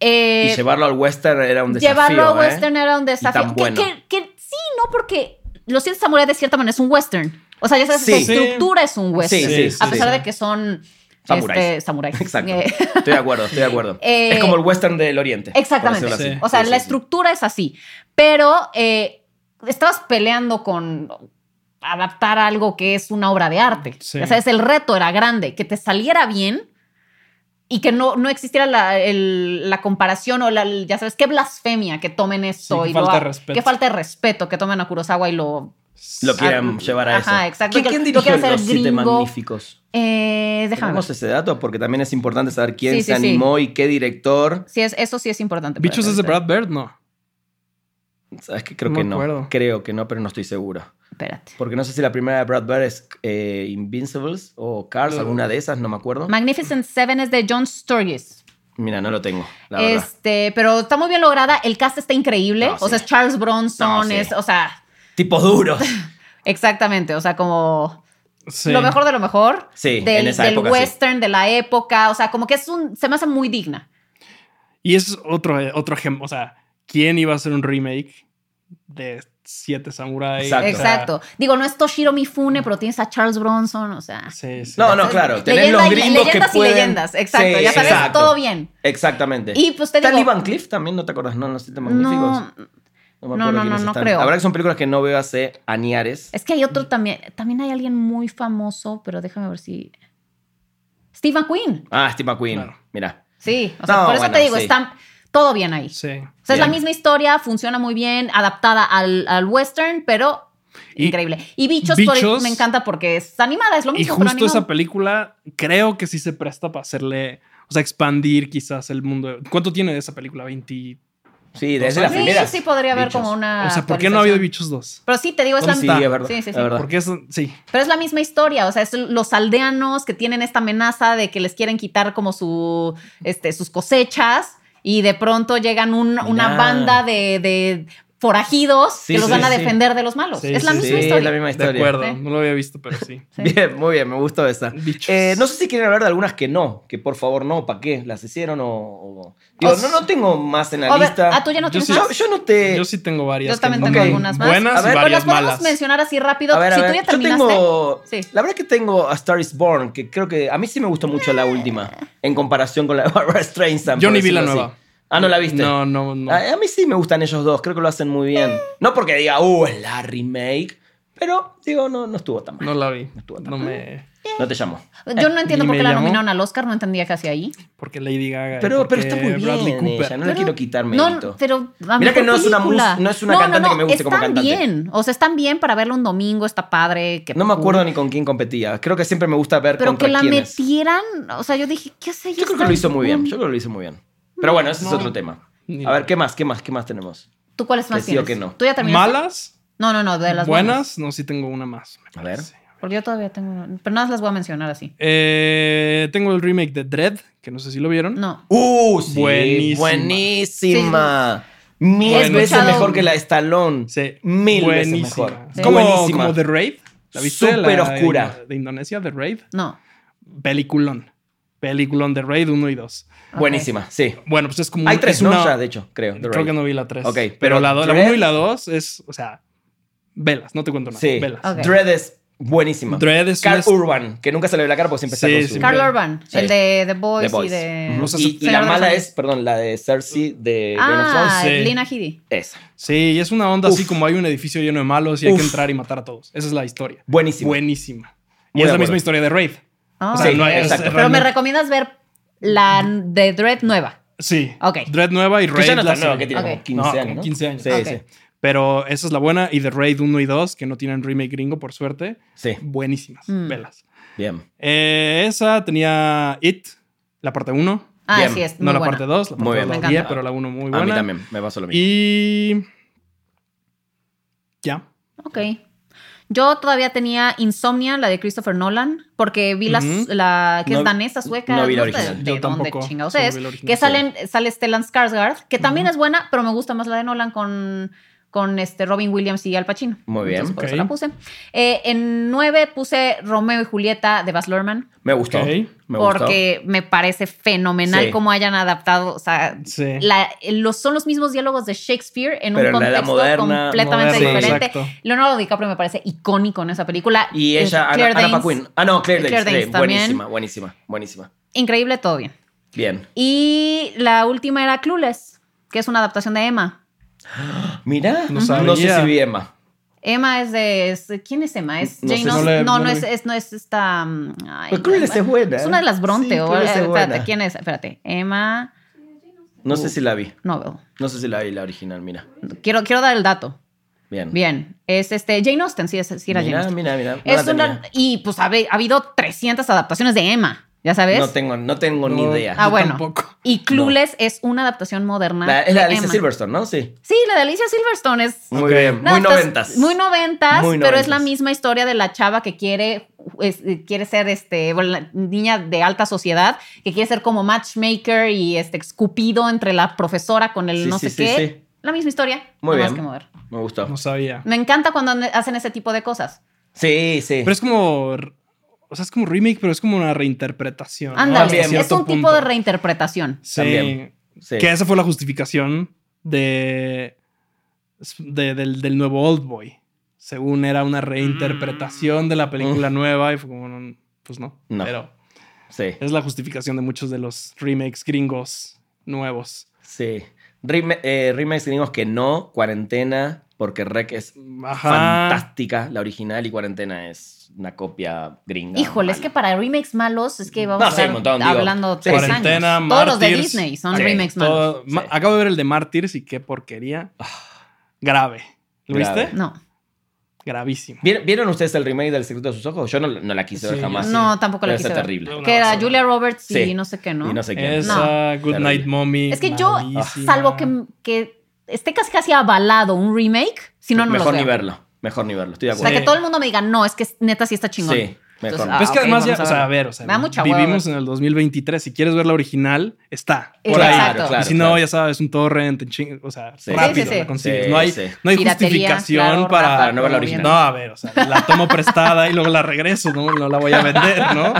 Speaker 3: Y
Speaker 1: Eh,
Speaker 3: llevarlo al western era un desafío.
Speaker 1: llevarlo a
Speaker 3: ¿eh?
Speaker 1: western era un desafío.
Speaker 3: tan
Speaker 1: Que-
Speaker 3: bueno.
Speaker 1: que, que sí, no, porque Los Siete Samuráis de cierta manera es un western. O sea, ya sabes,
Speaker 3: Sí.
Speaker 1: la estructura es un western.
Speaker 3: Sí, sí,
Speaker 1: a
Speaker 3: sí,
Speaker 1: pesar
Speaker 2: sí.
Speaker 1: de que son
Speaker 3: Samuráis.
Speaker 1: este, samuráis.
Speaker 3: Exacto.
Speaker 1: Eh,
Speaker 3: Estoy de acuerdo, estoy de acuerdo.
Speaker 1: Eh,
Speaker 3: es como el western del oriente. por
Speaker 1: Exactamente.
Speaker 3: decirlo así.
Speaker 2: Sí.
Speaker 1: O sea,
Speaker 3: Sí, sí,
Speaker 1: la
Speaker 3: sí.
Speaker 1: estructura es así. Pero eh, estabas peleando con adaptar algo que es una obra de arte.
Speaker 2: Sí.
Speaker 1: O sea, es el reto era grande, que te saliera bien y que no, no existiera la, el- la comparación o la, el- ya sabes, qué blasfemia que tomen esto.
Speaker 2: Sí,
Speaker 1: y
Speaker 2: qué falta
Speaker 1: lo,
Speaker 2: de respeto.
Speaker 1: Qué falta de respeto que tomen a Kurosawa y lo...
Speaker 3: Lo quieren
Speaker 1: Ah,
Speaker 3: llevar a eso.
Speaker 1: ajá, exacto.
Speaker 3: ¿Qui-
Speaker 1: Lo
Speaker 3: ¿Quién
Speaker 1: quieren
Speaker 3: dirigió
Speaker 1: hacer
Speaker 3: los siete
Speaker 1: gringo.
Speaker 3: magníficos?
Speaker 1: Eh, déjame ver.
Speaker 3: Tenemos ese dato porque también es importante saber quién
Speaker 1: Sí, sí,
Speaker 3: se
Speaker 1: sí.
Speaker 3: animó y qué director.
Speaker 1: Sí, es, eso sí es importante. para
Speaker 2: Ah, Bichos es de
Speaker 1: revisar.
Speaker 2: Brad Bird, ¿no?
Speaker 3: Sabes que creo
Speaker 2: No
Speaker 3: que
Speaker 2: me
Speaker 3: no.
Speaker 2: acuerdo.
Speaker 3: Creo que no, pero no estoy seguro.
Speaker 1: Espérate.
Speaker 3: Porque no sé si la primera de Brad Bird es eh, Invincibles o Cars,
Speaker 2: No.
Speaker 3: alguna de esas, no me acuerdo.
Speaker 1: Magnificent Seven es de John Sturges.
Speaker 3: Mira, no lo tengo, la verdad.
Speaker 1: Este, pero está muy bien lograda. El cast está increíble.
Speaker 3: No,
Speaker 1: O sea, es
Speaker 3: sí.
Speaker 1: Charles Bronson,
Speaker 3: No, sí.
Speaker 1: es, o sea,
Speaker 3: Tipos duros.
Speaker 1: exactamente. O sea, como
Speaker 2: Sí.
Speaker 1: lo mejor de lo mejor.
Speaker 3: Sí,
Speaker 1: del,
Speaker 3: en esa
Speaker 1: del
Speaker 3: época, sí.
Speaker 1: western, de la época. O sea, como que es un. Se me hace muy digna.
Speaker 2: Y es otro, eh, otro ejemplo. O sea, ¿quién iba a hacer un remake de Siete Samuráis?
Speaker 3: Exacto.
Speaker 2: O sea,
Speaker 1: Exacto. Digo, no es Toshiro Mifune, pero tienes a Charles Bronson. O sea.
Speaker 2: Sí, sí.
Speaker 3: No, no, claro. Tenés
Speaker 1: Leyenda
Speaker 3: los
Speaker 1: y-
Speaker 3: gringos
Speaker 1: leyendas
Speaker 3: que pueden...
Speaker 1: y leyendas. Exacto.
Speaker 3: Sí,
Speaker 1: ya sabes,
Speaker 3: exacto.
Speaker 1: todo bien.
Speaker 3: Exactamente.
Speaker 1: Y pues te
Speaker 3: ¿Está
Speaker 1: digo.
Speaker 3: Lee Van Cliff también? ¿No te acordás? No, en los siete magníficos.
Speaker 1: no,
Speaker 3: me
Speaker 1: no,
Speaker 3: acuerdo
Speaker 1: no,
Speaker 3: quiénes
Speaker 1: no, no
Speaker 3: están.
Speaker 1: creo.
Speaker 3: La verdad que son películas que no veo hace añares.
Speaker 1: es que hay otro también. También hay alguien muy famoso, pero déjame ver si. Steve McQueen.
Speaker 3: Ah, Steve McQueen.
Speaker 2: Claro.
Speaker 3: Mira.
Speaker 1: Sí. O sea,
Speaker 3: No,
Speaker 1: por eso
Speaker 3: bueno,
Speaker 1: te digo,
Speaker 3: sí.
Speaker 1: está todo bien ahí.
Speaker 2: Sí.
Speaker 1: O sea, es la
Speaker 3: Bien.
Speaker 1: misma historia, funciona muy bien, adaptada al, al western, pero
Speaker 2: Y-
Speaker 1: increíble. Y Bichos,
Speaker 2: Bichos-
Speaker 1: por- me encanta porque es animada, es lo
Speaker 2: Y
Speaker 1: mismo. pero
Speaker 2: justo esa
Speaker 1: animado.
Speaker 2: película creo que sí se presta para hacerle, o sea, expandir quizás el mundo. ¿Cuánto tiene de esa película? 20.
Speaker 3: Sí, desde
Speaker 2: Dos
Speaker 3: la
Speaker 2: años.
Speaker 3: primera.
Speaker 1: Sí, sí, podría haber
Speaker 3: Bichos.
Speaker 1: como una.
Speaker 2: o sea, ¿por qué no ha habido
Speaker 1: actualización.
Speaker 2: Bichos 2?
Speaker 1: Pero sí, te digo, es la,
Speaker 2: ¿Dónde
Speaker 3: Sí,
Speaker 2: está?
Speaker 3: es verdad.
Speaker 1: Sí, sí, sí.
Speaker 3: es verdad.
Speaker 2: Porque es, sí,
Speaker 1: pero es la misma historia. O sea, es los aldeanos que tienen esta amenaza de que les quieren quitar como su, este, sus cosechas y de pronto llegan un- una
Speaker 3: Mirá.
Speaker 1: banda de, de forajidos
Speaker 3: Sí,
Speaker 1: que los
Speaker 3: sí,
Speaker 1: van a
Speaker 2: Ah, sí.
Speaker 1: defender de los malos.
Speaker 2: Sí,
Speaker 1: es la
Speaker 2: sí,
Speaker 1: misma
Speaker 3: sí,
Speaker 1: historia.
Speaker 3: es la misma
Speaker 2: de
Speaker 3: historia.
Speaker 2: acuerdo.
Speaker 1: Sí.
Speaker 2: No lo había visto, pero sí.
Speaker 1: Sí.
Speaker 3: Bien, muy bien, me gustó esa.
Speaker 2: Bichos.
Speaker 3: Eh, no sé si quieren hablar de algunas que no, que por favor no, ¿para qué? ¿Las hicieron o.? o- Digo,
Speaker 1: O-
Speaker 3: no, no tengo más en la
Speaker 1: A ver,
Speaker 3: lista.
Speaker 1: ¿ah, tú ya no
Speaker 2: Yo
Speaker 1: tienes
Speaker 2: sí-
Speaker 1: más?
Speaker 3: yo, yo no te.
Speaker 2: Yo sí tengo varias.
Speaker 1: Yo también
Speaker 2: que
Speaker 1: tengo
Speaker 2: son
Speaker 1: algunas más.
Speaker 2: Buenas
Speaker 3: A ver,
Speaker 2: y
Speaker 1: Pero las
Speaker 2: varias
Speaker 1: podemos
Speaker 2: malas.
Speaker 1: mencionar así rápido.
Speaker 3: a ver, a
Speaker 1: si tú
Speaker 3: ver,
Speaker 1: ya
Speaker 3: yo
Speaker 1: terminaste.
Speaker 3: tengo.
Speaker 1: Sí.
Speaker 3: La verdad que tengo A Star is Born, que creo que. A mí sí me gustó mucho la última, en comparación con la de Barbara Streisand. por
Speaker 2: Yo ni vi
Speaker 3: decirlo
Speaker 2: la
Speaker 3: así.
Speaker 2: nueva.
Speaker 3: Ah, ¿no la viste?
Speaker 2: No, no, no.
Speaker 3: A, a mí sí me gustan ellos dos, creo que lo hacen muy bien. No porque diga, uh, es la remake, pero digo, no, no estuvo tan mal.
Speaker 2: No
Speaker 3: No,
Speaker 2: la vi.
Speaker 3: estuvo tan
Speaker 2: No me.
Speaker 3: te llamo.
Speaker 2: Eh,
Speaker 1: Yo no entiendo
Speaker 2: Ni
Speaker 1: por
Speaker 2: me
Speaker 1: qué la
Speaker 2: llamó.
Speaker 1: nominaron al Oscar, no entendía qué hacía ahí.
Speaker 2: Porque Lady Gaga. y
Speaker 3: Pero, pero
Speaker 2: porque
Speaker 3: está muy
Speaker 2: Bradley
Speaker 3: bien eh,
Speaker 2: Cooper.
Speaker 3: ella, no le quiero quitar mérito.
Speaker 1: No, pero a
Speaker 3: Mira que
Speaker 1: mejor
Speaker 3: no es una mus-
Speaker 1: película.
Speaker 3: no es una cantante que me guste como
Speaker 1: están
Speaker 3: cantante.
Speaker 1: bien. O sea, están bien para verlo un domingo, está padre. que-
Speaker 3: No me acuerdo ni con quién competía. Creo que siempre me gusta ver
Speaker 1: Pero
Speaker 3: contra
Speaker 1: que la
Speaker 3: quiénes.
Speaker 1: metieran, o sea, yo dije, ¿qué hace
Speaker 3: Yo creo que lo hizo muy bien. Yo creo que lo hizo muy bien. Pero bueno, ese es
Speaker 2: No.
Speaker 3: otro tema.
Speaker 2: Ni
Speaker 3: A ver,
Speaker 2: idea.
Speaker 3: ¿qué más? ¿Qué más? ¿Qué más tenemos?
Speaker 1: ¿Tú cuáles más
Speaker 3: Que sí o
Speaker 1: tienes?
Speaker 3: que no.
Speaker 1: ¿Tú ya terminaste?
Speaker 2: ¿Malas?
Speaker 1: No, no, no, de las buenas.
Speaker 2: ¿Buenas? No, sí tengo una más. me
Speaker 3: A ver.
Speaker 2: parece.
Speaker 1: Porque yo todavía tengo una. Pero nada más las voy a mencionar así.
Speaker 2: Eh, tengo el remake de Dread, que no sé si lo vieron.
Speaker 1: No.
Speaker 3: ¡Uh! sí,
Speaker 2: Buenísima.
Speaker 3: Buenísima. Mil
Speaker 2: Buenísima.
Speaker 3: veces mejor que la de Stallone.
Speaker 2: Sí.
Speaker 3: Mil
Speaker 2: Buenísima.
Speaker 3: veces mejor.
Speaker 1: Sí.
Speaker 2: Como,
Speaker 3: Buenísima.
Speaker 2: como The Raid. ¿La viste?
Speaker 3: Súper
Speaker 2: La-
Speaker 3: oscura.
Speaker 2: De, Indonesia, The Raid.
Speaker 1: No.
Speaker 2: Peliculón. Peliculón de Raid 1 y 2.
Speaker 1: Ok.
Speaker 3: Buenísima, sí.
Speaker 2: Bueno, pues es como.
Speaker 3: Hay
Speaker 2: un-
Speaker 3: tres,
Speaker 2: es
Speaker 3: ¿no?
Speaker 2: una-
Speaker 3: Ya, de hecho, creo. The
Speaker 2: Creo
Speaker 3: Raid.
Speaker 2: que no vi la 3.
Speaker 3: Ok,
Speaker 2: pero,
Speaker 3: pero
Speaker 2: la, do- la
Speaker 3: Dread-
Speaker 2: 1 y la 2 es, o sea, velas, no te cuento nada.
Speaker 3: Sí.
Speaker 2: Velas.
Speaker 1: Ok.
Speaker 3: Dread es buenísima.
Speaker 2: Dread es
Speaker 3: Carl
Speaker 2: una-
Speaker 3: Urban, que nunca se le ve la cara porque siempre
Speaker 2: Sí,
Speaker 3: está con su...
Speaker 2: sí.
Speaker 1: Carl Urban,
Speaker 3: Sí.
Speaker 1: el de The Boys,
Speaker 3: The Boys.
Speaker 1: y de.
Speaker 3: Ujú.
Speaker 2: No sé
Speaker 3: Y-
Speaker 2: si-
Speaker 3: y,
Speaker 1: Señor de
Speaker 3: la
Speaker 1: los
Speaker 3: mala
Speaker 1: Anillos.
Speaker 3: es, perdón, la de Cersei de Game of Thrones.
Speaker 1: Ah,
Speaker 2: Thrones, sí.
Speaker 1: Lina Headey.
Speaker 3: Esa.
Speaker 2: Sí, es una onda así
Speaker 3: Uf.
Speaker 2: como hay un edificio lleno de malos y hay
Speaker 3: Uf.
Speaker 2: que entrar y matar a todos. Esa es la historia.
Speaker 3: Buenísima.
Speaker 2: Buenísima. Y
Speaker 3: Muy
Speaker 2: es
Speaker 3: de
Speaker 2: la misma
Speaker 3: acuerdo.
Speaker 2: historia de Raid.
Speaker 1: Ah,
Speaker 2: O sea,
Speaker 1: ok.
Speaker 2: no hay- es-
Speaker 3: exacto.
Speaker 2: es
Speaker 1: Pero me
Speaker 2: realmente-
Speaker 1: recomiendas ver la de Dread nueva.
Speaker 2: Sí.
Speaker 1: Ok.
Speaker 2: Dread nueva y
Speaker 3: Que
Speaker 2: Raid.
Speaker 3: ya no está
Speaker 2: la
Speaker 3: nueva,
Speaker 2: serie.
Speaker 3: que tiene
Speaker 1: Ok.
Speaker 3: como 15
Speaker 2: No,
Speaker 3: años,
Speaker 2: como
Speaker 3: ¿no?
Speaker 2: 15 años.
Speaker 3: Sí,
Speaker 1: Ok.
Speaker 3: sí.
Speaker 2: Pero esa es la buena. Y The Raid 1 y 2, que no tienen remake gringo, por suerte.
Speaker 3: Sí,
Speaker 2: Buenísimas.
Speaker 1: Mm.
Speaker 2: Velas.
Speaker 3: bien.
Speaker 2: Eh, esa tenía It, la parte 1.
Speaker 1: Ah,
Speaker 3: Bien.
Speaker 1: sí, es muy
Speaker 2: No la
Speaker 1: buena.
Speaker 2: parte 2, la
Speaker 3: Muy
Speaker 2: parte
Speaker 3: bien.
Speaker 2: 2
Speaker 1: Me encanta.
Speaker 2: pero la 1 muy buena.
Speaker 3: A mí también, me pasó lo mismo.
Speaker 2: Y. Ya.
Speaker 1: Ok. Yo todavía tenía Insomnia, la de Christopher Nolan, porque vi las-
Speaker 2: Ujú.
Speaker 1: la que
Speaker 3: No-
Speaker 1: es danesa, sueca.
Speaker 3: no vi
Speaker 1: sé
Speaker 3: la original.
Speaker 1: de
Speaker 2: Yo
Speaker 1: dónde
Speaker 2: tampoco.
Speaker 1: chingados
Speaker 2: Solo
Speaker 1: es,
Speaker 2: vi la original.
Speaker 1: Que
Speaker 2: Sí.
Speaker 1: salen, sale Stellan Skarsgård, que también es buena, pero me gusta más la de Nolan con con este Robin Williams y Al Pacino.
Speaker 3: Muy bien.
Speaker 1: Entonces, por eso
Speaker 2: Ok.
Speaker 1: la puse. Eh, en 9 puse Romeo y Julieta de Baz Luhrmann
Speaker 3: Me gustó.
Speaker 2: Ok.
Speaker 3: Me
Speaker 1: porque me parece fenomenal
Speaker 3: Sí.
Speaker 1: cómo hayan adaptado, o sea,
Speaker 2: Sí.
Speaker 1: la- los, son los mismos diálogos de Shakespeare en
Speaker 3: Pero
Speaker 1: un
Speaker 3: en la
Speaker 1: contexto
Speaker 3: edad moderna,
Speaker 1: completamente
Speaker 2: moderna,
Speaker 1: diferente.
Speaker 2: exacto.
Speaker 1: Leonardo DiCaprio me parece icónico en esa película.
Speaker 3: gustó. Y
Speaker 1: Es
Speaker 3: ella, Ana,
Speaker 1: Eh, Claire
Speaker 3: Ana
Speaker 1: Danes, Eh,
Speaker 3: Paquin. Ah, no, Claire Danes.
Speaker 1: Claire Danes
Speaker 3: sí,
Speaker 1: también.
Speaker 3: buenísima, buenísima, buenísima.
Speaker 1: Increíble, todo bien.
Speaker 3: Bien.
Speaker 1: Y la última era Clueless, que es una adaptación de Emma.
Speaker 3: Mira,
Speaker 2: No
Speaker 3: no, sé
Speaker 2: sabía.
Speaker 3: si vi Emma.
Speaker 1: Emma es de. es- ¿Quién es Emma? Es
Speaker 3: No
Speaker 1: Jane
Speaker 3: sé, no
Speaker 1: Austen.
Speaker 2: le-
Speaker 1: no,
Speaker 2: no
Speaker 1: no
Speaker 2: le
Speaker 1: es,
Speaker 2: vi.
Speaker 1: es- no es esta. mm, ay,
Speaker 3: Pero Clueless es buena. ¿eh?
Speaker 1: Es una de las Bronte.
Speaker 3: Sí,
Speaker 1: o-
Speaker 3: Clueless es
Speaker 1: espérate,
Speaker 3: buena.
Speaker 1: ¿quién es? Espérate. Emma
Speaker 3: No
Speaker 2: Uh.
Speaker 3: sé si la vi.
Speaker 1: Novel.
Speaker 3: No sé si la vi la original, mira.
Speaker 1: Quiero, quiero dar el dato.
Speaker 3: Bien.
Speaker 1: Bien. Es este. Jane Austen, sí, es, sí era Jane
Speaker 3: Mira,
Speaker 1: Austen.
Speaker 3: mira, mira. No
Speaker 1: Es
Speaker 3: la
Speaker 1: una.
Speaker 3: tenía.
Speaker 1: Y pues ha, ha habido 300 adaptaciones de Emma, ¿ya sabes?
Speaker 3: No tengo, no tengo ni
Speaker 2: No,
Speaker 3: idea.
Speaker 1: Ah,
Speaker 2: yo
Speaker 1: bueno.
Speaker 2: Tampoco.
Speaker 1: Y Clueless es una adaptación moderna.
Speaker 3: La- es la de Alicia
Speaker 1: Emma.
Speaker 3: Silverstone, ¿no? Sí.
Speaker 1: Sí, la de Alicia Silverstone es
Speaker 3: Muy
Speaker 2: Ok.
Speaker 3: bien. Muy
Speaker 1: No, estás-
Speaker 3: noventas.
Speaker 1: Muy noventas,
Speaker 3: Muy
Speaker 1: pero es la
Speaker 3: noventas.
Speaker 1: misma historia de la chava que quiere, es- quiere ser este, bueno, la niña de alta sociedad, que quiere ser como matchmaker y este escupido entre la profesora con el
Speaker 3: Sí,
Speaker 1: no sé
Speaker 3: sí, sí,
Speaker 1: qué.
Speaker 3: sí.
Speaker 1: La misma historia.
Speaker 3: Muy
Speaker 1: nada más
Speaker 3: bien.
Speaker 1: que mover.
Speaker 3: Me gustó.
Speaker 2: No sabía.
Speaker 1: Me encanta cuando han- hacen ese tipo de cosas.
Speaker 3: Sí, sí.
Speaker 2: Pero es como. O sea, es como remake, pero es como una reinterpretación. ¿no?
Speaker 1: Ándale,
Speaker 2: Hasta
Speaker 3: También.
Speaker 1: es
Speaker 2: cierto
Speaker 1: un tipo
Speaker 2: punto.
Speaker 1: de reinterpretación.
Speaker 2: Sí.
Speaker 3: También. sí.
Speaker 2: Que esa fue la justificación de, de- del, del nuevo Old Boy. Según era una reinterpretación de la película nueva y fue como, no, pues no.
Speaker 3: Mm. No.
Speaker 2: Pero
Speaker 3: Sí,
Speaker 2: es la justificación de muchos de los remakes gringos nuevos.
Speaker 3: sí. Reme- eh, remakes gringos que no, cuarentena, porque Rec es
Speaker 2: Ajá.
Speaker 3: fantástica, la original, y cuarentena es una copia gringa.
Speaker 1: Híjole,
Speaker 3: mala.
Speaker 1: es que para remakes malos es que vamos
Speaker 3: No,
Speaker 1: a
Speaker 3: sí,
Speaker 1: estar
Speaker 3: un montón, digo.
Speaker 1: hablando
Speaker 3: Sí.
Speaker 1: tres
Speaker 2: Cuarentena,
Speaker 1: años. Todos los de
Speaker 2: Mártires.
Speaker 1: Disney son
Speaker 3: Sí,
Speaker 1: remakes malos.
Speaker 2: Todo-
Speaker 3: Sí.
Speaker 2: ma- Acabo de ver el de Martyrs y qué porquería. Grave. ¿Lo
Speaker 3: Grave.
Speaker 2: viste?
Speaker 1: No,
Speaker 2: Gravísimo.
Speaker 3: ¿Vieron, vieron ustedes el remake del Secreto de sus Ojos? Yo no, no la quise ver
Speaker 2: Sí,
Speaker 3: jamás.
Speaker 2: sí.
Speaker 1: no, tampoco la
Speaker 3: Debe ser
Speaker 1: quise ver.
Speaker 3: terrible.
Speaker 2: Una
Speaker 1: Que era
Speaker 2: basura.
Speaker 1: Julia Roberts y
Speaker 3: Sí.
Speaker 1: no sé qué, ¿no?
Speaker 3: Y no sé qué.
Speaker 2: Esa, Good
Speaker 3: Terrible.
Speaker 2: Night Mommy.
Speaker 1: Es que yo,
Speaker 2: malísima.
Speaker 1: salvo que, que esté casi casi avalado un remake, si no, no
Speaker 3: Mejor
Speaker 1: los
Speaker 3: ni
Speaker 1: veo.
Speaker 3: verlo. Mejor ni verlo. Estoy de
Speaker 1: O sea,
Speaker 3: acuerdo.
Speaker 1: que todo el mundo me diga, no, es que neta sí está chingón.
Speaker 3: Sí, mejor.
Speaker 1: Entonces,
Speaker 3: no.
Speaker 1: ah,
Speaker 2: Pues que
Speaker 1: ok,
Speaker 2: además ya,
Speaker 1: vamos
Speaker 2: o
Speaker 1: a
Speaker 2: sea, a
Speaker 1: ver.
Speaker 2: ver, o sea,
Speaker 1: Me da mucha hueva
Speaker 2: vivimos en el 2023. Si quieres ver la original, está por
Speaker 1: Claro,
Speaker 2: ahí.
Speaker 1: exacto.
Speaker 2: y si
Speaker 3: claro.
Speaker 2: no, ya sabes, un torrent, en ching- o sea,
Speaker 3: Sí.
Speaker 2: rápido
Speaker 1: Sí, sí, sí.
Speaker 2: la consigues.
Speaker 3: Sí,
Speaker 2: no hay,
Speaker 3: sí.
Speaker 2: no hay
Speaker 1: Piratería,
Speaker 2: justificación
Speaker 1: claro,
Speaker 2: para,
Speaker 1: Rafa,
Speaker 3: Para no ver la
Speaker 1: como bien.
Speaker 3: original.
Speaker 2: No, a ver, o sea, la tomo prestada y luego la regreso, no, no la voy a vender, ¿no?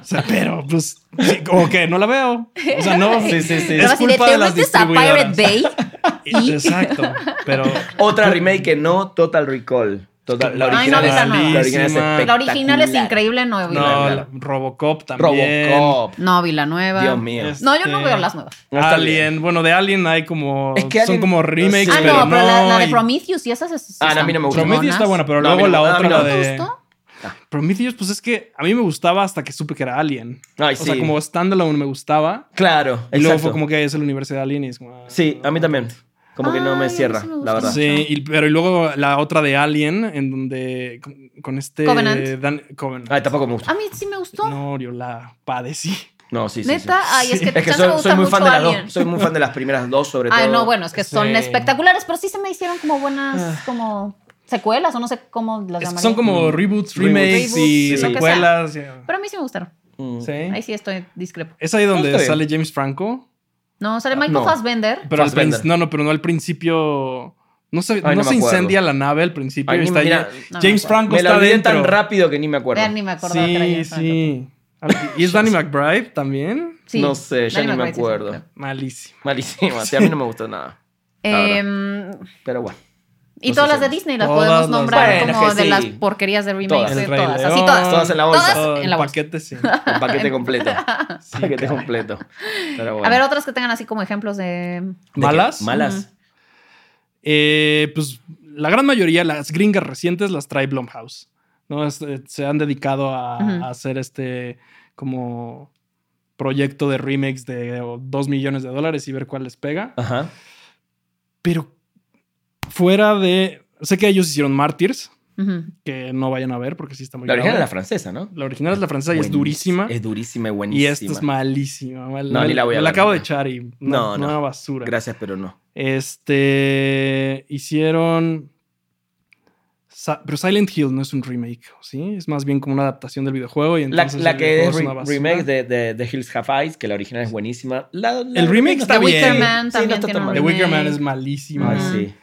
Speaker 2: O sea, pero pues, sí, como que no la veo. O sea, no.
Speaker 3: Sí, sí, sí.
Speaker 1: Pero
Speaker 2: Es
Speaker 1: así de,
Speaker 2: culpa
Speaker 1: te
Speaker 2: de las
Speaker 1: metes a Pirate
Speaker 2: distribuidoras.
Speaker 1: Bay. y-
Speaker 2: Exacto, pero
Speaker 3: Otra remake que no, Total Recall. Total- la
Speaker 1: Ay, no,
Speaker 3: original
Speaker 1: esa
Speaker 3: es,
Speaker 1: no.
Speaker 3: la original es
Speaker 2: Malísima.
Speaker 1: La original es
Speaker 3: espectacular.
Speaker 1: increíble, no vi la
Speaker 2: no,
Speaker 1: nueva.
Speaker 2: la- Robocop también.
Speaker 3: Robocop.
Speaker 1: No vi la nueva.
Speaker 3: Dios mío.
Speaker 2: Es-
Speaker 1: No, yo no
Speaker 2: Este-
Speaker 1: veo las nuevas.
Speaker 3: No está
Speaker 2: Alien, bueno, de Alien hay como
Speaker 3: Es que
Speaker 2: son
Speaker 3: Alien-
Speaker 2: como remakes,
Speaker 3: Sí,
Speaker 1: ah, no,
Speaker 2: pero
Speaker 1: pero,
Speaker 2: no.
Speaker 1: la, la de
Speaker 2: y-
Speaker 1: Prometheus y esas. esas
Speaker 3: Ah, no, a
Speaker 1: están
Speaker 3: mí no me gustó.
Speaker 1: chingonas.
Speaker 2: Prometheus está buena, pero
Speaker 3: No, a mí
Speaker 2: luego
Speaker 3: no-
Speaker 2: la
Speaker 3: a mí
Speaker 2: otra
Speaker 3: no
Speaker 2: la
Speaker 1: ¿No
Speaker 3: me
Speaker 2: de
Speaker 1: te gustó?
Speaker 2: Prometheus, pues es que a mí me gustaba hasta que supe que era Alien.
Speaker 3: Ay,
Speaker 2: O sea,
Speaker 3: sí.
Speaker 2: como standalone me gustaba.
Speaker 3: Claro,
Speaker 2: Y luego
Speaker 3: exacto.
Speaker 2: fue como que es el universo de Alien y es como. ah,
Speaker 3: Sí, a mí también. Como que no
Speaker 1: Ay, a
Speaker 3: me
Speaker 1: mí
Speaker 3: cierra,
Speaker 1: sí me gusta
Speaker 3: la verdad.
Speaker 1: mucho.
Speaker 2: Sí, y- pero y luego la otra de Alien, en donde con, con este
Speaker 1: Covenant.
Speaker 2: Dan- Covenant.
Speaker 3: Ay, tampoco me gusta.
Speaker 1: A mí sí me gustó.
Speaker 2: no, yo la padecí.
Speaker 3: No, sí, sí.
Speaker 1: Neta,
Speaker 3: sí.
Speaker 1: ay, es que,
Speaker 3: Es que
Speaker 1: chance me
Speaker 3: soy,
Speaker 1: gusta
Speaker 3: soy muy
Speaker 1: mucho
Speaker 3: fan de las
Speaker 1: Alien.
Speaker 3: dos. Soy muy fan de las primeras dos, sobre todo. Ah.
Speaker 1: Ah, no, bueno, es que son
Speaker 2: Sí.
Speaker 1: espectaculares, pero sí se me hicieron como buenas, como secuelas o no sé cómo las
Speaker 2: Es que
Speaker 1: llamarían.
Speaker 2: son
Speaker 3: Mm.
Speaker 2: como reboots, remakes
Speaker 1: Reboots,
Speaker 2: y
Speaker 3: sí.
Speaker 2: secuelas. y-
Speaker 1: Pero a mí sí me gustaron.
Speaker 3: Mm.
Speaker 1: Ahí
Speaker 2: Sí.
Speaker 1: sí estoy discrepo.
Speaker 2: Es ahí donde
Speaker 3: Está bien.
Speaker 2: sale James Franco.
Speaker 1: No, sale Michael
Speaker 3: No.
Speaker 1: Fassbender.
Speaker 2: Pero al
Speaker 3: Fassbender.
Speaker 2: princ- no, no, pero no al principio. No se, no
Speaker 3: no me
Speaker 2: se
Speaker 3: acuerdo.
Speaker 2: incendia la nave al principio.
Speaker 3: Ay,
Speaker 2: y
Speaker 3: ni-
Speaker 2: está
Speaker 3: mira,
Speaker 2: ahí-
Speaker 1: no me
Speaker 2: James
Speaker 1: acuerdo.
Speaker 2: Franco
Speaker 3: Me la
Speaker 2: está
Speaker 3: olvidé
Speaker 2: dentro.
Speaker 3: tan rápido que ni me acuerdo.
Speaker 1: Ya ni me acordaba que era
Speaker 2: Sí,
Speaker 1: James Franco.
Speaker 2: sí. Y es Danny McBride también.
Speaker 1: Sí,
Speaker 3: No sé, ya
Speaker 1: Danny
Speaker 3: ni me
Speaker 1: McBride, sí, sí,
Speaker 3: acuerdo.
Speaker 1: claro.
Speaker 2: Malísimo.
Speaker 3: Malísima, sí, a mí no me gustó nada. La
Speaker 1: Em,
Speaker 3: Pero bueno.
Speaker 1: y
Speaker 3: No
Speaker 1: todas
Speaker 3: sé
Speaker 1: las de
Speaker 3: si-
Speaker 1: Disney las
Speaker 2: Todas
Speaker 1: podemos
Speaker 2: las-
Speaker 1: nombrar
Speaker 3: Bueno,
Speaker 1: como
Speaker 3: que
Speaker 1: de
Speaker 3: sí.
Speaker 1: las porquerías de remakes.
Speaker 3: Todas.
Speaker 1: de
Speaker 2: El Rey
Speaker 1: todas, así
Speaker 2: León,
Speaker 1: todas.
Speaker 3: Todas en la bolsa.
Speaker 1: Todas
Speaker 2: Todo
Speaker 1: en
Speaker 2: el
Speaker 1: la bolsa.
Speaker 2: paquete, sí.
Speaker 3: El paquete completo.
Speaker 2: Sí,
Speaker 3: paquete
Speaker 2: caray.
Speaker 3: completo. Pero bueno.
Speaker 1: A ver, otras que tengan así como ejemplos de.
Speaker 3: ¿De qué?
Speaker 2: ¿Malas?
Speaker 3: Malas.
Speaker 2: Eh, pues la gran mayoría, las gringas recientes, las trae Blumhouse. ¿no? Es- eh, se han dedicado a,
Speaker 1: Ujú.
Speaker 2: a hacer este como proyecto de remakes de o, dos millones de dólares y ver cuál les pega.
Speaker 3: Ajá.
Speaker 2: Pero fuera de... Sé que ellos hicieron Martyrs,
Speaker 1: Ujú.
Speaker 2: que no vayan a ver porque sí está muy
Speaker 3: La original es
Speaker 2: grave.
Speaker 3: la francesa, ¿no?
Speaker 2: La original es la francesa y es
Speaker 3: Buenísima.
Speaker 2: durísima.
Speaker 3: Es durísima y
Speaker 2: Y
Speaker 3: buenísima.
Speaker 2: esta es malísima. mal-
Speaker 3: No,
Speaker 2: me-
Speaker 3: ni la voy a
Speaker 2: me la
Speaker 3: ver.
Speaker 2: acabo de echar y no,
Speaker 3: No, no.
Speaker 2: una basura.
Speaker 3: Gracias, pero no.
Speaker 2: Este. Hicieron. Sa- Pero Silent Hill no es un remake, ¿sí? Es más bien como una adaptación del videojuego. Y
Speaker 3: La,
Speaker 2: entonces
Speaker 3: la
Speaker 2: el
Speaker 3: que
Speaker 2: videojuego
Speaker 3: es re-
Speaker 2: una basura.
Speaker 3: remake de, de, de Hills Have Eyes, que la original es buenísima. La- la-
Speaker 2: El remake
Speaker 3: no
Speaker 1: The
Speaker 2: está bien.
Speaker 1: Wicker Man
Speaker 3: Sí, no
Speaker 1: también
Speaker 3: está
Speaker 1: tiene
Speaker 3: tan
Speaker 1: un
Speaker 3: mal.
Speaker 2: The
Speaker 1: remake.
Speaker 2: Wicker Man es malísima.
Speaker 3: Ay,
Speaker 1: Ujú.
Speaker 3: Ah, sí.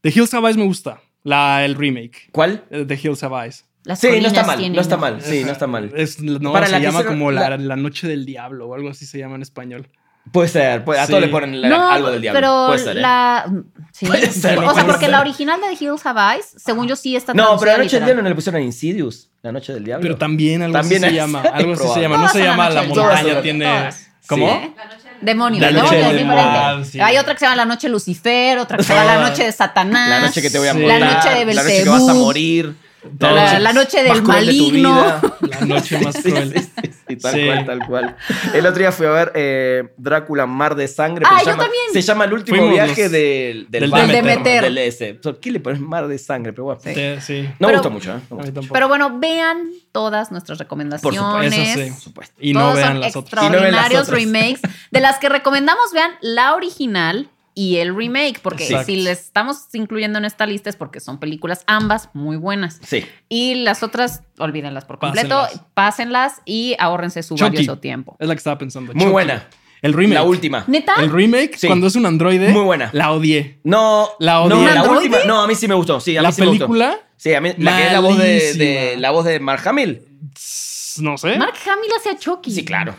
Speaker 2: The Hills Have Eyes me gusta. La, el remake.
Speaker 3: ¿Cuál?
Speaker 2: eh, The Hills Have Eyes.
Speaker 1: Las
Speaker 3: Sí, no está
Speaker 1: colinas
Speaker 3: mal,
Speaker 1: tienen-
Speaker 3: no está mal. Sí, no está mal.
Speaker 2: Es- no,
Speaker 3: Para
Speaker 2: se
Speaker 3: la que
Speaker 2: llama
Speaker 3: hicieron
Speaker 2: como la,
Speaker 3: la-
Speaker 2: la Noche del Diablo o algo así se llama en español.
Speaker 3: Puede ser, puede- a
Speaker 2: Sí.
Speaker 3: todos le ponen la-
Speaker 1: No,
Speaker 3: algo del diablo.
Speaker 1: pero
Speaker 3: Puede ser, ¿eh?
Speaker 1: la... Sí.
Speaker 3: Puede ser,
Speaker 1: o sea,
Speaker 3: puede
Speaker 1: porque
Speaker 3: ser.
Speaker 1: la original de The Hills Have Eyes, según yo, sí está
Speaker 3: No, pero
Speaker 1: traducida
Speaker 3: la noche del
Speaker 1: literal.
Speaker 3: diablo no le pusieron a Insidious. La noche del diablo.
Speaker 2: Pero también algo
Speaker 3: También
Speaker 2: así
Speaker 3: es-
Speaker 2: se llama. Algo así se
Speaker 3: probable.
Speaker 2: llama. No
Speaker 1: Todas
Speaker 2: se
Speaker 1: son la
Speaker 2: llama
Speaker 1: noche
Speaker 2: La
Speaker 1: del diablo.
Speaker 2: Montaña
Speaker 3: Todas.
Speaker 2: tiene.
Speaker 1: Todas.
Speaker 2: ¿Cómo?
Speaker 1: ¿Eh? Demonio,
Speaker 2: La
Speaker 1: demonio
Speaker 2: noche
Speaker 1: es
Speaker 2: del
Speaker 1: diferente.
Speaker 2: mal, Ah, sí.
Speaker 1: Hay otra que se llama La noche de Lucifer, otra que se llama La noche de Satanás.
Speaker 3: La noche que te voy a
Speaker 2: Sí.
Speaker 3: matar.
Speaker 2: La noche
Speaker 1: de
Speaker 3: La noche que
Speaker 1: Belcebú.
Speaker 3: vas a morir.
Speaker 2: La-
Speaker 1: la noche del
Speaker 3: más cruel de tu
Speaker 1: maligno.
Speaker 3: vida.
Speaker 2: La noche más
Speaker 3: Sí,
Speaker 2: cruel.
Speaker 3: sí, sí, sí, tal
Speaker 2: Sí.
Speaker 3: cual, tal cual. El otro día fui a ver eh, Drácula Mar de Sangre.
Speaker 1: Ah,
Speaker 3: se
Speaker 1: yo
Speaker 3: llama,
Speaker 1: también.
Speaker 3: Se llama El último
Speaker 2: Fuimos
Speaker 3: viaje
Speaker 2: los-
Speaker 3: del,
Speaker 2: del
Speaker 3: barco,
Speaker 1: Demeter.
Speaker 3: Del S. So, ¿Qué le pones Mar de Sangre? Pero bueno,
Speaker 2: Sí, sí.
Speaker 3: no me
Speaker 1: Pero-
Speaker 3: gusta mucho. ¿eh? No
Speaker 2: A mí
Speaker 3: me gusta.
Speaker 2: tampoco.
Speaker 1: Pero bueno, vean todas nuestras recomendaciones.
Speaker 2: Eso sí.
Speaker 3: supuesto.
Speaker 2: Y
Speaker 1: Todos
Speaker 2: no vean
Speaker 1: son
Speaker 2: las otras.
Speaker 3: Y no vean las
Speaker 1: extraordinarios
Speaker 3: otras.
Speaker 1: remakes. De las que recomendamos, vean la original y el remake, porque
Speaker 2: Exacto.
Speaker 1: si les estamos incluyendo en esta lista es porque son películas ambas muy buenas.
Speaker 3: Sí.
Speaker 1: Y las otras, olvídenlas por completo,
Speaker 2: Pásenlas.
Speaker 1: pásenlas, y ahórrense su
Speaker 2: Chucky.
Speaker 1: valioso tiempo.
Speaker 2: Es la que estaba pensando.
Speaker 3: Muy
Speaker 2: Chucky.
Speaker 3: buena.
Speaker 2: El remake.
Speaker 3: La última.
Speaker 1: ¿Neta?
Speaker 2: El remake,
Speaker 3: Sí.
Speaker 2: cuando es un androide.
Speaker 3: Muy buena.
Speaker 2: La odié.
Speaker 3: No,
Speaker 2: La
Speaker 3: no,
Speaker 2: odié.
Speaker 3: la
Speaker 1: ¿Androide?
Speaker 3: última. No, a mí sí me gustó. Sí, a mí
Speaker 2: La
Speaker 3: sí me gustó.
Speaker 2: película.
Speaker 3: Sí, a mí la que es la voz de, de-
Speaker 2: Malísima.
Speaker 3: la voz de Mark Hamill.
Speaker 2: tss, No sé.
Speaker 1: Mark Hamill hace a Chucky.
Speaker 3: Sí, claro.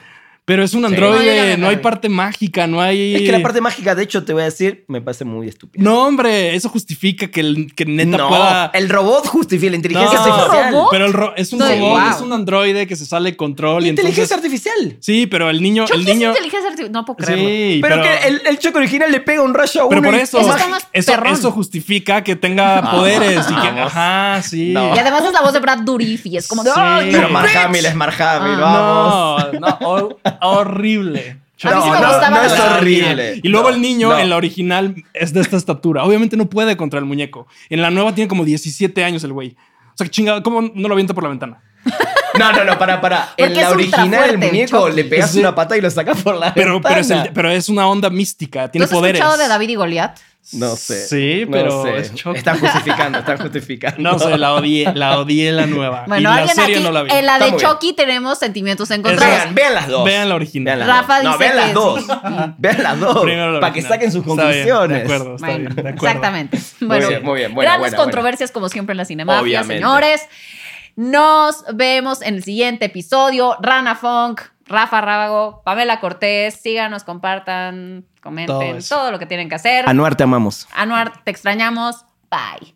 Speaker 2: Pero es un
Speaker 3: Sí.
Speaker 1: No,
Speaker 2: androide.
Speaker 1: no, no,
Speaker 2: No hay
Speaker 1: no.
Speaker 2: parte mágica. No hay.
Speaker 3: Es que la parte mágica, de hecho, te voy a decir, me parece muy estúpida.
Speaker 2: No, hombre. Eso justifica que, el, que neta
Speaker 3: No,
Speaker 2: pueda.
Speaker 3: el robot justifica la inteligencia
Speaker 2: No.
Speaker 1: ¿Es un
Speaker 3: artificial.
Speaker 1: robot?
Speaker 2: Pero el ro- es un
Speaker 1: No,
Speaker 2: robot,
Speaker 3: wow.
Speaker 2: es un androide que se sale de control y
Speaker 3: Inteligencia
Speaker 2: entonces.
Speaker 3: artificial.
Speaker 2: Sí, pero el niño.
Speaker 1: Chucky
Speaker 2: el
Speaker 1: es
Speaker 2: niño.
Speaker 1: inteligencia artificial. No puedo creerlo.
Speaker 2: Sí,
Speaker 3: Pero, que el, el choco original le pega un rayo a uno.
Speaker 2: Pero por
Speaker 3: y-
Speaker 2: eso,
Speaker 1: Eso
Speaker 2: eso,
Speaker 1: está más
Speaker 2: eso,
Speaker 1: perrón.
Speaker 2: justifica que tenga
Speaker 3: Ah,
Speaker 2: poderes y que,
Speaker 3: vamos.
Speaker 2: ajá, sí.
Speaker 3: No.
Speaker 1: Y además es la voz de Brad Dourif y es como...
Speaker 2: Sí.
Speaker 1: ¡Ah!
Speaker 3: Pero
Speaker 2: Sí.
Speaker 3: Mark Hamill es Mark
Speaker 1: Ah.
Speaker 3: Hamill, vamos.
Speaker 2: No, no, hor- horrible.
Speaker 1: A mí sí me
Speaker 3: no,
Speaker 1: gustaba
Speaker 3: no
Speaker 1: la
Speaker 3: es
Speaker 1: verdad.
Speaker 3: horrible.
Speaker 2: Y luego
Speaker 3: No,
Speaker 2: el niño
Speaker 3: no.
Speaker 2: en la original es de esta estatura. Obviamente no puede contra el muñeco. En la nueva tiene como 17 años el güey. O sea, que chingado, ¿cómo no lo avienta por la ventana?
Speaker 3: No, no, no, para, para. En
Speaker 1: Porque
Speaker 3: la
Speaker 1: es
Speaker 3: original, el
Speaker 1: ultrafuerte,
Speaker 3: muñeco
Speaker 1: Chucky.
Speaker 3: le pegas
Speaker 2: Sí.
Speaker 3: una pata y lo sacas por la
Speaker 2: Pero, pero, es, el-
Speaker 3: ventana.
Speaker 2: pero es una onda mística,
Speaker 1: ¿Tú
Speaker 2: tiene
Speaker 1: has
Speaker 2: poderes.
Speaker 1: escuchado de David y Goliat?
Speaker 3: No sé.
Speaker 2: Sí,
Speaker 3: no
Speaker 2: pero
Speaker 3: sé.
Speaker 2: es Chucky.
Speaker 3: Están justificando, están justificando.
Speaker 2: No sé, la odié, la odié la nueva. Ah, y
Speaker 1: Bueno,
Speaker 2: la
Speaker 1: alguien
Speaker 2: serie
Speaker 1: aquí,
Speaker 2: no la vi.
Speaker 1: en la de
Speaker 3: Está muy bien.
Speaker 1: Chucky tenemos sentimientos encontrados.
Speaker 3: Vean, vean las dos.
Speaker 2: Vean la original.
Speaker 3: Vean las
Speaker 1: Rafa
Speaker 3: dos. No,
Speaker 1: dice
Speaker 3: vean las
Speaker 1: que-
Speaker 3: dos. vean las dos.
Speaker 2: Primero la
Speaker 3: Para que
Speaker 2: original.
Speaker 3: saquen sus
Speaker 2: Está bien,
Speaker 3: conclusiones.
Speaker 2: de acuerdo, está
Speaker 1: Bueno,
Speaker 2: bien, de acuerdo.
Speaker 1: exactamente.
Speaker 3: Muy
Speaker 1: Bueno,
Speaker 3: bien, muy bien. Buena,
Speaker 1: grandes
Speaker 3: buena,
Speaker 1: controversias como siempre en la cinemafia,
Speaker 3: Obviamente.
Speaker 1: señores. Nos vemos en el siguiente episodio. Rana Funk, Rafa Rábago, Pamela Cortés. Síganos, compartan, comenten
Speaker 2: Todo
Speaker 1: todo,
Speaker 2: eso.
Speaker 1: lo que tienen que hacer.
Speaker 3: buena. Anuar, te amamos.
Speaker 1: Anuar, te extrañamos. Bye.